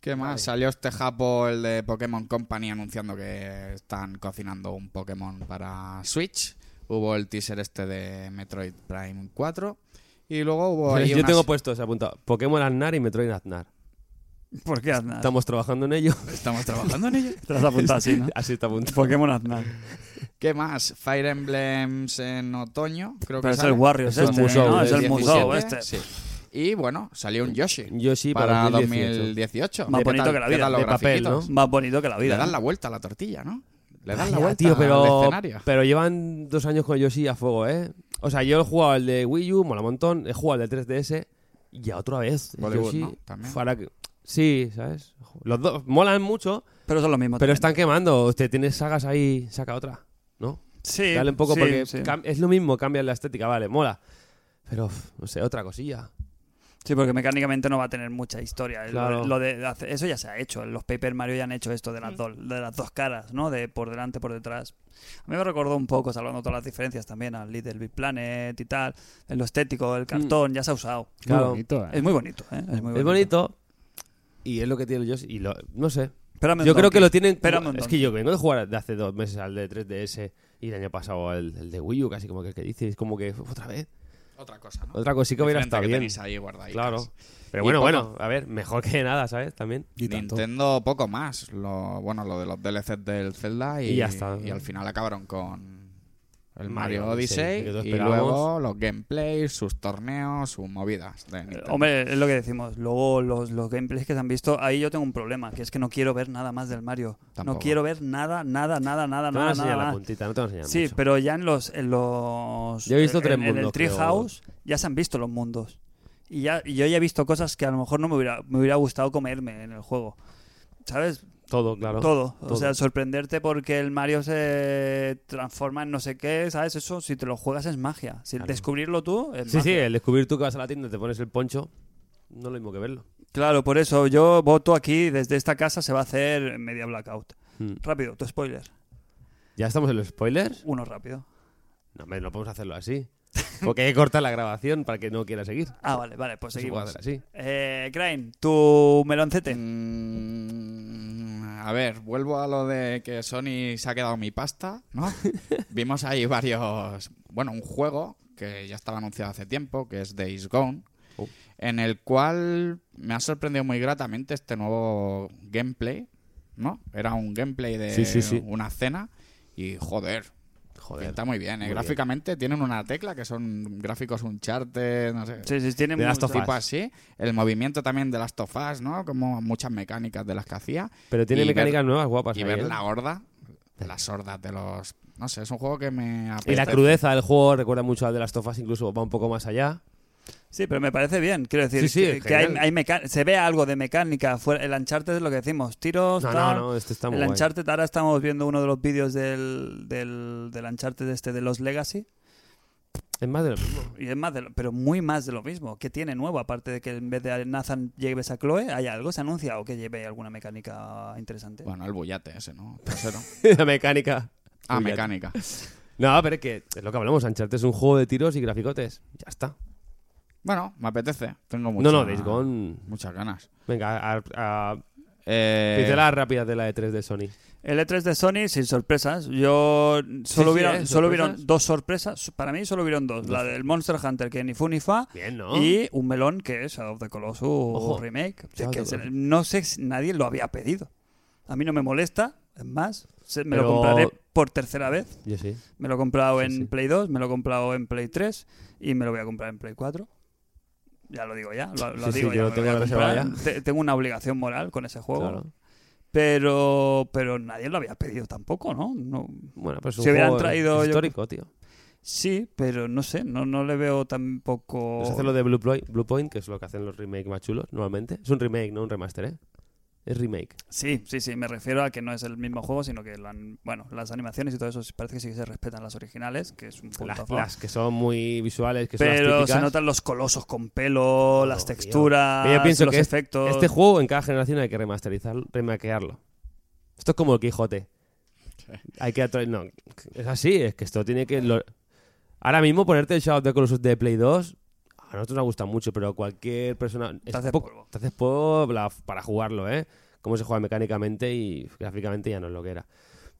¿Qué más? Salió este japo, el de Pokémon Company, anunciando que están cocinando un Pokémon para Switch. Hubo el teaser este de Metroid Prime 4. Y
<laughs>
luego hubo ahí
yo
unas-
tengo puesto, se ha apuntado, Pokémon Aznar y Metroid Aznar.
¿Por qué Aznar?
Estamos trabajando en ello. <laughs>
Estamos trabajando en ello.
Te las apuntas así, ¿no?
Así está apuntado.
Pokémon Aznar.
¿Qué más? Fire Emblems en otoño.
Pero
Creo que
es
sale.
el Warriors
Es el
este,
Musou,
¿no? Es
del
el Musou
17,
este.
sí. Y bueno, salió un Yoshi.
Yoshi para
para
2018.
2018.
Más
¿Qué
bonito
tal-
que la
qué
vida,
tal los
de papel,
grafiquitos?
¿no?
Más bonito que la vida.
Le dan
¿eh?
la vuelta a la tortilla, ¿no? Le dan
Ay,
la
ya,
vuelta
tío,
al
pero,
escenario.
pero llevan dos años con Yoshi a fuego, ¿eh? O sea, yo he jugado al de Wii U, mola un montón, he jugado al de 3DS y ya otra vez. el
Bollywood,
Yoshi,
¿no? También.
para que- Sí, ¿sabes? Los dos molan mucho,
Pero son los mismos.
pero
también.
están quemando. Te tienes sagas ahí, saca otra, ¿no?
Sí,
Dale un poco
sí,
porque
sí.
cam- es lo mismo, cambia la estética, vale, mola. Pero, uf, no sé, otra cosilla.
Sí, porque mecánicamente no va a tener mucha historia. Lo-
Claro. Mm.
Lo de, hace- eso ya se ha hecho. Los Paper Mario ya han hecho esto de las, dos, de las dos caras, ¿no? De por delante, por detrás. A mí me recordó un poco, salvando todas las diferencias también, al Little Big Planet y tal. En lo estético, el cartón, ya se ha usado.
Claro.
bonito, ¿eh?
Es muy bonito, ¿eh? Es muy
Mm.
bonito.
Es bonito. Y es lo que tiene el Yoshi. Y lo, no sé.
Espérame un
Yo creo
toque.
que lo tienen.
Espérame un
es
toque.
que yo vengo de jugar de hace dos meses al de 3DS y el año pasado al al de Wii U, casi como que el que dices. Como que otra vez.
Otra cosa, ¿no?
Otra cosa sí que hubiera
Diferente
estado bien.
tenéis ahí guardaditas.
Claro. Pero
Y
bueno,
poco.
bueno, a ver, mejor que nada, ¿sabes? También.
Y tanto.
Nintendo poco más. Lo, bueno, lo de los DLCs del Zelda y,
Y ya está.
y al final acabaron con el
Mario
Mario,
Odyssey,
Odyssey
que todos
y
esperábamos.
luego los gameplays, sus torneos, sus movidas. de
Eh,
Nintendo.
Hombre, es lo que decimos. Luego los, los gameplays que se han visto, ahí yo tengo un problema, que es que no quiero ver nada más del Mario. No
Tampoco.
quiero ver nada, nada, nada, nada,
Te van
nada,
a enseñar
nada.
la
más.
puntita, no te van a enseñar
Sí,
mucho.
pero ya en los, en los.
Yo he visto
en-
tres
en,
mundos,
el Tree
creo.
House ya se han visto los mundos. Y ya y yo ya he visto cosas que a lo mejor no me hubiera, me hubiera gustado comerme en el juego. ¿Sabes?
Todo, claro.
todo.
todo.
O sea, sorprenderte porque el Mario se transforma en no sé qué, ¿sabes? Eso, si te lo juegas es magia. Si
Claro.
Descubrirlo tú es
Sí, sí,
magia.
el descubrir tú que vas a la tienda y te pones el poncho, no es lo mismo que verlo.
Claro, por eso yo voto aquí, desde esta casa se va a hacer media blackout.
Hmm.
Rápido, tu spoiler.
¿Ya estamos en los spoilers?
Uno rápido.
No, hombre, no podemos hacerlo así. Porque hay que cortar la grabación para que no quiera seguir.
Ah, vale, vale, pues
Se puede
seguimos.
hacer así.
Eh, Crane, tu meloncete.
Mm, a ver, vuelvo a lo de que Sony se ha quedado mi pasta,
<laughs>
¿no? Vimos ahí varios... Bueno, un juego que ya estaba anunciado hace tiempo, que es Days Gone,
Oh.
en el cual me ha sorprendido muy gratamente este nuevo gameplay, ¿no? Era un gameplay de
Sí, sí, sí.
una cena y, joder,
Joder.
pinta muy bien, ¿eh?
muy bien.
Gráficamente tienen una tecla que son gráficos un charter, no sé
Sí, sí, tiene
The Last
mucho-
of Us.
tipo así. El movimiento también de las tofás, ¿no? Como muchas mecánicas de las que hacía.
Pero tiene
y ver-
mecánicas nuevas guapas.
y
ahí,
ver
¿eh?
la horda, las hordas de los... No sé, es un juego que me apetece.
Y la crudeza del juego recuerda mucho al de las tofas, incluso va un poco más allá.
Sí, pero me parece bien. Quiero decir,
Sí, sí,
que,
en
que hay,
general.
hay meca- se ve algo de mecánica. Fuera, el Uncharted es lo que decimos. Tiros,
No, no,
tal.
no, este está muy
El
guay.
Uncharted, ahora estamos viendo uno de los vídeos del, del, del Uncharted este de los Legacy.
Es más de lo mismo. <laughs>
Y es más de lo- pero muy más de lo mismo. ¿Qué tiene nuevo? Aparte de que en vez de a Nathan lleves a Chloe, ¿hay algo? ¿Se anuncia o que lleve alguna mecánica interesante?
Bueno, el bullate ese,
<laughs>
¿no? Trasero.
la mecánica.
ah,
Uy, ya-
mecánica.
No, pero es que es lo que hablamos. Uncharted es un juego de tiros y graficotes. Ya está.
Bueno, me apetece. Tengo
No,
mucha-
no, Days Gone.
Muchas ganas.
Venga, a, a-
Eh,
pinceladas rápidas de la E3 de Sony.
El E3 de Sony, sin sorpresas. Yo solo,
sí,
hubieron,
¿eh?
solo
¿Sorpresas?
hubieron dos sorpresas. Para mí solo hubieron dos. La del Monster Hunter, que ni fu ni fa.
Bien, ¿no?
Y un melón que es Shadow of the Colossus
Ojo.
Remake. que
Shadow of the
se-
Colossus.
no sé si nadie lo había pedido. A mí no me molesta, es más, se- me
Pero-
lo compraré por tercera vez.
Yo sí.
Me lo he comprado
Sí,
en
sí.
Play 2, me lo he comprado en Play 3 y me lo voy a comprar en Play 4. Ya lo digo ya, lo, lo
Sí, sí,
digo
yo
ya,
lo
me
tengo
voy a
reservado
comprar. Te- tengo una obligación moral con ese juego,
Claro.
pero pero nadie lo había pedido tampoco, ¿no? No,
Bueno, pues es un
Si hubieran
juego
traído, yo-
histórico, tío.
Sí, pero no sé, no, no le veo tampoco
Es hacer lo de Blue Point, Blue Point, que es lo que hacen los remakes más chulos normalmente. Es un remake, no un remaster, ¿eh? Es remake.
Sí, sí, sí, me refiero a que no es el mismo juego, sino que lo han- bueno, las animaciones y todo eso sí- parece que sí que se respetan las originales, que es un punto a
Las,
favor.
las que son muy visuales, que son las
Pero
típicas.
se notan los colosos con pelo, las
tío.
texturas,
Yo pienso
los
que es-
efectos.
Este juego en cada generación hay que remasterizarlo, remaquearlo. Esto es como el Quijote. Hay que atra- No, es así, es que esto tiene que. lo- Ahora mismo ponerte el Shadow of the Colossus de Play 2. A nosotros nos gusta mucho, pero cualquier persona. es
hace
poco-
polvo.
Te haces polvo la- para jugarlo, ¿eh? Cómo se juega mecánicamente y gráficamente ya no es lo que era.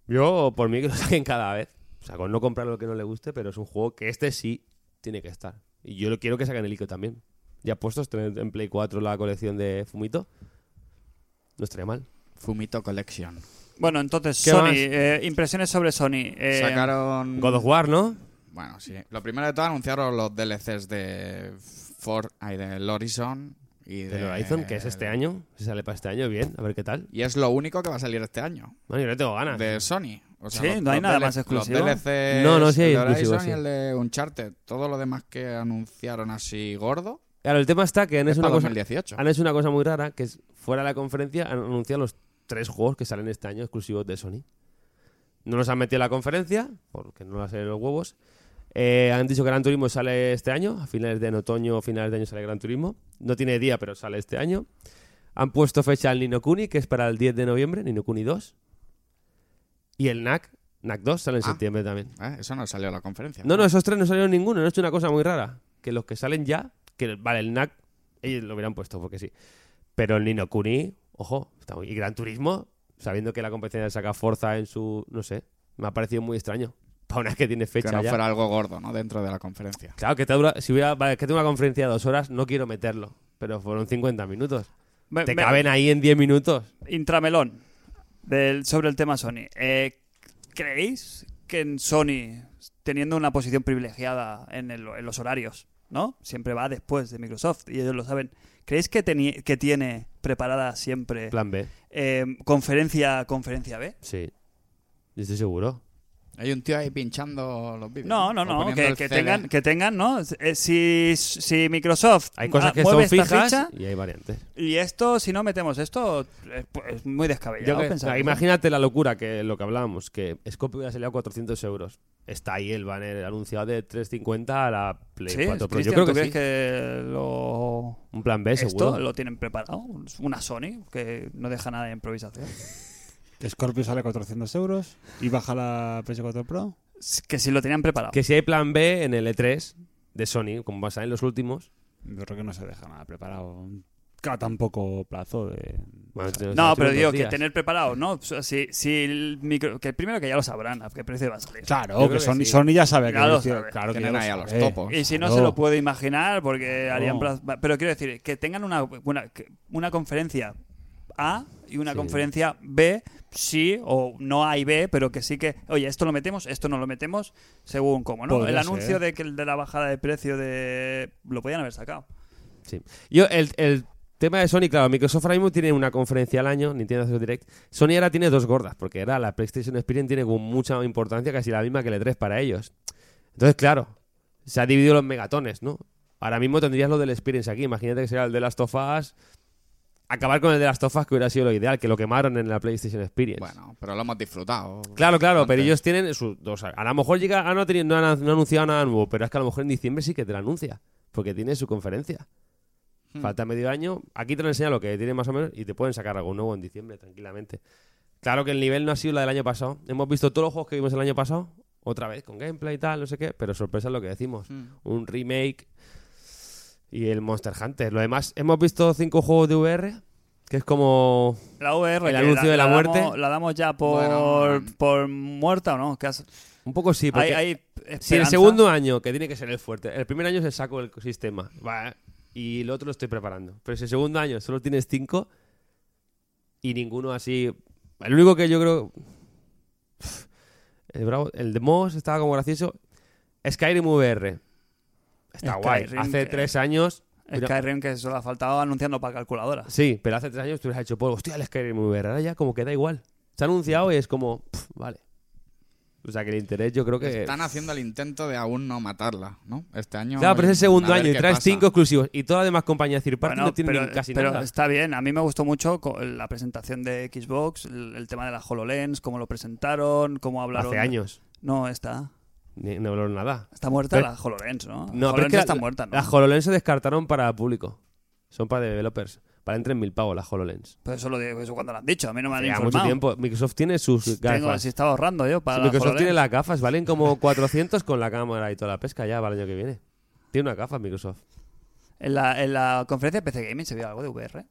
Yo, por mí, que lo <laughs> saquen cada vez. O sea, con no comprar lo que no le guste, pero es un juego que este sí tiene que estar. Y yo lo quiero que saquen el ICO también. Ya puestos tener en Play 4 la colección de Fumito. No estaría mal.
Fumito Collection.
Bueno, entonces,
¿Qué
Sony,
más?
eh, impresiones sobre Sony. eh,
Sacaron...
God of War, ¿no?
Bueno, sí. Lo primero de todo anunciaron los DLCs de For... ay, del Horizon y de...
El Horizon, que es este año. Si sale para este año, bien. A ver qué tal.
Y es lo único que va a salir este año.
Bueno, yo le tengo ganas.
de Sony. O sea,
Sí, no hay nada
DL-
más exclusivo.
Los DLCs,
No, no, sí hay
el de Horizon
exclusivos, sí.
y el de Uncharted. Todo lo demás que anunciaron así gordo
Claro, el tema está que han
es
hecho, una
para
cosa,
2018.
han hecho una cosa muy rara, que es fuera de la conferencia han anunciado los tres juegos que salen este año exclusivos de Sony. No los han metido en la conferencia, porque no las salen los huevos. Eh, han dicho que Gran Turismo sale este año, a finales de en otoño, finales de año sale Gran Turismo. No tiene día, pero sale este año. Han puesto fecha al Nino Kuni, que es para el 10 de noviembre, Nino Kuni 2. Y el NAC, NAC 2, sale en
Ah.
septiembre también.
Ah, Eso no salió a la conferencia.
No, no, esos tres no salieron ninguno. No es una cosa muy rara. Que los que salen ya, que vale, el NAC, ellos lo hubieran puesto porque sí. Pero el Nino Kuni, ojo, está muy- y Gran Turismo, sabiendo que la competencia saca Forza en su. No sé, me ha parecido muy extraño. Para una que tiene fecha
que no
ya.
fuera algo gordo, ¿no? Dentro de la conferencia.
Claro, que te dura, si hubiera, vale, que tengo una conferencia de dos horas, no quiero meterlo. Pero fueron 50 minutos.
Me-
Te
me-
caben ahí en 10 minutos.
Intramelón del, sobre el tema Sony. Eh, ¿Creéis que en Sony, teniendo una posición privilegiada en, el- en los horarios, ¿no? Siempre va después de Microsoft y ellos lo saben. ¿Creéis que, teni- que tiene preparada siempre
Plan B.
eh, conferencia conferencia B?
Sí. Yo estoy seguro.
Hay un tío ahí pinchando los vídeos.
No, no,
O
no,
poniendo
que,
el
que
CD.
tengan, que tengan, ¿no? Eh, si, si Microsoft
Hay cosas
ah,
que son
mueve esta
fijas
ficha
y hay variantes.
y esto, si no metemos esto, es, es muy descabellado.
Yo que-
pensar, ¿no?
imagínate la locura que lo que hablábamos, que Scorpio hubiera salido a 400 euros. Está ahí el banner anunciado de 350 a la Play
Sí,
4 Pro. Yo
Cristian,
creo
¿tú
que
crees
sí.
que lo...
Un plan B,
esto
seguro.
lo tienen preparado? Una Sony que no deja nada de improvisación.
Scorpio sale a 400 euros y baja la PS4 Pro.
S- Que si lo tenían preparado.
Que si hay plan B en el E3 de Sony, como pasa en los últimos.
Yo creo que no se deja nada preparado. Cada tan poco plazo de.
bueno, tiene-
No,
tiene
pero
dos
digo que
días.
tener preparado, ¿no? O sea, Si, si el micro... Que primero que ya lo sabrán a qué precio va a salir.
Claro,
creo
que,
que
Sony,
sí.
Sony ya sabe
Ya
que
lo
decir-
sabe.
Claro eh, que ya
Tienen ahí a
lo
los
Eh,
sabe.
topos.
Y si no
Claro.
se lo puedo imaginar porque harían...
No.
plaz- Pero quiero decir, que tengan una, una, que- una conferencia A y una
Sí.
conferencia B, sí, o no A y B, pero que sí que, oye, esto lo metemos, esto no lo metemos, según cómo, ¿no?
Podría
el anuncio
ser.
de que el de la bajada de precio de... Lo podían haber sacado.
Sí. Yo, el, el tema de Sony, claro, Microsoft ahora mismo tiene una conferencia al año, Nintendo hace su Direct. Sony ahora tiene dos gordas, porque era la PlayStation Experience tiene como mucha importancia, casi la misma que el E3 para ellos. Entonces, claro, se ha dividido los megatones, ¿no? Ahora mismo tendrías lo del Experience aquí. Imagínate que será el de las Tofas. Acabar con el de las Tofas, que hubiera sido lo ideal, que lo quemaron en la PlayStation Experience.
Bueno, pero lo hemos disfrutado.
Claro, claro, pero
Antes.
ellos tienen sus dos. A lo mejor llega, ah, no, ha tenido- no han, no han anunciado nada nuevo, pero es que a lo mejor en diciembre sí que te lo anuncia, porque tiene su conferencia.
Hmm.
Falta medio año, aquí te lo enseña lo que tiene más o menos y te pueden sacar algo nuevo en diciembre tranquilamente. Claro que el nivel no ha sido la del año pasado. Hemos visto todos los juegos que vimos el año pasado, otra vez con gameplay y tal, no sé qué, pero sorpresa es lo que decimos.
Mm.
Un remake y el Monster Hunter. Lo demás, hemos visto cinco juegos de VR, que es como
La VR,
El
que
anuncio de la muerte.
damos- la damos ya por,
Bueno, mm.
por muerta o no. Que has-
un poco sí, porque
hay, hay
Si el
esperanza.
segundo año, que tiene que ser el fuerte, el primer año se saco el sistema va, y el otro lo estoy preparando. Pero si el segundo año solo tienes cinco y ninguno así. El único que yo creo. El, Bravo- el de Moss estaba como gracioso. Skyrim VR. Está guay.
Skyrim, eh,
Hace
que-
tres años. pero-
Skyrim que solo ha faltado anunciando para calculadora.
sí, pero hace tres años tú hubieras hecho polvo. Hostia, el Skyrim VR. Ahora ya como que da igual. Se ha anunciado y es como. pf, vale. O sea que el interés yo creo que.
Están haciendo el intento de aún no matarla, ¿no? Este año.
Claro, pero es el segundo
a ver
año y
qué
traes
pasa.
cinco exclusivos y todas las demás compañías third party
Bueno,
no tienen casi
pero
nada.
está bien. A mí me gustó mucho co- la presentación de Xbox, el, el tema de la HoloLens, cómo lo presentaron, cómo hablaron.
Hace años.
No, está.
Ni- No hablaron nada.
Está muerta
Pero-
la HoloLens, ¿no?
No,
HoloLens
pero es que
está
la-
muerta, ¿no?
Las HoloLens se descartaron para público. Son para developers. Valen 3.000 pavos las HoloLens.
Pero Pues eso lo digo, eso cuando lo han dicho, a mí no me han
Hace ya
informado.
mucho tiempo. Microsoft tiene sus
Tengo,
gafas.
si estaba ahorrando yo para
Sí,
la
Microsoft tiene
HoloLens.
las gafas. Valen como 400 con la cámara y toda la pesca ya para el año que viene. Tiene una gafa Microsoft.
En la, en la conferencia de PC Gaming se vio algo de VR.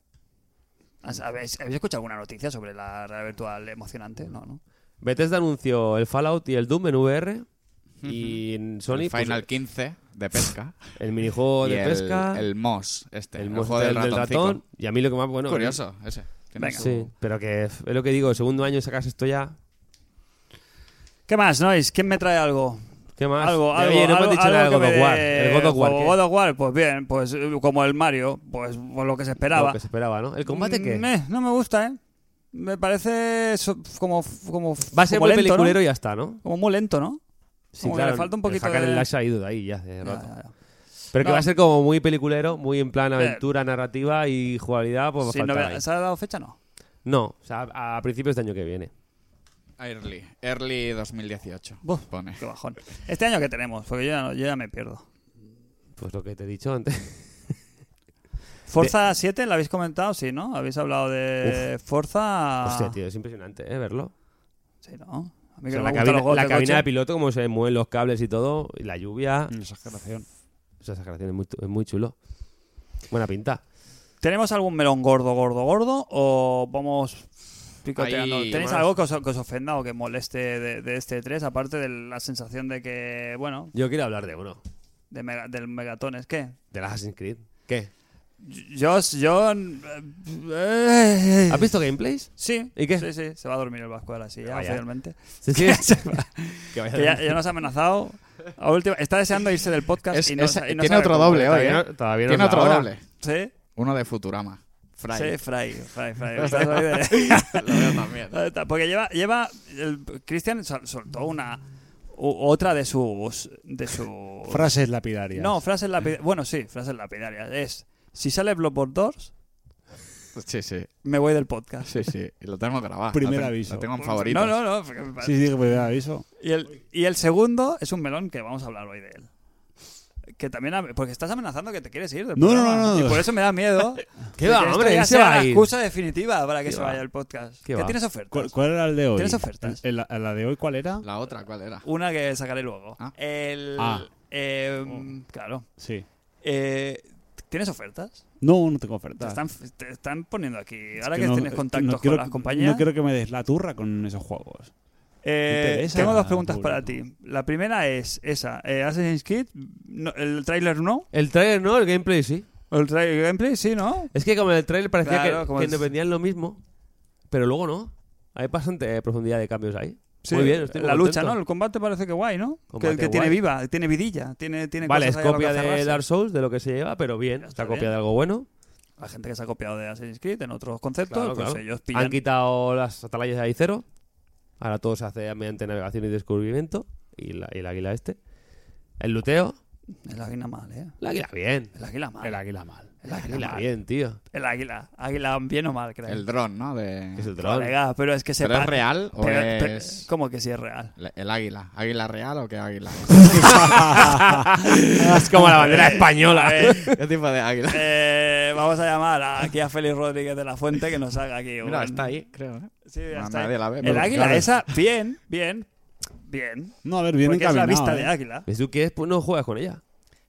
¿Has- ¿Habéis, habéis escuchado alguna noticia sobre la realidad virtual emocionante? No, no.
Bethesda anunció el Fallout y el Doom en
<laughs>
VR. Y en Sony,
El
pues,
Final 15 de pesca.
el minijuego
y
de
el,
pesca.
El MOS, este. El,
el monstruo
juego del,
del, del
ratoncito.
ratón. Y a mí lo que más bueno.
Curioso, ese. Tiene
Venga.
su-
Sí, pero que es lo que digo, el segundo año sacas esto ya.
¿Qué más, Nois? ¿Quién me trae algo?
¿Qué más?
Algo, algo,
Oye, no
algo-
hemos dicho nada de
algo
God
que
of
me
War.
dé
El God of War.
juego.
¿qué?
God of War, pues bien, pues eh, como el Mario, pues, pues lo que se esperaba.
Lo que se esperaba, ¿no? ¿El combate qué?
Mm, eh, no me gusta, ¿eh? Me parece so- como, como...
Va a ser
como
muy
lento, ¿no?
peliculero y ya está, ¿no?
Como muy lento, ¿no?
Sí,
Como que le falta un poquito
Sacar
de-
el Lash ha ido de ahí ya hace
Ya,
rato.
ya, ya.
Pero
No.
que
Eh.
va a ser como muy peliculero, muy en plan aventura, narrativa y jugabilidad, pues va a
Sí,
faltar
no,
ahí.
¿Se ha dado fecha? No.
No, o sea, a a principios de año que viene.
Early. Early 2018.
Buf,
Pone.
Qué bajón. Este año que tenemos, porque yo ya, no- yo ya me pierdo.
Pues lo que te he dicho antes. <laughs>
Forza 7, ¿la habéis comentado? Sí, ¿no? Habéis hablado de Forza.
Hostia, tío, es impresionante, ¿eh? Verlo.
Sí, ¿no? A mí que
O sea,
Ah. me
la
gustan
cabina,
los juegos
la
de
cabina de
coche.
piloto, cómo se mueven los cables y todo, y la lluvia.
Una exageración.
O sea, esa creación es muy, tu- es muy chulo. Buena pinta.
¿Tenemos algún melón gordo, gordo, gordo? ¿O vamos picoteando?
Ahí,
¿Tenéis
más.
algo que os, que os ofenda o que moleste de, de este 3? Aparte de la sensación de que, bueno,
Yo quiero hablar de uno,
de mega- del megatón. ¿Es qué?
del Assassin's Creed. ¿Qué?
Yo... yo eh,
¿Has visto gameplays?
Sí,
¿Y qué?
sí, sí, se va a dormir el Vasco ahora sí, ya
Vaya.
oficialmente.
Sí, <laughs> sí. Que vaya
Que ya, ya nos ha amenazado. A última- está deseando irse del podcast.
Es-
y no
es-
sa- y no
tiene
sabe
otro
cómo.
doble hoy,
Todavía
¿eh?
no- todavía no
Tiene
es la
otro
hora.
doble.
Sí,
Uno de Futurama. Fry.
sí, <laughs> Fry, Fry, Fry. Estás ahí de-
Lo veo también.
Ahí está, Porque lleva, lleva el- Cristian sol- soltó una u- otra de sus de sus
Frases lapidarias.
Pues No, frases lapidarias. Bueno, sí, frases lapidarias. Es si sale Bloodborne 2,
<laughs> Sí, sí.
me voy del podcast.
Sí, sí. Y lo tengo grabado.
Primer
Lo ten-
aviso.
Lo tengo en
No,
favoritos.
no, no. porque me parece-
Sí, sí, que me da aviso.
Y el, y el segundo es un melón que vamos a hablar hoy de él. Que también, am- porque estás amenazando que te quieres ir. del
No, no,
programa.
no, no.
Y por eso me da miedo. de
¿Qué va,
que esto
hombre?
ya
Él se
sea
va
la
a ir.
excusa definitiva para que se
va?
vaya el podcast.
¿Qué
¿Qué,
va?
tienes ofertas?
¿Cuál, cuál era el de hoy?
¿Tienes ofertas?
El- el- la de hoy cuál era?
La otra, ¿cuál era?
Una que sacaré luego.
Ah.
El,
Ah.
em, Claro.
Sí.
Eh, ¿Tienes ofertas?
No, no tengo
Te
ofertas.
están, te están poniendo aquí. Ahora que,
no- eh,
tienes contactos
no quiero-
con las compañías.
No quiero que me des la turra con esos juegos.
Eh,
Me interesa,
tengo dos preguntas
público.
para ti. La primera es esa. eh, Assassin's Creed, no- el tráiler no.
El trailer no, el gameplay sí.
El tráiler- gameplay sí, ¿no?
Es que como en el trailer parecía
Claro,
que,
como
que
es-
dependían lo mismo, pero luego no. Hay bastante profundidad de cambios ahí.
Sí,
Muy bien, estoy muy
La lucha,
contento.
¿no? El combate parece que guay, ¿no? Que,
Combate
que tiene
guay.
viva, tiene vidilla, tiene, tiene
Vale, es
cosas ahí a lo
copia
que
de
aferrarse.
Dark Souls, de lo que se lleva, pero bien.
Ya
Está,
está
copia
bien.
de algo bueno.
La gente que se ha copiado de Assassin's Creed en otros conceptos,
Claro,
pues
claro.
ellos
Han
pillan.
quitado las atalayas de ahí cero. Ahora todo se hace mediante navegación y descubrimiento. Y, la, y el águila este. El luteo.
El águila mal, ¿eh?
El águila bien.
El águila mal. El águila,
mal.
águila
mal.
bien, tío.
El águila. Águila bien o mal, creo.
El dron, ¿no? De...
Es el dron.
Colega, pero es que se
¿Pero es
pa-
real o
pero- pero-
es
¿Cómo que sí es real?
le- el águila? ¿Águila real o qué águila?
es como la <laughs> bandera española.
¿Qué tipo de águila?
<laughs> Eh, vamos a llamar a- aquí a Félix Rodríguez de la Fuente que nos haga aquí.
Mira,
un-
está ahí, creo. ¿eh?
Sí, ya
No,
está
nadie
ahí.
la ve,
el
pero
águila
claro.
esa, bien, bien, bien.
No, a ver, viene
porque es la
encaminado.
vista
¿eh?
de águila.
¿Ves tú qué es? Pues no juegas con ella.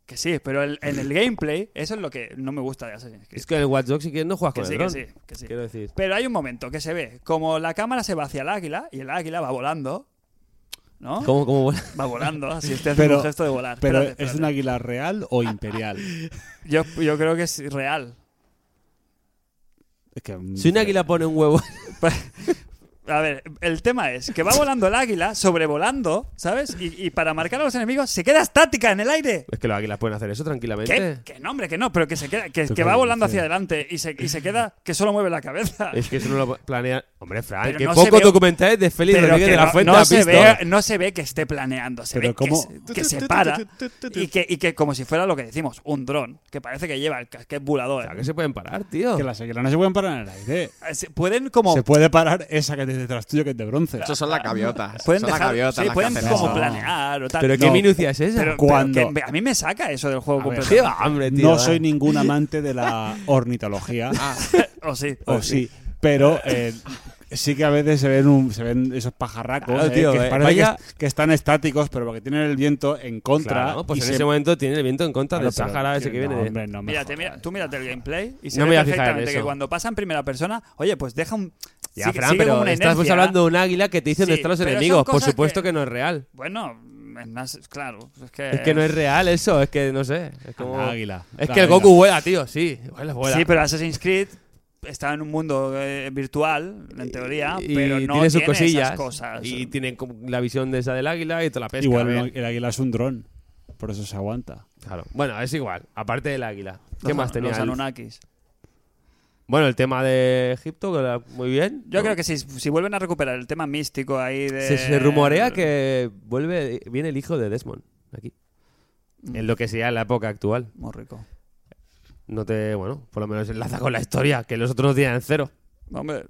Que sí, pero el- en el gameplay, eso es lo que no me gusta de Assassin's Creed.
Es que en el Watch Dogs si quieres no juegas
Que
con
sí,
el
que
dron.
sí, que sí.
Quiero decir.
Pero hay un momento que se ve como la cámara se va hacia el águila y el águila va volando, ¿no?
¿Cómo, cómo vuela?
Va volando, así usted hace
Pero-
un gesto de volar.
Pero
Espérate,
¿es
espérate.
un águila real o imperial?
yo, yo creo que es real.
es que, mm,
Si un águila pone un huevo. <laughs>
A ver, el tema es que va volando el águila, sobrevolando, ¿sabes? Y, y para marcar a los enemigos se queda estática en el aire.
Es que los águilas pueden hacer eso
¿Qué?
tranquilamente.
Que no, hombre, que no, pero que se queda, que,
Tú
que va
qué
volando
dices.
hacia adelante y se, y se queda, que solo mueve la cabeza.
Es que eso no lo planea. Hombre, Frank,
Pero
qué
no se
pocos
ve-
documentales de Félix
Pero
Rodríguez
que
de la
no,
Fuente
no
has
se
visto.
ve, no se ve que esté planeando, se
Pero
ve que
¿cómo?
se- que, se para y que, y que como si fuera lo que decimos, un dron, que parece que lleva el casquete
O sea,
volador.
que se pueden parar, tío.
Que las águilas no se pueden parar en el aire.
Eh, se- Pueden como...
Se puede parar esa que tienes detrás tuyo que es de bronce.
Estos son las gaviotas.
Pueden,
son las
dejar-
gaviotas
sí,
las que
pueden
hacen
como
eso.
planear o tal.
Pero qué
No,
minucia es esa.
pero- pero
Cuando-
que a mí me saca eso del juego
A ver,
completamente.
Qué va, hombre, tío. eh.
no
va.
soy ningún amante de la
<laughs>
ornitología,
Ah.
O sí.
Pues
o Oh, sí, pero eh, sí que a veces se ven, un- se ven esos pajarracos
Claro,
eh,
tío,
que
eh,
parece que
vaya-
es- que, están estáticos, pero porque tienen el viento en contra.
Claro, pues
y
en
se-
ese momento tiene el viento en contra
Claro,
del
pero,
Sahara ese
tío,
que viene
no,
de-
hombre, no me
Mírate,
jodas.
mira, tú mírate el gameplay y se
No
ve
me voy a fijar en
perfectamente que
eso.
cuando pasa en primera persona, oye, pues deja un.
Ya,
sigue-
Fran,
sigue como
pero
una
estás pues,
inercia.
hablando de un águila que te dice dónde
Sí,
están los
pero son
enemigos. Por
cosas
supuesto
que-
que... no es real.
Bueno, es más- claro. Es que,
Es que no es real eso, es que no sé. Es como...
La águila.
Es
La
que el
águila.
Goku vuela, tío, sí. Vuela, vuela.
Sí, pero Assassin's Creed está en un mundo eh, virtual, en teoría,
Y
pero no
tiene sus cosillas.
esas cosas.
Y tiene como la visión de esa del águila y toda la pesca.
Igual
bien.
no, el águila es un dron, por eso se aguanta.
Claro. Bueno, es igual. Aparte del águila. ¿Qué
Los-
más tenía?
Los
el-
Anunnakis.
Bueno, el tema de Egipto, que era muy bien.
Yo creo que si, si vuelven a recuperar el tema místico ahí de.
Se, se rumorea que vuelve, viene el hijo de Desmond aquí. Mm. En lo que sería la época actual.
Muy rico.
No te, bueno, por lo menos enlaza con la historia, que los otros días en cero.
Hombre,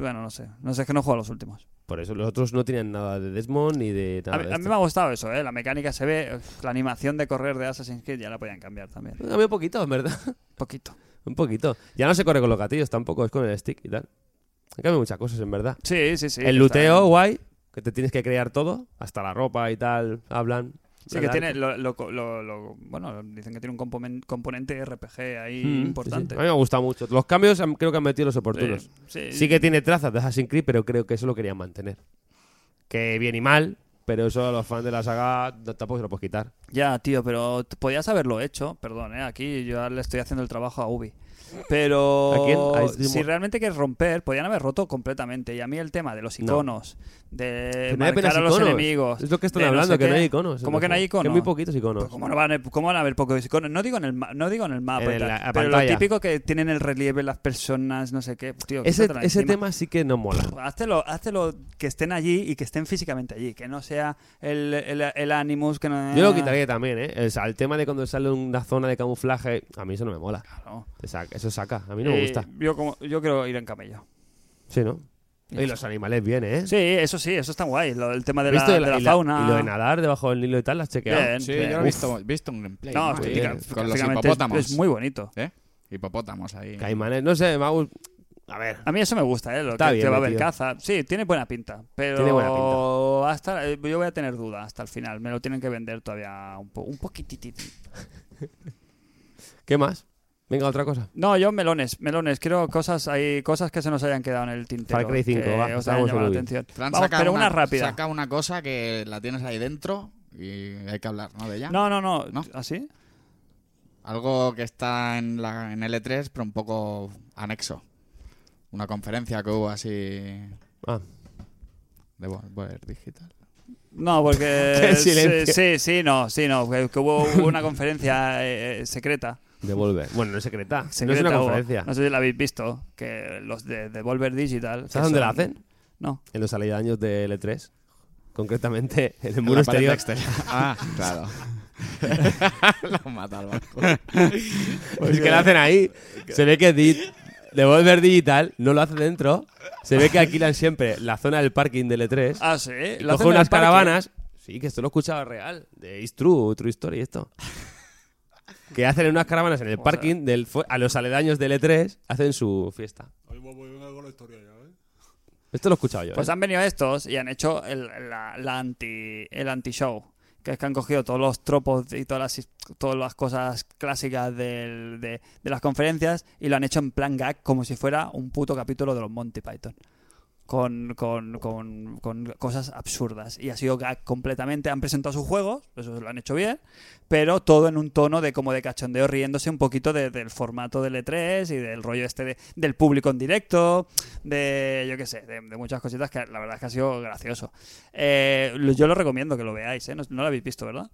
bueno, no sé. No sé, es que no juego a los últimos.
Por eso los otros no tenían nada de Desmond ni de
A
nada
mí,
de este.
a mí
esto.
me ha gustado eso, ¿eh? La mecánica se ve. uf, La animación de correr de Assassin's Creed ya la podían cambiar también.
A mí un poquito, en verdad. <laughs>
Poquito.
Un poquito. Ya no se corre con los gatillos tampoco, es con el stick y tal. Han cambiado muchas cosas, en verdad.
Sí, sí, sí. que
el
está
luteo,
bien.
guay, que te tienes que crear todo, hasta la ropa y tal, hablan. Mm,
Sí, que tiene. Lo, lo- lo- lo- bueno, dicen que tiene un componen- componente RPG
Mm,
ahí importante.
A mí me gusta mucho. Los cambios han- creo que han metido los oportunos.
Sí,
Sí que tiene trazas de Assassin's Creed, pero creo que eso lo querían mantener. Que bien y mal, pero eso a los fans de la saga no- tampoco se lo puedes quitar.
Ya, tío, pero t- podías haberlo hecho. Perdón, ¿eh? aquí yo le estoy haciendo el trabajo a Ubi. Pero
¿A quién? A este Ice Cream
si
World.
realmente quieres romper, podían haber roto completamente. Y a mí el tema de los
No.
iconos, de
Que no
marcar
hay apenas
a los
iconos.
enemigos.
Es lo que están
de no
hablando,
sé
que no
qué.
hay iconos.
¿Cómo que no hay
Que
iconos?
muy poquitos iconos.
Pero ¿Cómo, no van a, ¿Cómo van a haber pocos iconos? No digo en el, ma- no digo en el mapa,
En
y
el-
tal,
la- la
pero lo
pantalla.
típico que tienen el relieve las personas, no sé qué. Tío,
Ese,
quítatela
ese
encima.
tema sí que no mola.
Háztelo, háztelo que estén allí y que estén físicamente allí, que no sea el, el, el Animus, que no...
Yo lo quitaría también, ¿eh? O sea, el tema de cuando sale una zona de camuflaje, a mí eso no me mola.
Claro.
Te saca- Eso saca, a mí no me
Eh,
gusta.
Yo, como, yo quiero ir en camello.
Sí, ¿no? Y los animales bien, ¿eh?
Sí, eso sí, eso está guay. lo- el tema de la,
¿Visto
de
el-
la
y
fauna. Eh.
Y lo de nadar debajo del Nilo y tal, las chequeado.
Bien,
Sí,
bien.
yo lo he
Uf.
visto, visto un gameplay.
No,
¿no?
sí,
Ahí,
que-
estética-
con los
estéticamente es-
hipopótamos.
Es, muy bonito.
Hipopótamos ahí.
Caimanes, no sé, me ha gust- A ver,
A mí eso me gusta, ¿eh? Lo
Está
que
bien
te va a ver
metido.
caza. Sí, tiene buena pinta. Pero
Tiene buena pinta.
Hasta, eh, yo voy a tener duda hasta el final. Me lo tienen que vender todavía un, po, un poquititito.
¿qué más? Venga, otra cosa.
No, yo melones, melones. Quiero cosas ahí, cosas que se nos hayan quedado en el tintero.
Far Cry 5,
que
va,
os hayan
vamos
llamado la
muy bien.
atención.
Fran
Vamos,
saca
pero una, rápida.
Saca una cosa que la tienes ahí dentro y hay que hablar, ¿no? De ella.
No, no, no. ¿Ah,
¿No?
¿Así?
Algo que está en, la, en L3, pero un poco anexo. Una conferencia que hubo así de
Ah,
Bo- Boer
<laughs>
Digital.
No, porque.
<laughs> Qué
sí,
silencio.
sí, sí, no, sí, no. Que, que hubo una conferencia eh, eh, secreta.
devolver. Bueno, no es secreta. no es
secreta
una
hubo.
conferencia.
No sé si la habéis visto. Que los de Devolver Digital. que
¿Sabes dónde
son-
la hacen?
No.
En los aledaños de L3. Concretamente, <laughs> en el
En
muro
la pared
exterior. <laughs>
exterior. Ah, claro. <laughs> Lo han matado al barco.
Mm,
Pues que lo hacen ahí. Se ve que Di- Devolver Digital no lo hace dentro. Se ve que alquilan siempre la zona del parking de L3.
Ah, sí.
y
la hacen
cogen
en el
unas
parque.
caravanas. Sí, que esto lo he escuchado real. De It's True, True Story, esto. Que hacen unas caravanas en el parking del, fu- a los aledaños de L3. Hacen su fiesta.
Hoy voy, voy venga con la historia ya, ¿eh?
Esto lo he escuchado yo.
Pues
¿eh?
han venido estos y han hecho el, la, la anti, el anti-show. Que es que han cogido todos los tropos y todas las, his- todas las cosas clásicas del- de, de las conferencias y lo han hecho en plan gag como si fuera un puto capítulo de los Monty Python. Con, con, con- con cosas absurdas. Y ha sido gag completamente. Han presentado sus juegos, eso lo han hecho bien, pero todo en un tono de como de cachondeo, riéndose un poquito de- del formato del E3 y del rollo este de- del público en directo de yo qué sé, de, de muchas cositas que la verdad es que ha sido gracioso. Eh, lo- yo lo recomiendo que lo veáis, ¿eh? no, no lo habéis visto, ¿verdad?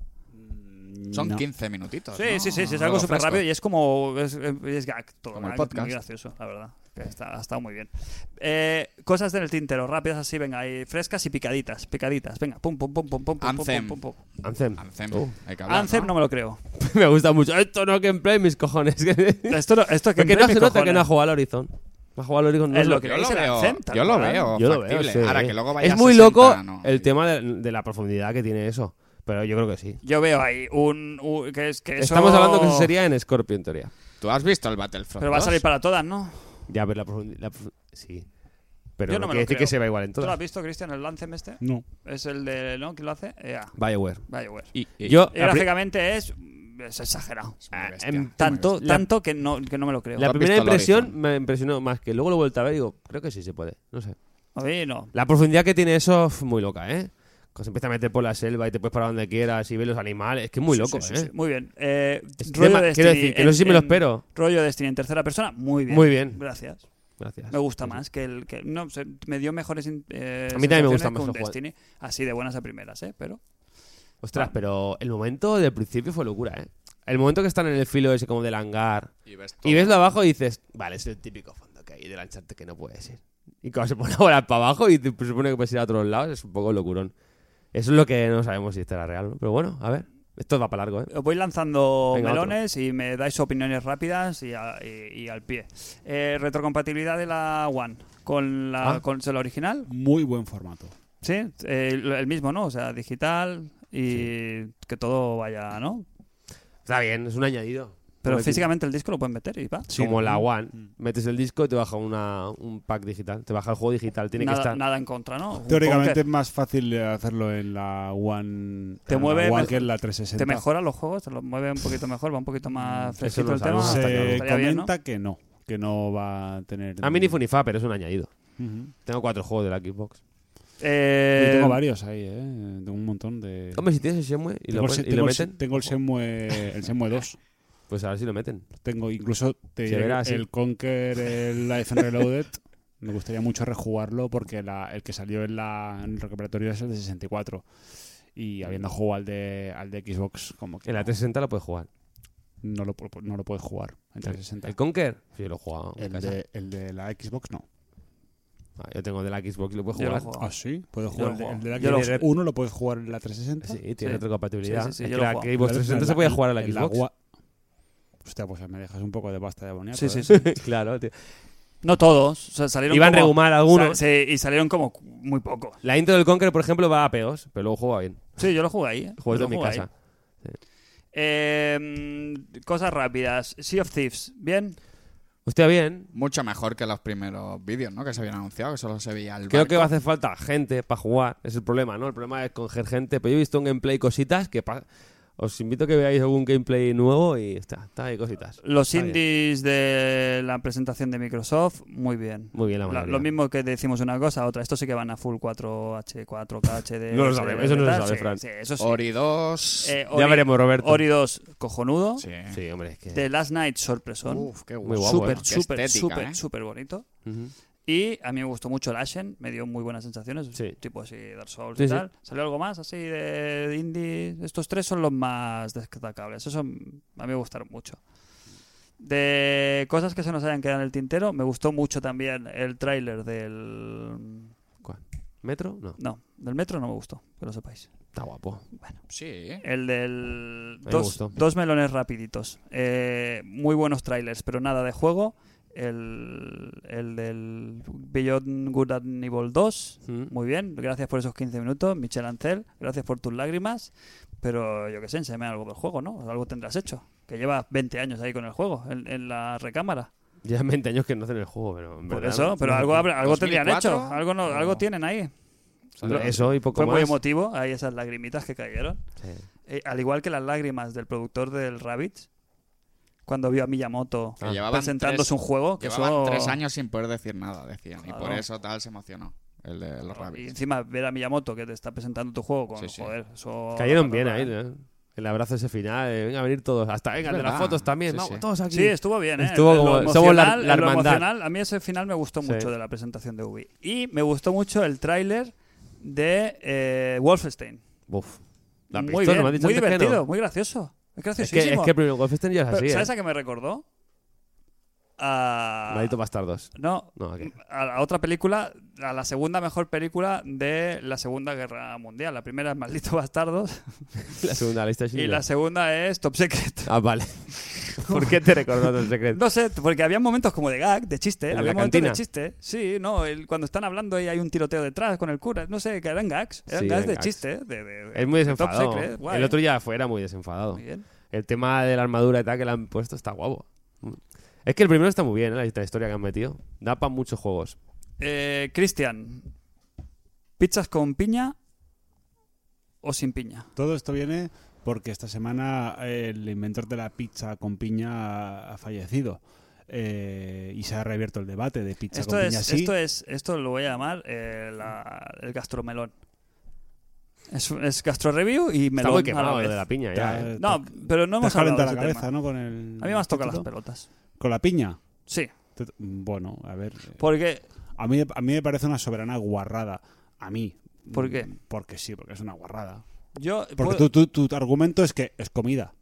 Son
No.
15 minutitos.
Sí,
Pues ¿no?
sí, sí, sí, es
Algo
algo súper
fresco.
rápido y es como es, es gag, todo
Como el
gag,
podcast.
muy gracioso, la verdad. que Está, ha estado muy bien. Eh, cosas del tintero, rápidas así, venga, y frescas y picaditas, picaditas, venga, pum, pum, pum, pum, pum, pum, pum,
Anthem.
pum, pum, pum.
Anthem.
Anthem,
Uh.
hay que hablar,
Anthem no me lo creo.
<laughs> Me gusta mucho. Esto no es gameplay, mis cojones. <laughs>
Esto, no- esto que
Porque no se nota que no ha jugado al Horizon. No ha jugado al Horizon. No
Es lo
Yo
que
lo
es el
veo,
Anthem, tal
yo lo
cual.
veo,
Yo lo veo,
factible.
sí.
Ahora que luego vaya
Es
a
muy
60,
loco
no.
el tema de, de la profundidad que tiene eso. Pero yo creo que sí.
Yo veo ahí un, un- que es que eso-
Estamos hablando que eso sería en Scorpio, en teoría.
¿Tú has visto el Battlefront
Pero va a
2?
salir para todas, ¿no?
Ya, pero la profundidad. Sí. Pero
Yo no
no
me
quiere
lo
decir
creo.
que se va igual en
¿Tú lo has
todas.
visto, Cristian, el Anthem este?
No.
Es el de, ¿no? ¿Quién lo hace? Eh, EA.
BioWare.
BioWare.
Y- y-
Yo,
Y
la, pri-
gráficamente es, es exagerado.
es muy
Ah,
bestia,
em,
es muy
Tanto,
La-
tanto que no, que no me lo creo.
la
¿Tú has
primera
visto el
impresión
Horizon?
me impresionó más que luego lo he vuelto a ver y digo, creo que sí se puede. No sé.
A mí no.
La profundidad que tiene eso es muy loca, ¿eh? Que se empieza a meter por la selva y te puedes parar donde quieras y ves los animales. Es que es muy
Sí,
loco,
sí,
¿eh?
sí, sí. Muy bien. Eh,
Es
rollo
tema-
Destiny
quiero decir, que no sé si me lo espero.
Rollo Destiny en tercera persona, muy bien.
Muy bien.
Gracias.
Gracias.
Me gusta más que el que no sé, me dio mejores eh,
A mí también me gusta
sensaciones que
más
un
el juego.
Destiny, así de buenas a primeras, ¿eh? Pero
Ostras, pero el momento del principio fue locura, ¿eh? El momento que están en el filo ese como del hangar
Y ves todo.
y ves lo abajo y dices, vale, es el típico fondo que hay de lancharte que no puedes ir. Y cuando se pone a volar para abajo y te supone que puedes ir a otros lados, es un poco locurón. Eso es lo que no sabemos si estará real, ¿no? Pero bueno, a ver. Esto va para largo, ¿eh?
os voy lanzando
Venga, otro.
melones y me dais opiniones rápidas y, a- y- y al pie. Eh, retrocompatibilidad de la One con la
Ah.
consola original.
Muy buen formato.
Sí, eh, el el mismo, ¿no? O sea, digital y que todo vaya, ¿no?
Está bien, es un añadido.
Pero
Como el-
físicamente el disco lo pueden meter y va.
como la One.
Mm.
Metes el disco y te baja una, un pack digital. Te baja el juego digital. Tiene
nada,
que estar.
nada en contra, ¿no?
Teóricamente
Supongo
es más fácil hacerlo en la One,
Te
en la
mueve
One
mej-
que en la
que
360.
te mejora los juegos, te los mueve un poquito mejor, va un poquito más
Eso
fresquito
lo
el tema.
sabemos.
Se
hasta que-
Ah, Estaría
comenta
bien, ¿no?
que no, que no va a tener...
A mí ni fue ni fa, pero es un añadido.
Ujú.
Tengo cuatro juegos de la Xbox.
Eh,
Yo tengo varios ahí, ¿eh? Tengo un montón de...
Hombre, si tienes el Shenmue y lo,
tengo,
pon-
el se-
y lo
tengo el se-
meten,
tengo el Semue, el Semue 2.
pues a ver si lo meten.
Tengo incluso te
Se
diré
verá,
que
sí.
el Conquer, el Life and Reloaded. me gustaría mucho rejugarlo porque la- el que salió en, la, en el recuperatorio es el de 64. Y habiendo jugado al de, al de Xbox, como que
En la
no,
360 lo puedes jugar.
no lo, pu- no lo puedes jugar en 360.
¿El Conquer? Sí, lo he jugado. en
El,
casa.
de, el de la Xbox no.
Ah, yo tengo el de la Xbox y lo puedes
yo lo
jugar.
he jugado.
Ah, sí, puedes
Yo lo
jugar. El de,
juego.
el de la
Yo lo
Xbox
juego.
1 lo puedes jugar en la 360.
Sí, tiene
Sí.
otra compatibilidad.
Sí, sí, sí,
es
yo
que
lo
la
he jugado.
Xbox
La-
360
la-
se podía jugar a la
en
Xbox.
gua- Hostia, pues me dejas un poco de pasta de bonita.
Sí, sí, sí. <laughs>
claro, tío.
No todos, o sea, salieron
Iban a
como-
reumar
sa-
algunos.
sí, y salieron como muy pocos.
La intro del Conquer, por ejemplo, va a peos, pero luego juega bien.
Sí, yo lo jugué ahí. ¿eh?
Juego
Yo
en mi
lo jugué ahí.
casa.
Eh, mm, cosas rápidas. Sea of Thieves, ¿bien?
Hostia, bien.
Mucho mejor que los primeros vídeos, ¿no? Que se habían anunciado, que solo se veía el
Creo que va a
barco.
hacer falta gente para jugar, es el problema, ¿no? El problema es coger gente, pero yo he visto un gameplay cositas que pa- os invito a que veáis algún gameplay nuevo y está, está ahí cositas.
Los
Está bien.
indies de la presentación de Microsoft, muy bien.
Muy bien la
La-
mayoría.
lo mismo que decimos una cosa, otra. Estos sí que van a full 4H, 4K, HD.
<laughs> No lo sabemos, eso no lo
tal.
sabe
Sí,
Fran.
sí, eso sí.
Ori 2.
Eh,
Ya
Ori-
veremos, Roberto.
Ori 2, cojonudo.
sí.
Sí, hombre, es que
The Last Night, sorpresón.
Uf, qué
Muy
guapo.
guapo,
súper,
eh.
Qué
súper,
estética,
súper,
eh.
súper bonito.
Ujú.
Y a mí me gustó mucho el Ashen, me dio muy buenas sensaciones.
Sí.
Tipo así, Dark Souls
Sí,
y
sí.
tal. ¿Salió algo más así de indie? Estos tres son los más destacables. Eso a mí me gustaron mucho. De cosas que se nos hayan quedado en el tintero, me gustó mucho también el tráiler del.
¿Metro? No,
No, del metro no me gustó, que lo sepáis.
está guapo.
Sí, eh.
El del.
me
Dos,
gustó.
dos melones rapiditos. Eh, muy buenos trailers, pero nada de juego. El, el del Beyond Good and Evil 2.
Ujú.
Muy bien, gracias por esos 15 minutos, Michel Ancel. Gracias por tus lágrimas. Pero yo qué sé, enséñame algo del juego, ¿no? Algo tendrás hecho. Que llevas 20 años ahí con el juego, en, en la recámara.
Ya 20 años que no hacen el juego, pero en
Por
verdad-
eso, pero algo, habrá- algo tendrían hecho.
2004,
Algo, no, algo tienen ahí.
Lo- Eso y poco
Fue muy
más.
emotivo, ahí esas lagrimitas que cayeron.
Sí.
Eh, al igual que las lágrimas del productor del Rabbit, cuando vio a Miyamoto
Que
Ah.
llevaban
presentándose
tres,
un juego que
llevaban
eso-
tres años sin poder decir nada, decían. Y por
Claro.
eso tal se emocionó. El de los
Y
rabbits.
encima ver a Miyamoto que te está presentando tu juego con
Sí, sí.
joder, eso-
Cayeron bien ahí, ¿no? El abrazo ese final, eh, venga a venir todos, hasta venga, el de las
verdad.
fotos también,
Sí,
vamos,
sí.
todos aquí.
Sí, estuvo bien, ¿eh?
Estuvo
En lo
como- somos la-
emocional-
la
en lo
hermandad.
emocional, a mí ese final me gustó
Sí.
mucho de la presentación de Ubi. Y me gustó mucho el tráiler de eh, Wolfenstein.
Buf. La
muy
pistola,
bien,
me has dicho
muy
antes que no.
divertido, muy gracioso. Es
Es que, es
graciosísimo.
que el primer Wolfenstein ya es
Pero,
así,
¿Sabes
eh.
a qué me recordó? A...
Maldito bastardos.
No,
No, ¿a qué?
a la otra película, a la segunda mejor película de la Segunda Guerra Mundial. La primera es Malditos <laughs> Bastardos
La segunda lista es
y la segunda es Top Secret.
Ah, vale. ¿Por qué te recordó el secreto?
No sé, porque había momentos como de gag, de chiste,
En
había
la
momentos
cantina.
de chiste. Sí, no, el- cuando están hablando y hay un tiroteo detrás con el cura, no sé, que eran gags, eran
Sí,
gags
eran
de
gags.
chiste. de- de- de
Es muy
Top
desenfadado.
Secret, guay,
el
¿eh?
otro ya fue, era muy desenfadado.
Muy bien.
El tema de la armadura y tal que le han puesto está guapo. Es que el primero está muy bien, ¿eh? la la historia que han metido. Da para muchos juegos.
Eh, Cristian, ¿pizzas con piña o sin piña?
Todo esto viene porque esta semana eh, el inventor de la pizza con piña ha- ha fallecido. Eh, y se ha reabierto el debate de pizza
Esto
con piña
es,
sí.
esto es, esto lo voy a llamar eh, la- el gastromelón. Es, es gastro review y melón.
está muy
a la
quemado
vez.
lo de la piña
Te ha-
ya, ¿eh?
te-
No, pero no
te has
hemos hablado de
calentado
ese
la cabeza,
tema.
¿no? Con el
A mí me has tocado las
título.
pelotas.
Con la piña.
Sí,
Te- Bueno, a ver. eh,
porque
A mí, a mí me parece una soberana guarrada. A mí.
¿Por qué?
Mm, Porque sí, porque es una guarrada.
yo
Porque
puedo-
tu, tu- tu argumento es que es comida.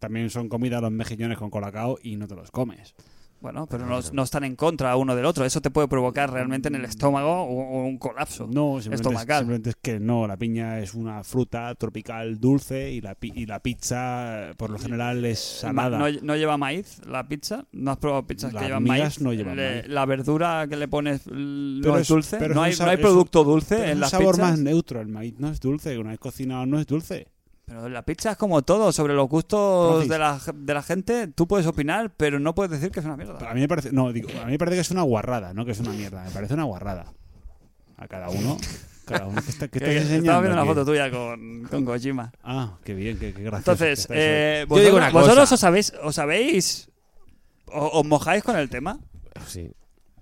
También son comida los mejillones con colacao y no te los comes.
Bueno, pero no, no están en contra uno del otro. Eso te puede provocar realmente en el estómago un, un colapso.
No, simplemente es,
Estomacal.
simplemente es que no, la piña es una fruta tropical dulce y la, pi- y la pizza eh, por lo general es salada.
No, no lleva maíz la pizza. ¿No has probado pizzas
Las
que llevan
mías
maíz?
no llevan
Le-
maíz.
La verdura que le pones l-
Pero
no es,
es-
dulce.
pero es
no,
un
hay,
sab-
no hay
es un-
producto dulce
Pero es
en
un
las
sabor
pizzas.
más neutro, el maíz no es dulce, una vez cocinado no es dulce.
Pero la pizza es como todo. Sobre los gustos
Francis.
de la, de la gente, tú puedes opinar, pero no puedes decir que es una
Pero
mierda.
a mí me parece, no, digo, a mí me parece que es una guarrada, no que es una mierda, me parece una guarrada. A cada
<laughs>
uno, cada uno que está, que
Que- que- Estaba
enseñando.
viendo una
aquí?
foto tuya con, con Kojima.
Ah, qué bien, qué, qué gracioso.
Entonces,
que estáis hoy.
eh, vosotros,
digo una cosa.
vosotros os habéis, os habéis- o- os mojáis con el tema.
Sí. <laughs>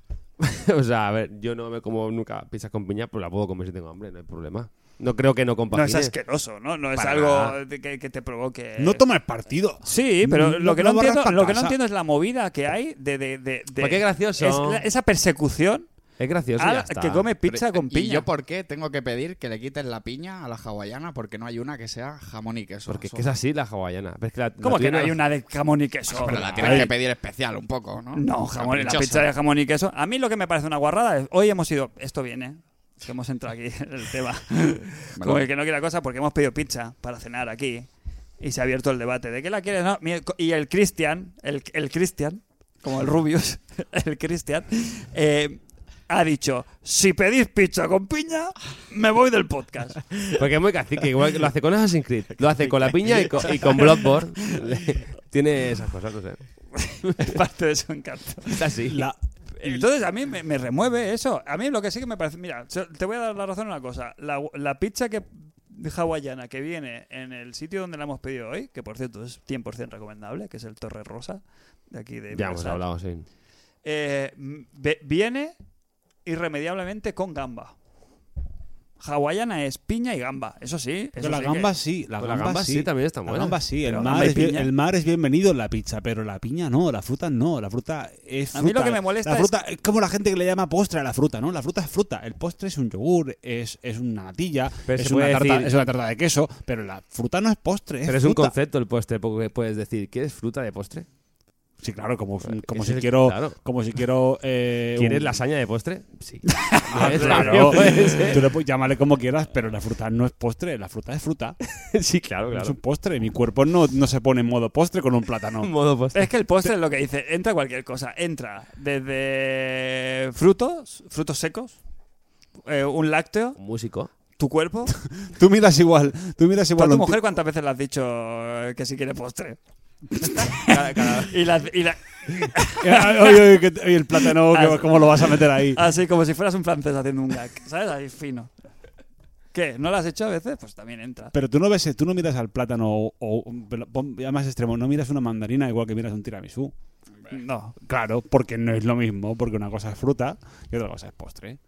o sea, a ver, yo no me como nunca pizzas con piña, pero la puedo comer si tengo hambre, no hay problema. No creo que no
No
compagine.
es asqueroso, ¿no? No es
Pues Para
algo
nada.
de que, que te provoque.
Eh,
no tomes partido.
Sí, pero
No-
lo, que no
no barras
entiendo,
para
lo que no
casa.
entiendo es la movida que hay de. de, de, de-
Porque es gracioso.
es la- esa persecución
Es gracioso. y ya
al
está.
Ah, que come pizza con
¿Y
piña.
yo por qué tengo que pedir que le quiten la piña a la hawaiana? Porque no hay una que sea jamón y queso.
Porque es que es así la hawaiana. Pero es que la- la
¿Cómo que
tuya
no hay una de jamón y queso?
Pero la
No,
tienes
hay-
que pedir especial un poco, ¿no?
No, jamón, la
Caprichosa.
pizza de jamón y queso. A mí lo que me parece una guarrada es. Hoy hemos ido. Esto viene. Que hemos entrado aquí en el tema. Como que no quiera cosa porque hemos pedido pizza para cenar aquí. Y se ha abierto el debate. ¿De qué la quieres? No? mi- Y el Cristian, el, el Cristian, como el Rubius, <laughs> el Cristian, eh, ha dicho: si pedís pizza con piña, me voy del podcast.
<laughs>
<laughs>
Porque es muy cacique, igual que lo hace con Assassin's Creed. Lo hace con la piña y con, y con Bloodborne. <laughs> Tiene esas cosas, no sé.
Es parte de su encanto.
Es así.
La,
Entonces a mí me, me remueve eso. A mí lo que sí que me parece, mira, so- te voy a dar la razón en una cosa. La, la pizza que hawaiana que viene en el sitio donde la hemos pedido hoy, que por cierto es 100% recomendable, que es el Torre Rosa, de aquí de
Ya hemos
Universal,
hablado, sí. Pues
eh, m- ve- viene irremediablemente con gamba. Hawaiana es piña y gamba, eso sí. Eso
Pero la
sí
gamba
que-
sí, la
Pues la
gamba,
gamba sí también está
la
buena.
gamba sí, el
Pero
mar,
gamba y
es bien,
piña.
el mar es bienvenido en la pizza, pero la piña no, la fruta no, la fruta es
A
fruta.
mí lo que me molesta
la
es-
fruta es... como la gente que le llama postre a la fruta, ¿no? La fruta es fruta, el postre es un yogur, es, es una natilla,
Pero
es
se
una,
puede
tarta,
decir-
es una tarta de queso, pero la fruta no es postre, es
Pero es un
fruta.
concepto el postre, porque puedes decir, ¿quieres fruta de postre?
Sí, claro, como, como
Ese
si
es el-
quiero
claro.
como si quiero eh,
¿Quieres
un-
lasaña de postre? Sí.
Ah,
Es
<laughs> claro.
<laughs> puede ser.
Tú le puedes llamarle como quieras, pero la fruta no es postre, la fruta es fruta,
sí, claro,
es un
claro.
postre, mi cuerpo no, no se pone en modo postre con un plátano.
Modo postre.
Es que el postre es lo que dice, entra cualquier cosa, entra desde frutos, frutos secos, eh, un lácteo,
Un músico.
tu cuerpo.
Tú miras igual, tú miras
¿Tú a
igual.
tu
un ti-
mujer cuántas veces le has dicho eh, que si quiere
<laughs>
postre? y la, y la-
<laughs> Ay, ay, ay, que- ay, el plátano, que-
Has-
¿cómo lo vas a meter ahí?
así como si fueras un francés haciendo un gag, ¿sabes? Ahí fino. ¿Qué? ¿No lo has hecho a veces? Pues también entra.
Pero tú no ves, tú no miras al plátano o, o un- pero pon- ya más extremo, no miras una mandarina igual que miras un tiramisú.
No.
Claro, porque no es lo mismo, porque una cosa es fruta y otra cosa es postre.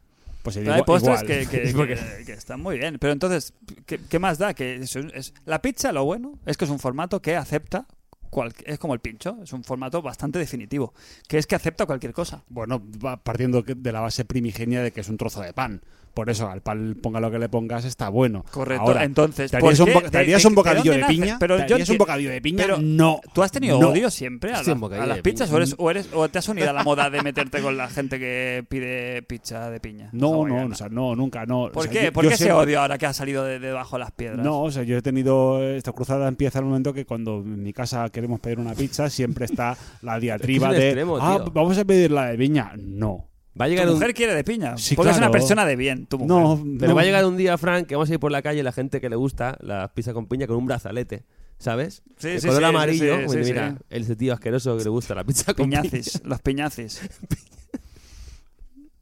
Pues
Pero
igual-
hay postres
igual.
que, que-
Es <laughs> porque-
que- que están muy bien. Pero entonces, ¿qué, qué más da? Que es un- es- la pizza, lo bueno, es que es un formato que acepta. cual- es como el pincho, es un formato bastante definitivo, que es que acepta cualquier cosa.
Bueno, va partiendo que- de la base primigenia de que es un trozo de pan. Por eso, al pan, ponga lo que le pongas, está bueno.
Correcto,
Ahora,
entonces,
¿te harías,
¿por
un,
qué?
bo- te
¿De-
harías
de-
un
de
bocadillo de,
dónde nace?
piña?
Pero
¿Te
yo
harías un
enti-
bocadillo de piña?
pero
no.
¿Tú has tenido
No.
odio siempre a,
Sí,
las-
un bocadillo
a las
de
pizzas
piña.
o, eres, o, eres- o te has unido a la moda de meterte con la gente que pide pizza de piña?
No, no,
hawaiana?
o sea, no, nunca, no.
¿Por
O sea,
qué?
yo-
¿Por
yo
qué ese
siempre-
odio ahora que ha salido de debajo de las piedras?
No, o sea, yo he tenido esta cruzada empieza en el momento que cuando en mi casa queremos pedir una pizza siempre está
<laughs>
la diatriba
Es que es un
de
extremo,
ah,
tío".
vamos a pedir la de viña. No.
Va a
Tu
llegar un...
mujer quiere de piña.
Sí,
porque es una
claro.
persona de bien, tu mujer.
No,
Pero
no.
va a llegar un día, Frank, que vamos a ir por la calle la gente que le gusta la pizza con piña con un brazalete, ¿sabes?
Sí,
De
sí,
color
sí,
amarillo.
sí, sí,
Oye,
sí,
mira,
sí.
el tío asqueroso que le gusta la pizza con piña.
Piñacis, los piñacis.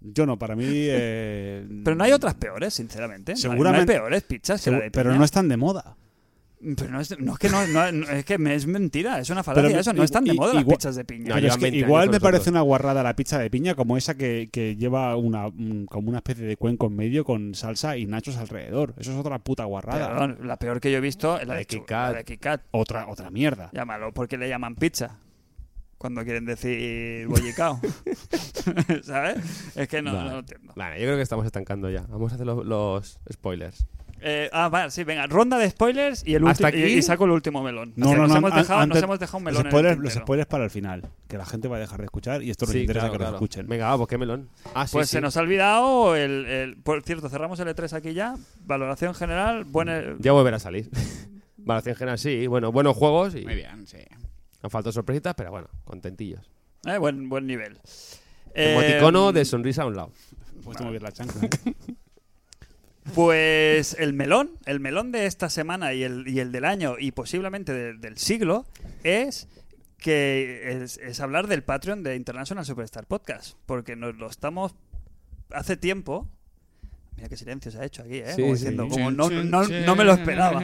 Yo no, para mí eh,
<laughs> Pero no hay otras peores, sinceramente. No hay-
Seguramente-
No hay, peores pizzas que la de
segu- pero
piña.
no están de moda.
Pero no es, no es que no, no- no- es que me- es mentira, es una falacia
Pero-
eso, no están de
i-
moda las
igual-
pizzas de piña.
No,
Pero
llevan
es que
20 años
igual
con
me
nosotros.
parece una guarrada la pizza de piña como esa que, que lleva una un- como una especie de cuenco en medio con salsa y nachos alrededor. Eso es otra puta guarrada.
Perdón, la peor que yo he visto es la,
La
de
de Kit
Chu- la
Kat.
de Kit Kat.
Otra otra mierda.
Llámalo, porque le llaman pizza. Cuando quieren decir bollicao. <laughs> ¿Sabes? Es que no,
Vale.
no lo entiendo.
Vale, yo creo que estamos estancando ya. Vamos a hacer los, los spoilers.
Eh, ah, vale, sí, venga. Ronda de spoilers y, el
¿Hasta
ulti- y-
aquí?
y saco el último melón.
No,
O sea,
no,
nos,
no,
hemos
an-
dejado, nos
antes-
hemos dejado un melón
los
en el
spoilers, los
tintero.
spoilers para el final, que la gente va a dejar de escuchar y esto nos
Sí,
interesa
claro,
que
claro.
lo escuchen.
Venga, va, pues qué melón. Ah, sí,
Pues se
sí.
nos ha olvidado. El, el- por cierto, cerramos el E3 aquí ya. Valoración general.
Mm.
Buen,
Ya volverá a salir. <laughs> Vale, en general sí. Bueno, buenos juegos y
Muy bien, sí.
han faltado sorpresitas, pero bueno, contentillos.
eh, buen, buen nivel.
Emoticono
Eh,
de sonrisa a un lado.
Puedes mover
<laughs>
la chancla. ¿eh?
Pues el melón, el melón de esta semana y el, y el del año y posiblemente de- del siglo es que es, es hablar del Patreon de International Superstar Podcast, porque nos lo estamos hace tiempo. Mira qué silencio se ha hecho aquí, ¿eh?
Sí,
como
sí.
diciendo, como no, no- no me lo esperaba.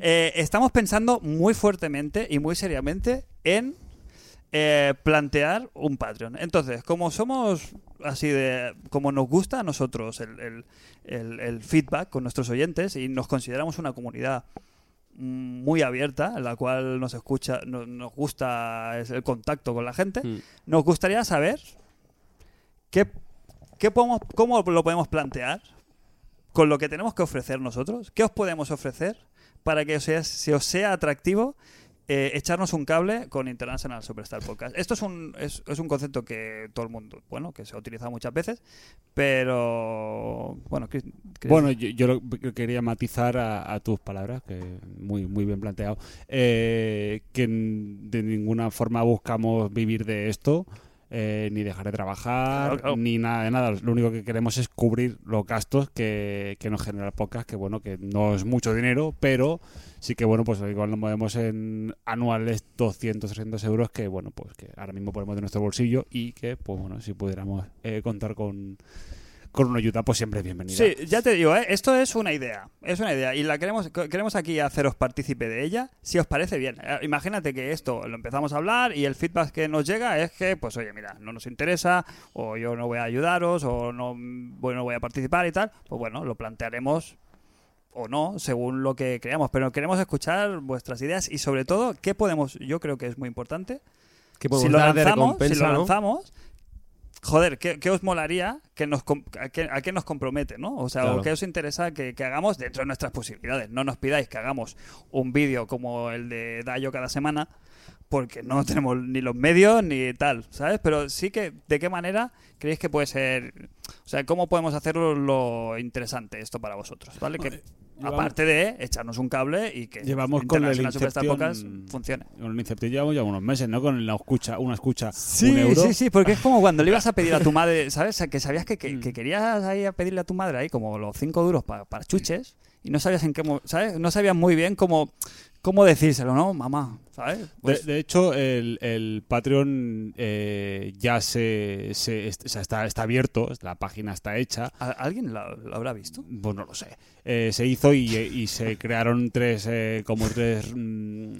Eh, estamos pensando muy fuertemente y muy seriamente en eh, plantear un Patreon. Entonces, como somos así de. como nos gusta a nosotros el, el- el- el feedback con nuestros oyentes y nos consideramos una comunidad mm, muy abierta, en la cual nos escucha, no- nos gusta es el contacto con la gente,
Mm.
nos gustaría saber qué, qué podemos, cómo lo podemos plantear con lo que tenemos que ofrecer nosotros, qué os podemos ofrecer para que os sea, se os sea atractivo eh, echarnos un cable con International Superstar Podcast. Esto es un, es, es un concepto que todo el mundo, bueno, que se ha utilizado muchas veces, pero bueno, Chris- Chris-
Bueno, yo, yo lo que quería matizar a, a tus palabras, que muy, muy bien planteado, eh, que n- de ninguna forma buscamos vivir de esto, eh, ni dejar de trabajar,
Claro, claro.
ni nada de nada. Lo único que queremos es cubrir los gastos que, que nos genera el podcast, que bueno, que no es mucho dinero, pero sí que bueno, pues igual nos movemos en anuales 200, 300 euros, que bueno, pues que ahora mismo ponemos de nuestro bolsillo y que, pues bueno, si pudiéramos eh, contar con... Con una ayuda, pues siempre es bienvenida.
Sí, ya te digo, ¿eh? esto es una idea, es una idea y la queremos, queremos aquí haceros partícipe de ella, si os parece bien. Eh, Imagínate que esto lo empezamos a hablar y el feedback que nos llega es que, pues oye, mira, no nos interesa o yo no voy a ayudaros o no, bueno, voy a participar y tal, pues bueno, lo plantearemos o no, según lo que creamos, pero queremos escuchar vuestras ideas y sobre todo, ¿qué podemos, yo creo que es muy importante,
Que
si
podemos
lo
dar de
lanzamos, si
recompensa,
lo
¿no?
lanzamos, joder, ¿qué, qué os molaría que nos com- a, qué, a qué nos compromete, ¿no? O sea,
Claro.
o qué os interesa que, que hagamos dentro de nuestras posibilidades. No nos pidáis que hagamos un vídeo como el de Dayo cada semana, porque no <laughs> tenemos ni los medios ni tal, ¿sabes? Pero sí que, ¿de qué manera creéis que puede ser? O sea, ¿cómo podemos hacerlo lo interesante esto para vosotros? ¿Vale? Que,
llevamos-
aparte de echarnos un cable y que
Llevamos con el
International Superstar Podcast
Inception-
funcione.
Un Inception llevamos ya unos meses, ¿no? Con la escucha, una escucha,
Sí,
un euro.
sí, sí, porque es como cuando le ibas a pedir a
<laughs>
tu madre, ¿sabes? O sea, Que sabías que,
Mm.
que, que querías ahí a pedirle a tu madre ahí como los cinco duros pa- para chuches y no sabías en qué, mo- ¿sabes? No sabías muy bien cómo, cómo decírselo, ¿no? Mamá, ¿sabes? Pues,
de, de hecho, el, el Patreon eh, ya se, se- est- o sea, está, está abierto, la página está hecha.
¿a- ¿Alguien la- lo, habrá visto?
Pues no lo sé. Eh, se hizo y, y se crearon tres eh, como tres mm,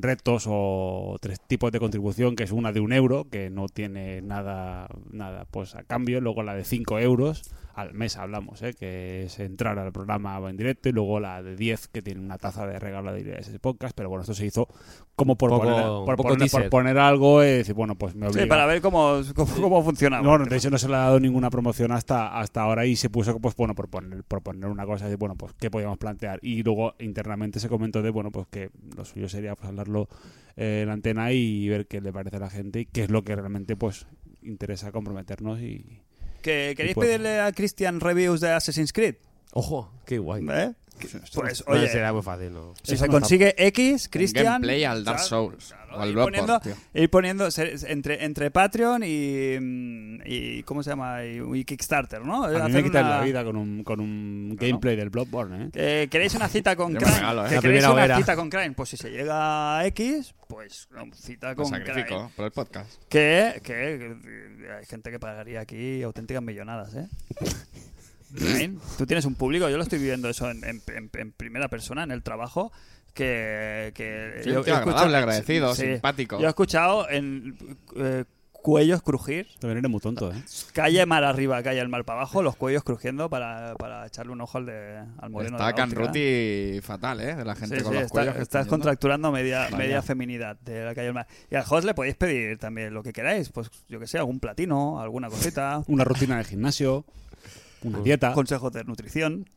retos o tres tipos de contribución, que es una de un euro, que no tiene nada, nada pues a cambio, luego la de cinco euros al mes hablamos, ¿eh? que es entrar al programa en directo y luego la de 10 que tiene una taza de regalo de ese podcast, pero bueno, esto se hizo como por,
Poco-
poner, por,
poco
poner, por
teaser.
poner algo y decir, bueno, pues me obliga.
Sí, para ver cómo, cómo, cómo funcionaba.
No, no, de hecho no se le ha dado ninguna promoción hasta, hasta ahora y se puso, pues bueno, por poner, por poner una cosa, de, bueno, pues qué podíamos plantear. Y luego internamente se comentó de, bueno, pues que lo suyo sería pues hablarlo eh, en la antena y ver qué le parece a la gente y qué es lo que realmente pues interesa comprometernos y...
¿Que, ¿Queréis
Y pues-
pedirle a Christian reviews de Assassin's Creed?
Ojo, qué guay.
¿Eh? Pues,
No,
oye,
será muy fácil, ¿no?
si
Eso
se
no está-
consigue X,
Un
Christian...
gameplay al Dark
¿sabes?
Souls. o al
ir
Bloodborne,
poniendo,
tío.
ir poniendo se- se- entre, entre Patreon y, mm, y ¿cómo se llama? Y, y Kickstarter, ¿no?
A mí
Hacer
me quitan
una-
la vida con un, con un gameplay del Bloodborne, ¿eh?
Eh, ¿Queréis una cita
<laughs>
con
Yo me
Crime?
regalo, ¿eh?
¿Que
La
queréis
primera
una
hoguera.
cita con Crime? Pues si se llega a X, pues no, cita
Lo
con Crime.
sacrifico por el podcast.
Que, que eh, hay gente que pagaría aquí auténticas millonadas, ¿eh? Crime, Tú tienes un público, yo lo estoy viviendo eso en, en- en- en primera persona, en el trabajo, que... que
Sí,
yo-
un tío
yo he escuchado-
agradable, agradecido,
sí.
simpático.
Yo he escuchado en eh, cuellos crujir,
También eres muy tonto, ¿eh?
calle mar arriba, calle el mar para abajo, los cuellos crujiendo para, para echarle un ojo al, de, al moreno.
Está
de la óptica.
Canruti fatal, ¿eh? De la gente
Sí,
con
sí,
los
está-
cuellos. que
estás
están yendo.
contracturando media, media feminidad de la calle del mar. Y al host le podéis pedir también lo que queráis, pues yo que sé, algún platino, alguna cosita.
Una rutina de gimnasio, una dieta.
consejos de nutrición,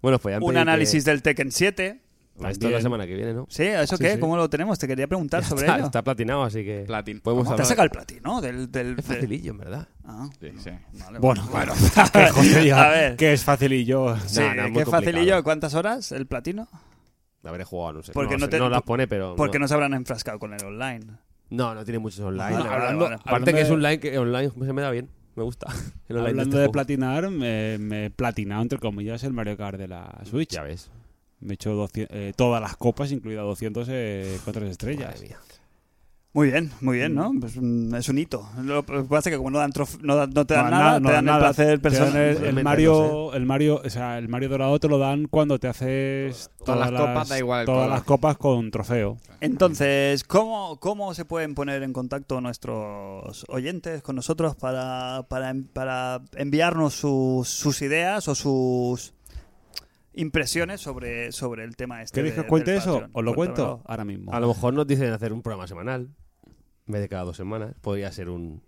Bueno, pues ya
un análisis del Tekken 7.
Esto es la semana que viene, ¿no?
¿Sí? ¿Eso
Sí,
qué?
sí.
¿Cómo lo tenemos? Te quería preguntar sobre
está,
ello.
está platinado, así que.
Platin-
Podemos
¿Cómo?
Te has
hablar.
sacado el platino del... del,
Es
del-
facilillo, en verdad.
Ah.
Sí, sí.
Bueno,
<laughs>
bueno. <laughs> qué
A ver.
jodería, que es fácil y yo.
Sí,
no, es muy
qué facilillo.
complicado.
¿Cuántas horas el platino?
Habré jugado, no sé.
Porque
no,
no
sé,
te-
no las pone, pero.
Pues
Porque
no,
no se habrán enfrascado con el online.
no, no tiene muchos online.
Vale, vale,
Hablando-
vale.
Aparte
Hablando
que es
de-
online, que online se me da bien. Me gusta. <laughs> El online
Hablando
este
de
juego.
platinar, me, me he platinado, entre comillas, el Mario Kart de la Switch.
Ya ves.
Me he hecho 200, eh, todas las copas, incluida 200 eh, con tres estrellas.
Madre mía.
Muy bien, muy bien, ¿no? Pues, mm, es un hito. Lo lo que pasa es que como no, dan trof- no, dan- no te dan
No,
nada,
no
te dan el placer
Te dan
personal.
el-
Puedes
el,
meterlos,
Mario, el Mario, o sea, el Mario dorado te lo dan cuando te haces
Todas las copas, da igual el
todas
color.
las copas con trofeo.
Entonces, ¿cómo, ¿cómo se pueden poner en contacto nuestros oyentes con nosotros para, para, para enviarnos sus, sus ideas o sus impresiones sobre, sobre el tema este?
¿Queréis
de-
que os cuente
del
eso?
Patreon?
Os lo cuento
Cuéntamelo.
ahora mismo.
A lo mejor nos dicen hacer un programa semanal. En vez de cada dos semanas. Podría ser un.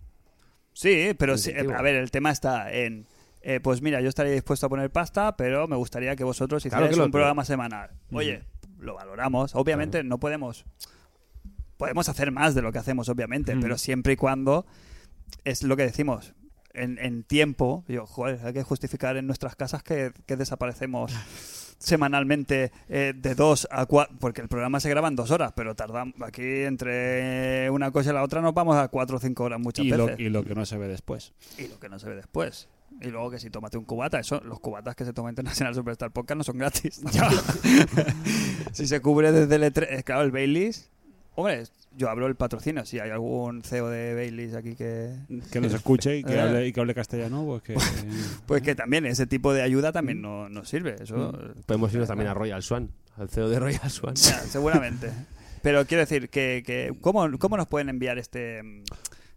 Sí, pero sí,
Incentivo.
a ver, el tema está en... eh, pues mira, yo estaría dispuesto a poner pasta, pero me gustaría que vosotros
Claro
hicierais
que lo-
un programa semanal. Oye, lo valoramos. Obviamente no podemos... Podemos hacer más de lo que hacemos, obviamente, pero siempre y cuando es lo que decimos. En, en tiempo, yo, joder, hay que justificar en nuestras casas que, que desaparecemos semanalmente eh, de dos a cuatro, porque el programa se graba en dos horas, pero tardamos aquí entre una cosa y la otra nos vamos a cuatro o cinco horas muchas
y,
veces.
lo, y lo que no se ve después.
Y lo que no se ve después. Y luego que si tómate un cubata, eso, los cubatas que se toma Internacional Superstar Podcast no son
<laughs>
gratis. <laughs> si se cubre desde el E3, eh, claro, el Baileys. Hombre, yo hablo del patrocinio. Si hay algún CEO de Baileys aquí que.
Que nos escuche y que,
Eh.
hable, y que hable castellano, pues
<laughs>
que.
Pues
Mm.
que también ese tipo de ayuda también no- nos sirve. Eso.
Podemos irnos también a Royal Swan. Al CEO de Royal Swan.
Ya, seguramente. Pero quiero decir que, que ¿cómo, cómo nos pueden enviar este mm,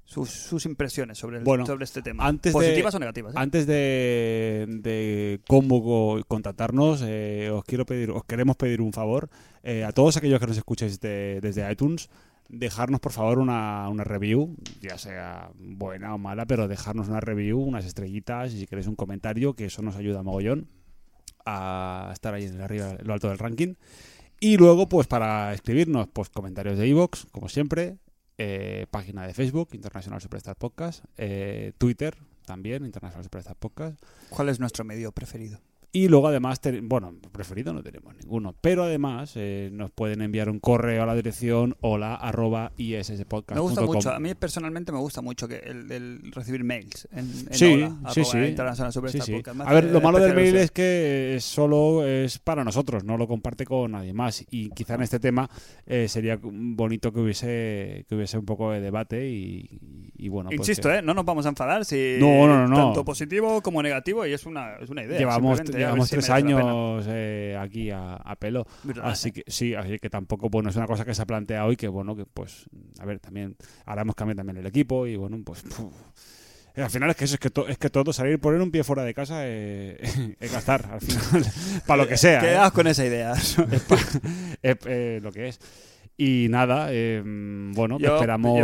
sus, sus impresiones sobre, el-
Bueno,
sobre este tema?
antes de-
¿Positivas o negativas? eh?
Antes de, de cómo co- contactarnos, eh, os quiero pedir, os queremos pedir un favor eh, a todos aquellos que nos escuchéis de- desde iTunes, dejarnos por favor una, una review, ya sea buena o mala, pero dejarnos una review, unas estrellitas y si queréis un comentario, que eso nos ayuda mogollón a estar ahí en el arriba, en lo alto del ranking. Y luego, pues para escribirnos, pues comentarios de iVoox, como siempre, eh, página de Facebook, International Superstar Podcast, eh, Twitter también, International Superstar Podcast.
¿Cuál es nuestro medio preferido?
Y luego además, te- bueno, preferido no tenemos ninguno, pero además eh, nos pueden enviar un correo a la dirección hola arroba isspodcast.com.
Me gusta mucho, a mí personalmente me gusta mucho que el, el recibir mails en, en
Sí,
hola,
sí,
arroba
sí.
Internacional
Sí,
Superstar
sí.
Podcast. Me
A ver,
hace
lo malo del
especial
mail
ilusión.
es que es solo es para nosotros, no lo comparte con nadie más. Y quizá en este tema eh, sería bonito que hubiese que hubiese un poco de debate y, y bueno. pues
Insisto,
que
¿eh? no nos vamos a enfadar si
No, no, no, no.
tanto positivo como negativo y es una, es una idea. eh,
Llevamos,
simplemente, a ver
llevamos
si
tres
merece la pena.
años eh, aquí a, a pelo.
Verdad,
Así que sí, así que tampoco, bueno, es una cosa que se ha planteado y que bueno, que pues, a ver, también, ahora hemos cambiado también el equipo y bueno, pues <laughs> puf. Eh, al final es que eso es que, to- es que todo salir poner un pie fuera de casa <laughs> eh, es gastar, al final, <laughs> para lo que sea. ¿eh?
Quedaos con esa idea.
es eh, lo que es. Y nada, eh, bueno,
yo,
esperamos.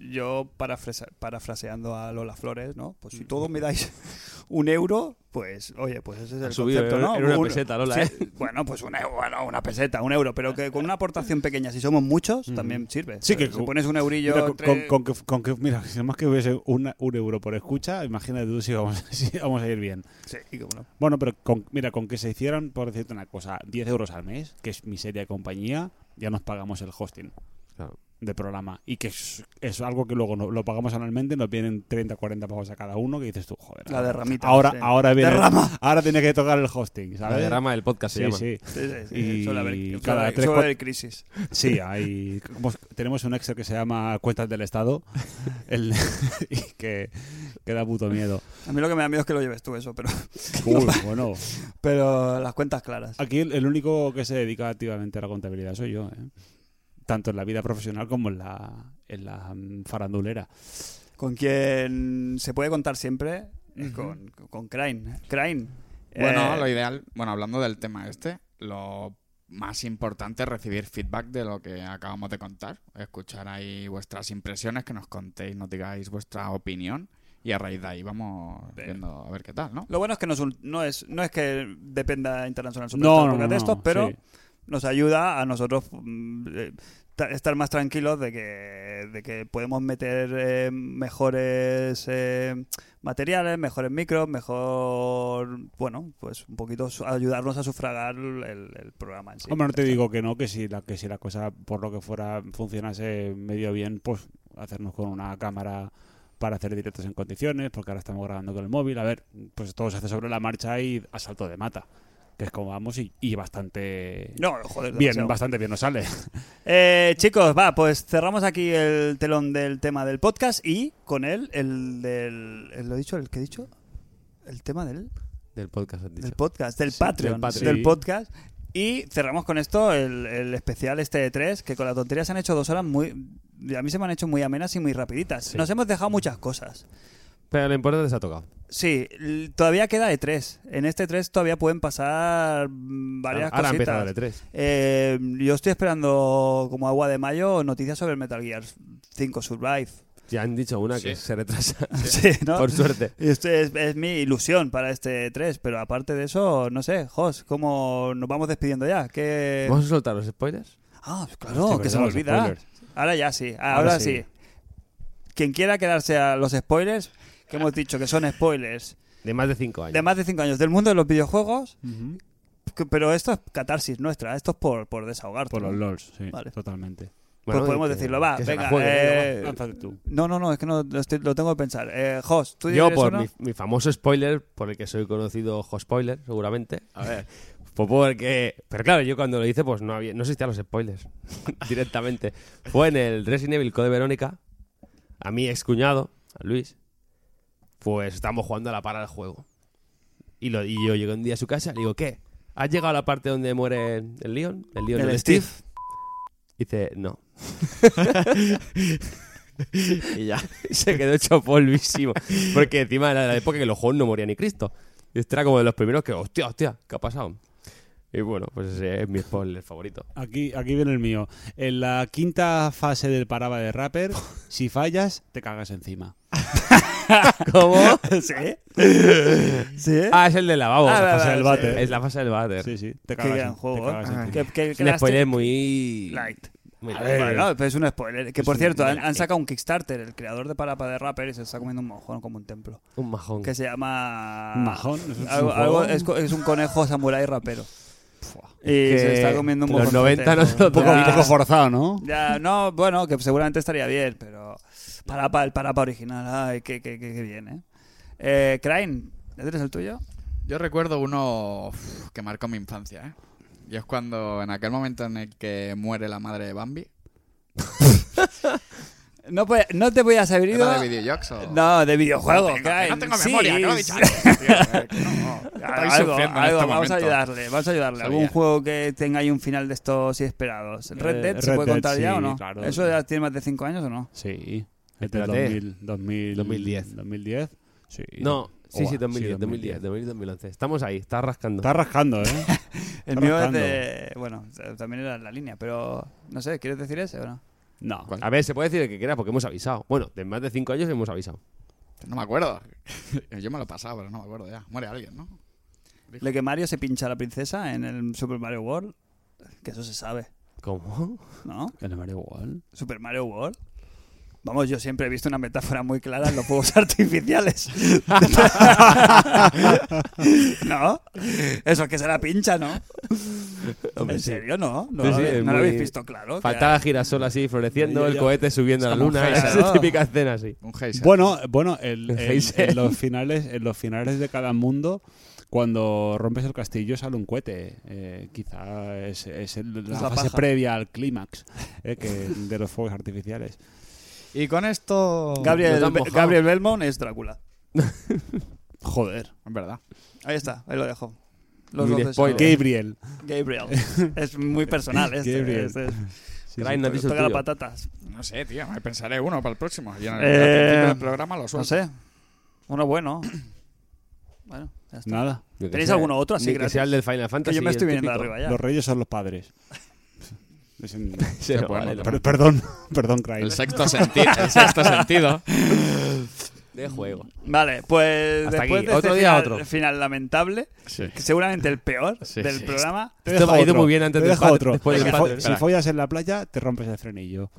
yo, yo parafrasa- parafraseando a Lola Flores, ¿no? Pues si todos me dais <laughs> un euro, pues oye, pues ese es el
Ha subido,
concepto, ¿no?
era una
Un-
peseta, Lola, ¿eh?
<laughs> Bueno, pues un euro, bueno, una peseta, un euro, pero que con una aportación pequeña, si somos muchos, también sirve.
Sí, que
si
con-
pones un eurillo
Mira, con,
entre-
con- con que, con que- mira, si más que hubiese una- un euro por escucha, imagínate tú si vamos, <laughs> si vamos a ir bien.
Sí, y como no.
Bueno, pero con, mira, con que se hicieran, por decirte una cosa, 10 euros al mes, que es miseria de compañía, ya nos pagamos el hosting
Claro.
de programa. Y que es, es algo que luego no- lo pagamos anualmente, nos vienen 30, 40 pagos a cada uno, que dices tú, joder.
La derramita.
Ahora,
sí.
ahora viene. <laughs>
Derrama.
Ahora tiene que tocar el hosting,
La
¿sabes?
derrama del podcast se
Sí,
llama.
sí.
Sí, sí, sí,
Y
suele haber, suele
cada
haber-
tres,
suele
cuatro-
haber crisis.
Sí, hay, como- tenemos un Excel que se llama Cuentas del Estado el- <laughs> y que, que da puto
<laughs>
miedo.
A mí lo que me da miedo es que lo lleves tú eso, pero, <laughs>
Uy, bueno,
pero las cuentas claras.
aquí el, el único que se dedica activamente a la contabilidad soy yo, ¿eh? tanto en la vida profesional como en la, en la mm, farandulera.
Con quien se puede contar siempre es con, con Crane. Crane.
Bueno,
eh,
lo ideal, bueno, hablando del tema este, lo más importante es recibir feedback de lo que acabamos de contar, escuchar ahí vuestras impresiones, que nos contéis, nos digáis vuestra opinión Y a raíz de ahí vamos viendo a ver qué tal, ¿no?
Lo bueno es que no es, un- no es, no es que dependa internacional
No,
Superstar
no,
Podcast
no,
de estos,
no,
pero
sí.
nos ayuda a nosotros mm, eh, ta- estar más tranquilos de que, de que podemos meter eh, mejores eh, materiales, mejores micros, mejor, bueno, pues un poquito su- ayudarnos a sufragar el, el programa en sí.
Hombre, no te digo que no, que si, la, que si la cosa, por lo que fuera, funcionase medio bien, pues hacernos con una cámara para hacer directos en condiciones, porque ahora estamos grabando con el móvil. A ver, pues todo se hace sobre la marcha y a salto de mata, que es como vamos y, y bastante...
No, joder.
Bien,
demasiado.
bastante bien
<laughs>
nos sale.
Eh, chicos, va, pues cerramos aquí el telón del tema del podcast y con él el del... el- ¿Lo he dicho? ¿El que he dicho? El tema del...
Del podcast, has dicho.
Del podcast, del
Sí,
Patreon, del,
del Patreon. Sí.
podcast. Y cerramos con esto el, el especial este de tres, que con la tontería se han hecho dos horas muy... A mí se me han hecho muy amenas y muy rapiditas.
Sí.
Nos hemos dejado muchas cosas.
Pero lo importante se ha tocado.
Sí, l- todavía queda de tres. En este tres todavía pueden pasar mm, varias
Ahora
cositas.
empieza el 3
Eh, yo estoy esperando como agua de mayo noticias sobre el Metal Gear 5 Survive.
Ya han dicho una que
Sí.
se retrasa.
Sí, <laughs> ¿no?
Por suerte.
Este es, es mi ilusión para este 3, pero aparte de eso, no sé, Jos, ¿cómo nos vamos despidiendo ya? ¿Qué...
¿Vamos a soltar los spoilers?
Ah, claro,
Hostia,
que se
verdad,
me
los
olvida.
spoilers.
Ahora ya sí, ah, ahora, sí. Quien quiera quedarse a los spoilers, que hemos dicho que son spoilers
De más de 5 años.
de más de 5 años del mundo de los videojuegos,
Ujú.
que- pero esto es catarsis nuestra, esto es por, por desahogarte.
Por los
¿no?
LOLs, sí,
Vale.
totalmente.
Bueno,
pues podemos
que-
decirlo, va,
que se la
venga.
jueguen, ¿eh?
eh,
Lánzate tú.
no, no, no, es que no lo, estoy- lo tengo que pensar. Eh, Jos, ¿tú
Yo,
dirías
por
uno?
mi, mi famoso spoiler, por el que soy conocido ojo spoiler, seguramente. A ver. Fue porque. Pero claro, yo cuando lo hice, pues no había no existían los spoilers <laughs> directamente. Fue en el Resident Evil Code Verónica, a mi excuñado, a Luis, pues estamos jugando a la para del juego. Y, lo, y yo llego un día a su casa y le digo, ¿qué? ¿Has llegado a la parte donde muere el Leon? El Leon,
El
el
Steve.
Steve. Dice, no. y ya, <laughs> se quedó hecho polvísimo. Porque encima era de la época que los juegos no moría ni Cristo. Y este era como de los primeros que, hostia, hostia, ¿qué ha pasado? Y bueno, pues ese es mi spoiler favorito.
Aquí, aquí viene el mío. En la quinta fase del paraba
<laughs>
de rapper, si fallas, te cagas encima.
¿Cómo?
<laughs> ¿Sí? ¿Sí?
Ah, es el del lavabo.
¿Eh? Ah, vale,
fase del
vale, sí.
váter.
Es la fase del váter.
Sí, sí, te
Qué
cagas,
gran
en- te
juego, ¿eh?
cagas encima.
Qué, qué- qué
Un spoiler
lástima.
muy...
Light.
muy
A
light.
ver, no, pero es un spoiler. Que por
un-
cierto, han,
mira,
han
eh.
sacado un Kickstarter, el creador de Parapa de Rapper, y se está comiendo un mojón como un templo.
Un majón.
Que se llama.
Un majón, es un-
Algo-
es un
algo-
juego.
es, co- es un conejo samurái rapero. Y
Que
se está comiendo un
los
mojón.
90
como un
no se lo
templo.
poco, un
Ya,
poco forzado, ¿no?
ya, no, bueno, que seguramente estaría bien, pero. Parapa, el Parapa original, ay, qué, qué, qué, qué bien, ¿eh? eh Crane, ¿ya ¿tienes el tuyo?
Yo recuerdo uno uf, que marcó mi infancia, ¿eh? Y es cuando, en aquel momento en el que muere la madre de Bambi.
No, puede- no te voy a saber ido.
¿Era de videojuegos o...?
No, de videojuego,
Eh, No eh, tengo,
Crane.
que no tengo
sí.
memoria, que lo he dicho <laughs> antes, tío, que no, estoy
Algo,
sufriendo en
algo,
este
vamos a
momento.
ayudarle, vamos a ayudarle. ¿Algún
Sabía.
juego que tenga ahí un final de estos inesperados? ¿El ¿Red
Eh,
Dead se
Red
puede
Dead,
contar ya
sí,
o no?
claro.
¿Eso ya tiene más de 5 años o no?
Sí. este Es del
Espérate.
2000, 2000,
2010.
2010. Sí.
No, sí,
Buah,
sí, 2010, 2010, 2011. Estamos ahí, está rascando.
Está rascando, ¿eh?
<laughs> El
Está
mío es
rascando.
de. Bueno, también era la línea, pero. No sé, ¿quieres decir ese o no?
No.
¿Cuál?
A ver, se puede decir el que quiera porque hemos avisado. Bueno, de más de 5 años hemos avisado.
No me acuerdo. Eh, Yo me lo he pasado, pero no me acuerdo ya. Muere alguien, ¿no?
Le que Mario se pincha a la princesa en el Super Mario World. Que eso se sabe,
¿Cómo?
¿no?
El Mario igual.
Super Mario World. Vamos, yo siempre he visto una metáfora muy clara en los juegos <laughs> artificiales. ¿No? Eso es que se la pincha, ¿no? en serio, ¿no. No,
Sí,
lo,
sí,
habéis-
es
no lo habéis
muy-
visto claro.
Faltaba girasol así floreciendo,
Ya, ya,
el
ya.
cohete subiendo a la
como
luna.
un
Esa
geyser.
es típica escena así.
Un geyser.
Bueno, bueno, el,
El
el-
Hazel.
en los finales, en los finales de cada mundo, cuando rompes el castillo sale un cohete. Eh, quizá es, es el- la,
Es la
fase
paja.
previa al clímax eh, que- de los fuegos artificiales.
Y con esto...
Gabriel,
Nos han mojado.
Gabriel Belmont es Drácula.
Joder.
Es verdad.
Ahí está, ahí lo dejo. Los
Muy
dos de
spoiler.
Sodom.
Gabriel.
Gabriel. Es muy
<laughs>
personal este.
Gabriel.
este es-
Craig, no has dicho el
toca las
tuyo.
patatas.
No sé, tío. Me pensaré uno para el próximo. Yo en el,
Eh,
al principio del programa lo
No
suelto.
sé. Uno bueno. <clears throat> Bueno, ya está.
Nada.
Yo que
¿Tenéis
sé,
alguno otro así
ni Que
gratis?
sea el del Final
Que
Fantasy.
yo me estoy
el
viniendo
típico.
arriba ya.
Los reyes son los padres. <laughs> Es un- <laughs>
Se
Se
va,
puede,
vale,
no.
¿eh?
Per- perdón, perdón,
<laughs>
Craig.
El sexto, senti- el sexto sentido.
de juego.
Vale, pues
Hasta
después
aquí.
de este
Otro día,
final,
otro.
final lamentable,
Sí.
que seguramente el peor
Sí,
del
sí.
programa.
Te
Esto
dejo
ha ido
otro.
muy bien antes
Te
del
dejo
Patreon,
otro.
después del
si, fo-
Patreon.
si follas en la playa, te rompes el <laughs> frenillo.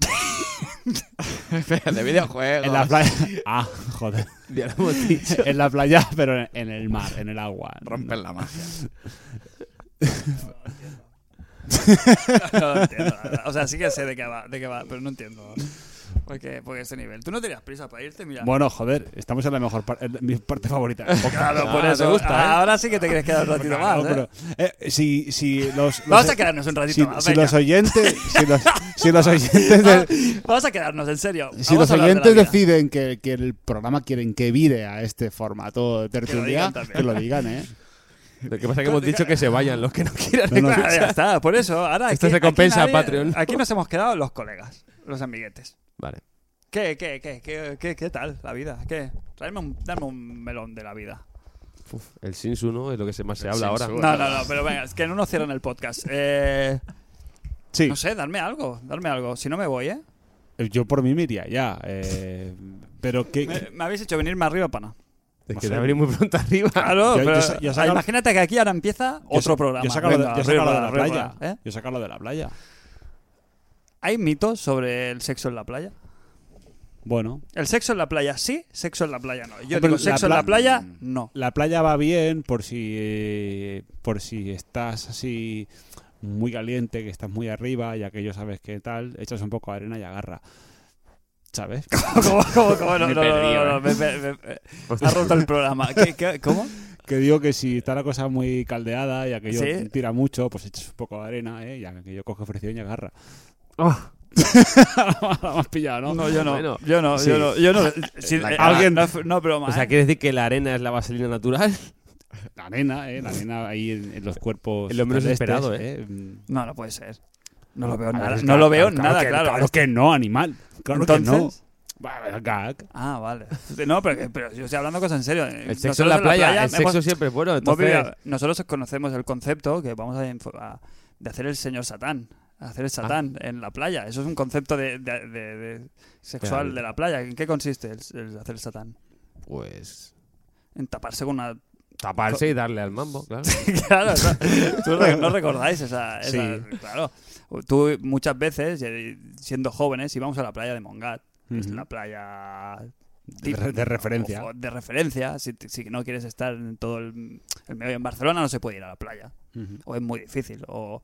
de videojuegos.
En la playa. Ah, joder.
Ya lo hemos dicho.
En la playa, pero en- en el mar, en el agua.
Romper la magia.
No entiendo nada. O sea, sí que sé de qué va, de qué va pero no entiendo. Porque, porque este nivel. Tú no tenías prisa para irte, mira.
Bueno, joder, estamos en la mejor parte, mi parte favorita.
claro, por
Ah,
eso.
te gusta, ¿eh?
Ahora sí que te quieres quedar un
<laughs>
ratito
Claro,
más. ¿eh?
pero, eh, si, si los, los-
Vamos a quedarnos un ratito
si,
más.
si
venga.
los oyentes, si los, si los oyentes,
Ah,
de-
<laughs> Vamos a quedarnos, en serio.
si
Vamos
los
a hablar de la
oyentes
vida.
deciden que, que el programa quieren que vire a este formato de tertulia,
digan también.
que lo digan, ¿eh?
Lo que pasa es que hemos dicho que se vayan los que no quieran.
No, no,
Claro, ya está, por eso. Ahora
Esto
aquí-
se compensa,
aquí nadie-
<laughs>
Patreon.
Aquí nos hemos quedado los colegas, los amiguetes.
Vale.
¿Qué, qué, qué, qué, qué, qué tal la vida? ¿Qué? Traerme un, darme un melón de la vida.
Uf, el Sinsu, ¿no? Es lo que se- más se habla ahora.
No, no, no, pero venga, es que no nos cierran el podcast. Eh,
<laughs> sí,
no sé, darme algo, darme algo. Si no me voy, ¿eh?
yo por mí me iría ya. eh, pero que,
Me, me habéis hecho venirme arriba, pana.
Es
No
que
sé.
te va a venir muy pronto arriba.
Claro,
Ah, Yo- yo
pero
sa- yo saca-
imagínate que aquí ahora empieza
yo
otro
sa-
programa.
Yo sacarlo de,
Venga,
yo saco lo de la
arriba,
playa.
arriba, ¿eh?
Yo saco lo de la playa.
¿Hay mitos sobre el sexo en la playa?
Bueno,
El sexo en la playa sí, sexo en la playa no. Yo digo
Hombre, Ah, la
sexo en la
pla- Mm.
playa, no.
la playa va bien por si eh, por si estás así muy caliente, que estás muy arriba y aquello sabes qué tal, echas un poco de arena y agarra. ¿Sabes?
¿Cómo, cómo, cómo? No,
Me he
no, no, no,
perdido,
no,
eh.
me- me- me- me-
Pues
ha roto
<laughs>
el programa. ¿Qué, qué, cómo
que digo que si está la cosa muy caldeada y aquello
Sí.
tira mucho, pues echas un poco de arena, ¿eh? Y aquello coge fricción y agarra. <laughs>
Ah.
Lo has pillado, ¿no?
yo no.
Bueno,
yo no, yo
sí. Ah,
no, yo no. Sí,
La
eh,
cara. Pues
alguien no, no broma.
O sea,
¿eh?
¿quiere decir que la arena es la vaselina natural?
La arena, ¿eh? La arena ahí en, en los cuerpos.
Es lo menos
terrestres,
esperado,
Mm.
No, no puede ser. No lo
Ah,
veo
A ver,
nada.
es
No
que-
lo veo
claro
nada,
que-
claro.
Claro que no, animal. Claro que no.
Entonces-
Bah, bah,
Ah, vale. No, pero, que- pero yo estoy hablando cosas Eh, en serio.
El sexo en la playa, el sexo siempre es bueno. Entonces,
nosotros conocemos el concepto que vamos a, info- a- de hacer el señor Satán. Hacer
Ah.
el Satán en la playa. Eso es un concepto de, de- de- de sexual
Claro.
de la playa. ¿En qué consiste el, el hacer el Satán?
pues
En taparse con una.
taparse y darle al mambo, claro.
<laughs> Claro, no, tú re- no recordáis esa. esa-
Sí.
Claro. Tú muchas veces, eh, siendo jóvenes, íbamos a la playa de Mongat. que Es
Ujú.
la playa
De, re- de referencia.
O- o de referencia. Si, te- si no quieres estar en todo el, el medio. En Barcelona no se puede ir a la playa.
Ujú.
O es muy difícil. O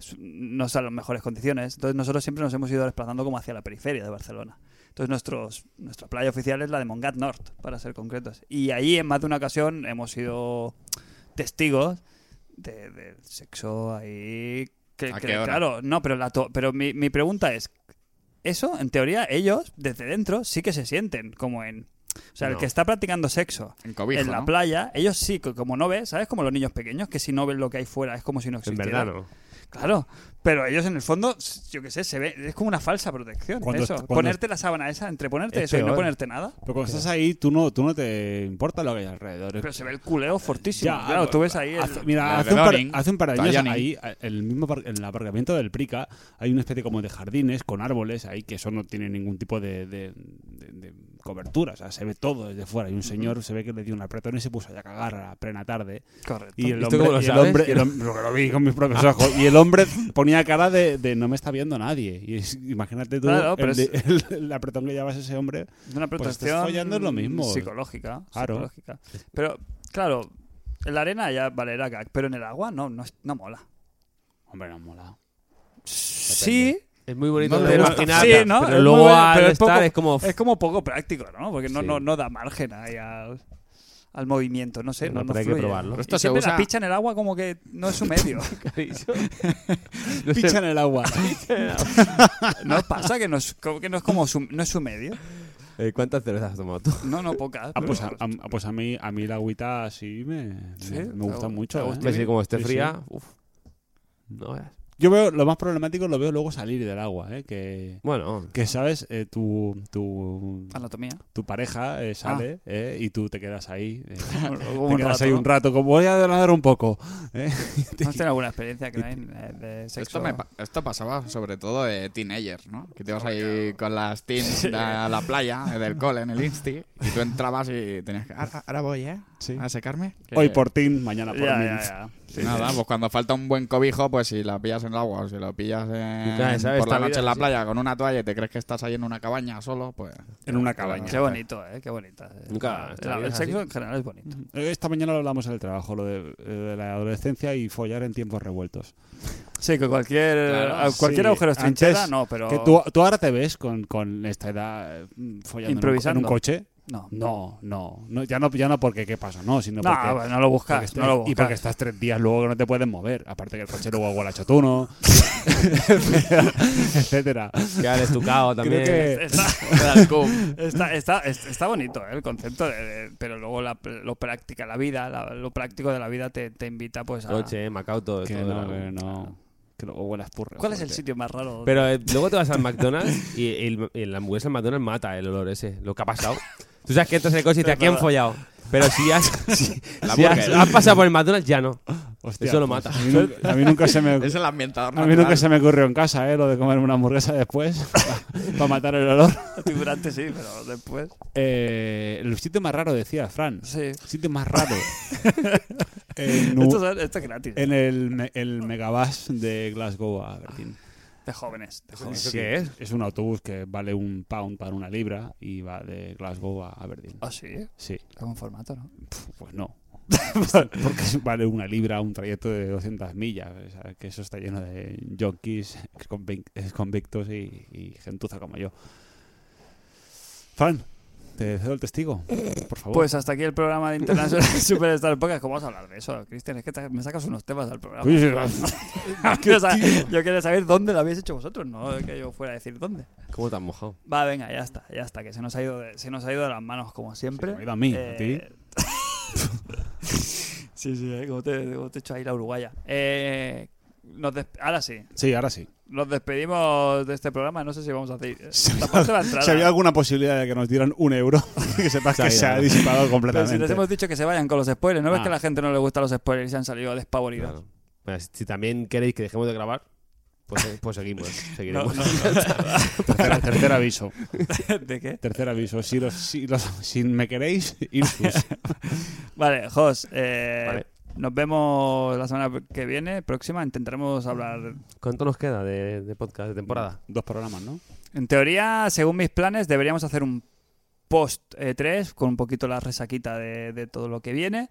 s- no son las mejores condiciones. Entonces nosotros siempre nos hemos ido desplazando como hacia la periferia de Barcelona. Entonces nuestros, nuestra playa oficial es la de Montgat Nord, para ser concretos. Y allí en más de una ocasión hemos sido testigos de- del sexo ahí... Que,
¿A
que-
qué hora?
Claro, no, pero, la to- pero mi, mi pregunta es, eso, en teoría, ellos desde dentro sí que se sienten como en... O sea, el
No.
que está practicando sexo
En cobijo,
en la
¿no?
playa, ellos sí, co- como no ven, ¿sabes? Como los niños pequeños, que si no ven lo que hay fuera es como si no
en
existiera.
verdad no.
Claro, pero ellos en el fondo, s- yo qué sé, se ve, es como una falsa protección.
Cuando
eso,
est- cuando
ponerte la sábana esa, entre ponerte
Es
eso y no
peor.
ponerte nada,
Pero cuando estás ahí, tú no, tú no te importa lo que hay alrededor.
pero se ve el culeo fortísimo.
Ya,
claro, tú ves ahí el-
hace- mira,
el
hace un, par,
Redoring,
hace un par de años
Tallaning.
ahí, a- el mismo par- en el aparcamiento del Prica, hay una especie como de jardines con árboles ahí que eso no tiene ningún tipo de, de- de- de cobertura. O sea, se ve todo desde fuera. Y un señor se ve que le dio un apretón y se puso ahí a cagar a la plena tarde.
Correcto.
Y el
¿Y tú
hombre,
cómo lo
y el
sabes?
hombre- y el hom- porque lo vi con mis propios ojos. Y el hombre ponía cara de, de no me está viendo nadie. Y es- imagínate tú
Claro, pero
el, de-
es-
<laughs> el- el apretón que llevas a ese hombre.
una
Pues estás
protección
follando es lo mismo.
psicológica,
Claro.
psicológica. Pero, claro, en la arena ya vale era gag, pero en el agua no, no, es- no mola.
Hombre, no mola.
Sí,
Es muy bonito
No,
de
pero-
imaginar,
sí, ¿no?
pero
Es
luego
muy-
al
pero es
estar
poco-
es como...
es como poco práctico, ¿no? Porque no,
Sí.
no, no da margen ahí al, al movimiento, no sé,
Bueno,
no, no
pero hay que
fluye.
probarlo.
Pero
Y
esto se
siempre la
usa-
picha en el agua como que no es su medio.
No sé,
Picha en el agua.
¿No pasa que no es, como- que no es como su, no es su medio?
eh, ¿Cuántas cervezas has tomado tú?
No, no, pocas.
Ah,
pero-
pues a, a- pues a mí, a mí la agüita sí me,
Sí,
me, me
te
gusta
gu-
mucho.
te
¿eh?
gusta.
Ves que como esté
Sí, sí.
fría, uf. No veas.
Yo veo lo más problemático, lo veo luego salir del agua, ¿eh? que,
<laughs> Bueno,
que sabes, eh, tu, tu,
Anatomía.
tu pareja eh, sale ¿eh? y tú te quedas ahí.
<laughs>
eh,
Como
te
Ah. un
quedas
rato,
ahí
¿no?
<laughs> un rato, como voy a adelantar un poco. ¿eh?
¿Has tenido alguna experiencia que hay eh, de sexo?
Esto, me pa- esto pasaba sobre todo de teenagers, ¿no? Que te ibas ahí con las teens a la playa del cole, en el insti, y tú entrabas y tenías que... Ahora, ahora voy, ¿eh?
Sí.
A secarme. que-
Hoy por ti, mañana por
Ya,
mí.
ya, ya. Sí,
Nada, pues cuando falta un buen cobijo, pues si la pillas en el agua o si lo pillas en-
Ya, ¿sabes?
por la
Esta vida
noche en
es
la
así.
playa con una toalla y te crees que estás ahí en una cabaña solo, pues...
En una
sí.
cabaña.
Qué bonito, ¿eh? Qué bonito.
Nunca-
El-
esta
El,
vida es
sexo
así.
en general es bonito.
Eh, Esta mañana lo hablamos en el trabajo, lo de, eh, de la adolescencia y follar en tiempos revueltos.
Sí, que cualquier,
Claro,
a- cualquier
sí.
agujero es
Antes,
trinchera, no, pero...
Que tú, tú ahora te ves con, con esta edad eh, follando en un co-
Improvisando.
en un coche.
No,
No, no, no, ya no, ya no porque qué pasó, no, sino
no,
porque,
bueno, no lo
porque
buscas,
estés-
no lo
y porque
buscas.
estás tres días luego que no te puedes mover, aparte que el coche luego huele
<laughs>
a chotuno, etcétera.
queda estucado
Creo
también.
que
Está,
<laughs>
Era como-
está, está, es- está bonito ¿eh? el concepto, de- de- pero luego la- lo práctica, la vida, la- lo práctico de la vida te, te invita pues a...
Coche, eh, Macao, todo.
que
todo
no,
era-
que no, que luego huele a espurre,
¿Cuál es el
porque-
sitio más raro? donde-
Pero eh, luego te vas al McDonald's <laughs> y el, el- la hamburguesa del McDonald's mata el olor ese, lo que ha pasado. Tú sabes que entras en el coche y te
Es
aquí han
verdad.
follado. Pero si has, si-
La
si has-
burger.
has pasado por el McDonald's, ya no.
Hostia,
Eso lo
pues,
mata.
A mí, nunca, a mí nunca se
<laughs>
me
es el ambientador
a mí nunca
natural.
se me ocurrió en casa, eh, lo de comerme una hamburguesa después
<laughs>
para matar el olor.
<laughs> Durante sí, pero después...
Eh, el sitio más raro decía Fran,
Sí.
el sitio
<laughs>
más raro. en, un-
Esto, es- esto es gratis,
en el, me- el megabus de Glasgow a Aberdeen.
de jóvenes. de jóvenes.
¿Eso qué es?
Es un autobús que vale un pound para una libra y va de Glasgow a Aberdeen.
Ah, sí, es
Sí,
un formato, ¿no? <laughs>
pues no. <laughs> Porque vale una libra un trayecto de 200 millas. o sea, que eso está lleno de jockeys, exconvic- exconvictos y, y gentuza como yo. Fran, te cedo el testigo, por favor.
Pues hasta aquí el programa de International <laughs> Superstar Podcast. ¿Cómo vamos a hablar de eso, Cristian? Es que te- me sacas unos temas al programa. <laughs>
Uy, sí,
Quiero saber- yo quiero saber dónde lo habéis hecho vosotros, no que yo fuera a decir dónde.
¿Cómo te has mojado?
Va, venga, ya está, ya está, que se nos ha ido de, se nos ha ido de las manos como siempre. Eh,
Se me ha ido a mí, a ti.
<laughs> sí, sí, ¿eh? como te, como te echo ahí la uruguaya. Eh, nos des- ahora sí,
sí, ahora sí.
nos despedimos de este programa. No sé si vamos a hacer. eh, Esta parte
<laughs>
va a entrar.
Si había alguna posibilidad de que nos dieran un euro, <laughs> que
<laughs>
sepas que se ha disipado
Pero si
completamente.
les hemos dicho que se vayan con los spoilers, ¿no ves
Ah.
que a la gente no le gustan los spoilers y se han salido despavoridos?
Claro. Bueno, si- si también queréis que dejemos de grabar, pues, eh,
<laughs>
pues seguimos.
No,
seguiremos.
no,
Tercer, tercer aviso.
no. <laughs> ¿De qué?
Tercer aviso. Si, los, si, los- si me queréis,
<laughs>
irsus.
Vale, Jos, eh,
Vale.
nos vemos la semana que viene, próxima. Intentaremos hablar.
¿Cuánto nos queda de, de podcast, de temporada?
Dos programas, ¿no?
En teoría, según mis planes, deberíamos hacer un post 3 con un poquito la resaquita de, de todo lo que viene.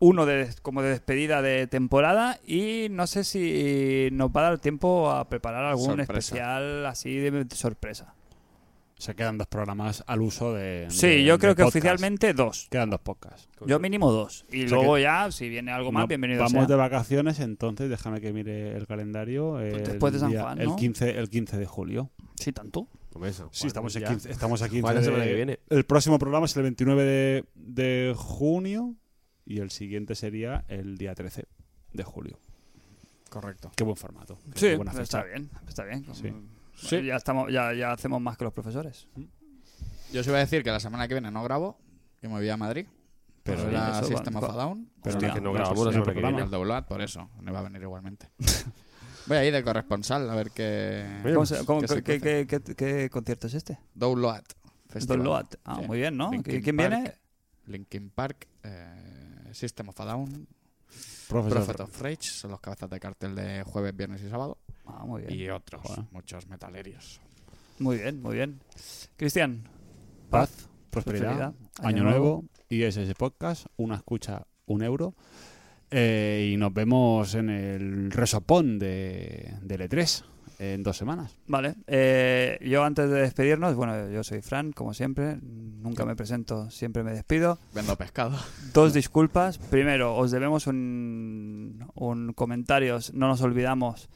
Uno de, como de despedida de temporada y no sé si nos va a dar tiempo a preparar algún
Sorpresa.
especial así de sorpresa.
Se quedan dos programas al uso de.
Sí,
de-
yo
de
creo que
podcast.
oficialmente dos.
Quedan dos podcasts.
Pues Yo mínimo dos. Y
O sea
luego
que-
ya, si viene algo más,
No,
bienvenido
Vamos
sea.
de vacaciones, entonces déjame que mire el calendario. el
Pues después de San Juan,
El
¿no?
15, el 15 de julio.
Sí, tanto.
Pues eso,
Sí,
Juan,
estamos,
ya.
a 15, estamos a 15
Juan, la
de-
semana
<laughs>
que viene.
El próximo programa es el 29 de, de junio y el siguiente sería el día 13 de julio.
Correcto.
Qué buen formato.
Sí,
qué buena
pero
fecha.
está bien, está bien. Como-
Sí.
bueno, Ya, estamos, ya, ya hacemos más que los profesores.
Yo os iba a decir que la semana que viene no grabo, que me voy a Madrid.
Pero eh,
Pero
eso
era
va-
System of a
va-
Down.
Pero
Hostia,
no,
que no
no,
grabamos la
pues,
semana que
no,
En
viene.
el doblat, por eso. No va a venir igualmente. <laughs> Voy a ir de corresponsal a ver qué.
¿Cómo pues, se- cómo-
que se
qué,
cruce.
qué- qué- qué concierto es este?
Download. Festival.
Download. Ah,
Este Sí.
muy bien, ¿no?
Linkin
¿Qui- ¿Quién
Park.
viene?
Linkin Park, eh, System of a Down,
Profesor.
Prophet of Rage, son los cabezas de cartel de jueves, viernes y sábado.
Ah, muy bien.
Y otros,
Joder.
muchos metalerios.
Muy bien, muy bien. Cristian,
Paz,
paz,
prosperidad, año nuevo y ese podcast, una escucha, un euro. Eh, y nos vemos en el resopón de, del E3 en dos semanas.
Vale, eh, yo antes de despedirnos, bueno, yo soy Fran, como siempre, nunca me presento, siempre me despido.
Vendo pescado. <laughs>
Dos disculpas. Primero, os debemos un, un comentarios, no nos olvidamos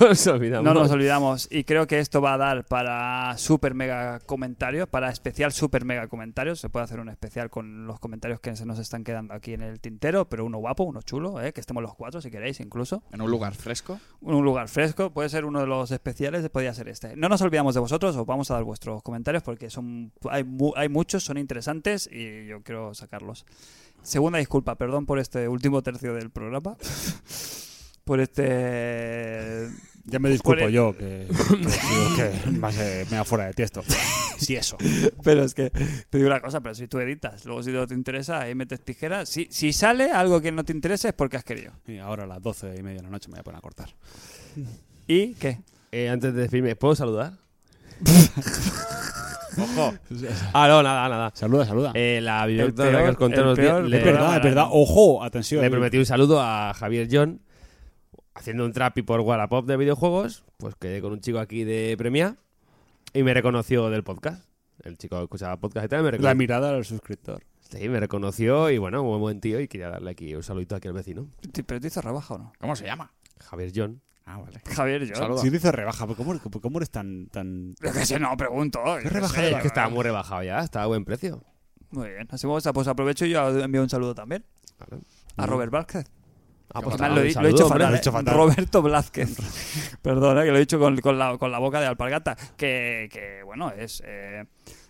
No nos olvidamos.
No nos olvidamos. Y creo que esto va a dar para super mega comentarios, para especial super mega comentarios. Se puede hacer un especial con los comentarios que se nos están quedando aquí en el tintero, pero uno guapo, uno chulo, ¿eh? que estemos los cuatro si queréis incluso.
En un lugar fresco.
Un lugar fresco, puede ser uno de los especiales, podría ser este. No nos olvidamos de vosotros, os vamos a dar vuestros comentarios porque son hay, mu- hay muchos, son interesantes y yo quiero sacarlos. Segunda disculpa, perdón por este último tercio del programa. <laughs> Por este
Ya me disculpo
Por el-
yo, que, que digo que va a ser- me va fuera de tiesto.
<laughs>
Sí, eso.
Pero es que te digo una cosa, pero si tú editas, luego si no te interesa, ahí metes tijeras. Si, si sale algo que no te interesa es porque has querido.
Y ahora a las 12 y media de la noche me voy a poner a cortar.
¿Y qué?
Eh, antes de decirme,
<laughs>
¿puedo saludar? Ojo. Ah, no, nada, nada.
Saluda, saluda.
Eh, la biblioteca
peor-
que os conté
el
los días-
peor-
le-
es verdad, es verdad. Ojo, atención.
Le prometí un saludo a Javier John haciendo un trapi por Wallapop de videojuegos. Pues quedé con un chico aquí de Premia y me reconoció del podcast. El chico escuchaba podcast y tal, me
La
reconoció.
mirada del suscriptor.
Sí, me reconoció y bueno, muy buen tío y quería darle aquí un saludito aquí al vecino.
Te- ¿Pero te hizo rebaja o no?
¿Cómo se llama?
Javier John.
Ah, vale.
Javier, yo.
Saluda.
Si dice rebaja, ¿pero ¿cómo, eres- cómo eres tan, tan
Yo qué sé, no, pregunto. yo qué
rebaja
sé.
de
Es que estaba muy rebajado ya, estaba a buen precio.
Muy bien. Así me gusta, pues aprovecho y yo envío un saludo también.
Claro.
A Robert Vázquez.
Ah,
Que
pues
mal
nada,
lo,
un
he- lo he
saludo,
hecho
hombre.
fatal,
lo he
¿eh?
hecho fatal.
Roberto Blázquez. <laughs> Perdona, que lo he dicho con, con la, con la boca de alpargata. Que, que, bueno, es eh,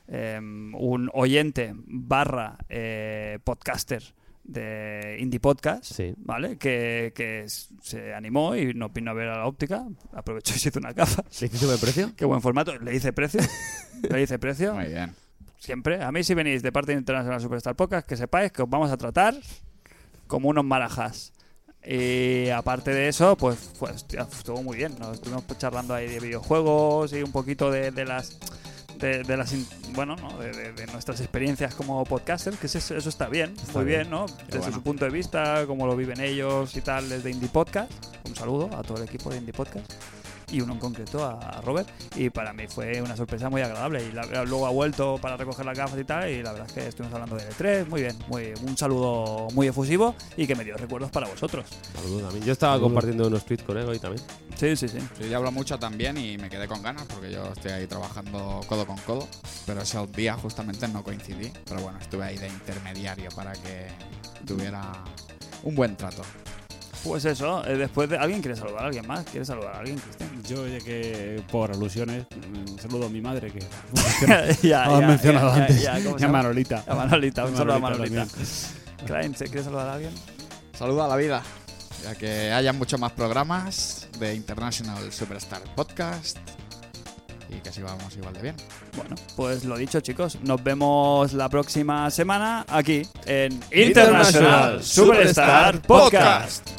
em, un oyente barra eh, podcaster de Indie Podcast,
Sí.
¿vale? Que, que s- se animó y nos vino a ver a la óptica. Aprovechó y se hizo una gafa.
¿Le hiciste buen precio?
Qué buen formato. Le hice
<laughs>
precio. Le hice precio.
Muy bien.
Siempre. A mí si venís de parte de Internacional Superstar Podcast, que sepáis que os vamos a tratar como unos marajas. Y aparte de eso, pues, pues hostia, estuvo muy bien. Nos estuvimos charlando ahí de videojuegos y un poquito de, de las... De, de las in- bueno ¿no? de, de- de nuestras experiencias como podcaster que eso, eso está bien muy bien, no desde
bueno.
su punto de vista cómo lo viven ellos y tal desde Indie Podcast un saludo a todo el equipo de Indie Podcast y uno en concreto a Robert y para mí fue una sorpresa muy agradable y la- luego ha vuelto para recoger las gafas y tal y la verdad es que estuvimos hablando de E3 muy bien muy un saludo muy efusivo y que me dio recuerdos para vosotros
Saludo también. Yo estaba compartiendo unos tweets con él hoy también.
sí sí sí
Sí, yo hablo mucho también y me quedé con ganas porque yo estoy ahí trabajando codo con codo, pero ese día justamente no coincidí. Pero bueno, estuve ahí de intermediario para que tuviera un buen trato.
pues eso eh, después de alguien quiere saludar a alguien más quiere saludar a alguien Cristian
Yo, ya que por alusiones,
mm,
un saludo a mi
<laughs>
madre que
<laughs> ya,
lo has mencionado
ya,
antes.
ya, ¿cómo se
a
llama?
Manolita.
A Manolita, un saludo a Manolita.
también.
Crane, ¿se quiere saludar a alguien?
Saluda a la vida. Ya que haya muchos más programas de International Superstar Podcast y que así vamos igual de bien.
Bueno, pues lo dicho, chicos. Nos vemos la próxima semana aquí en
International Superstar Podcast.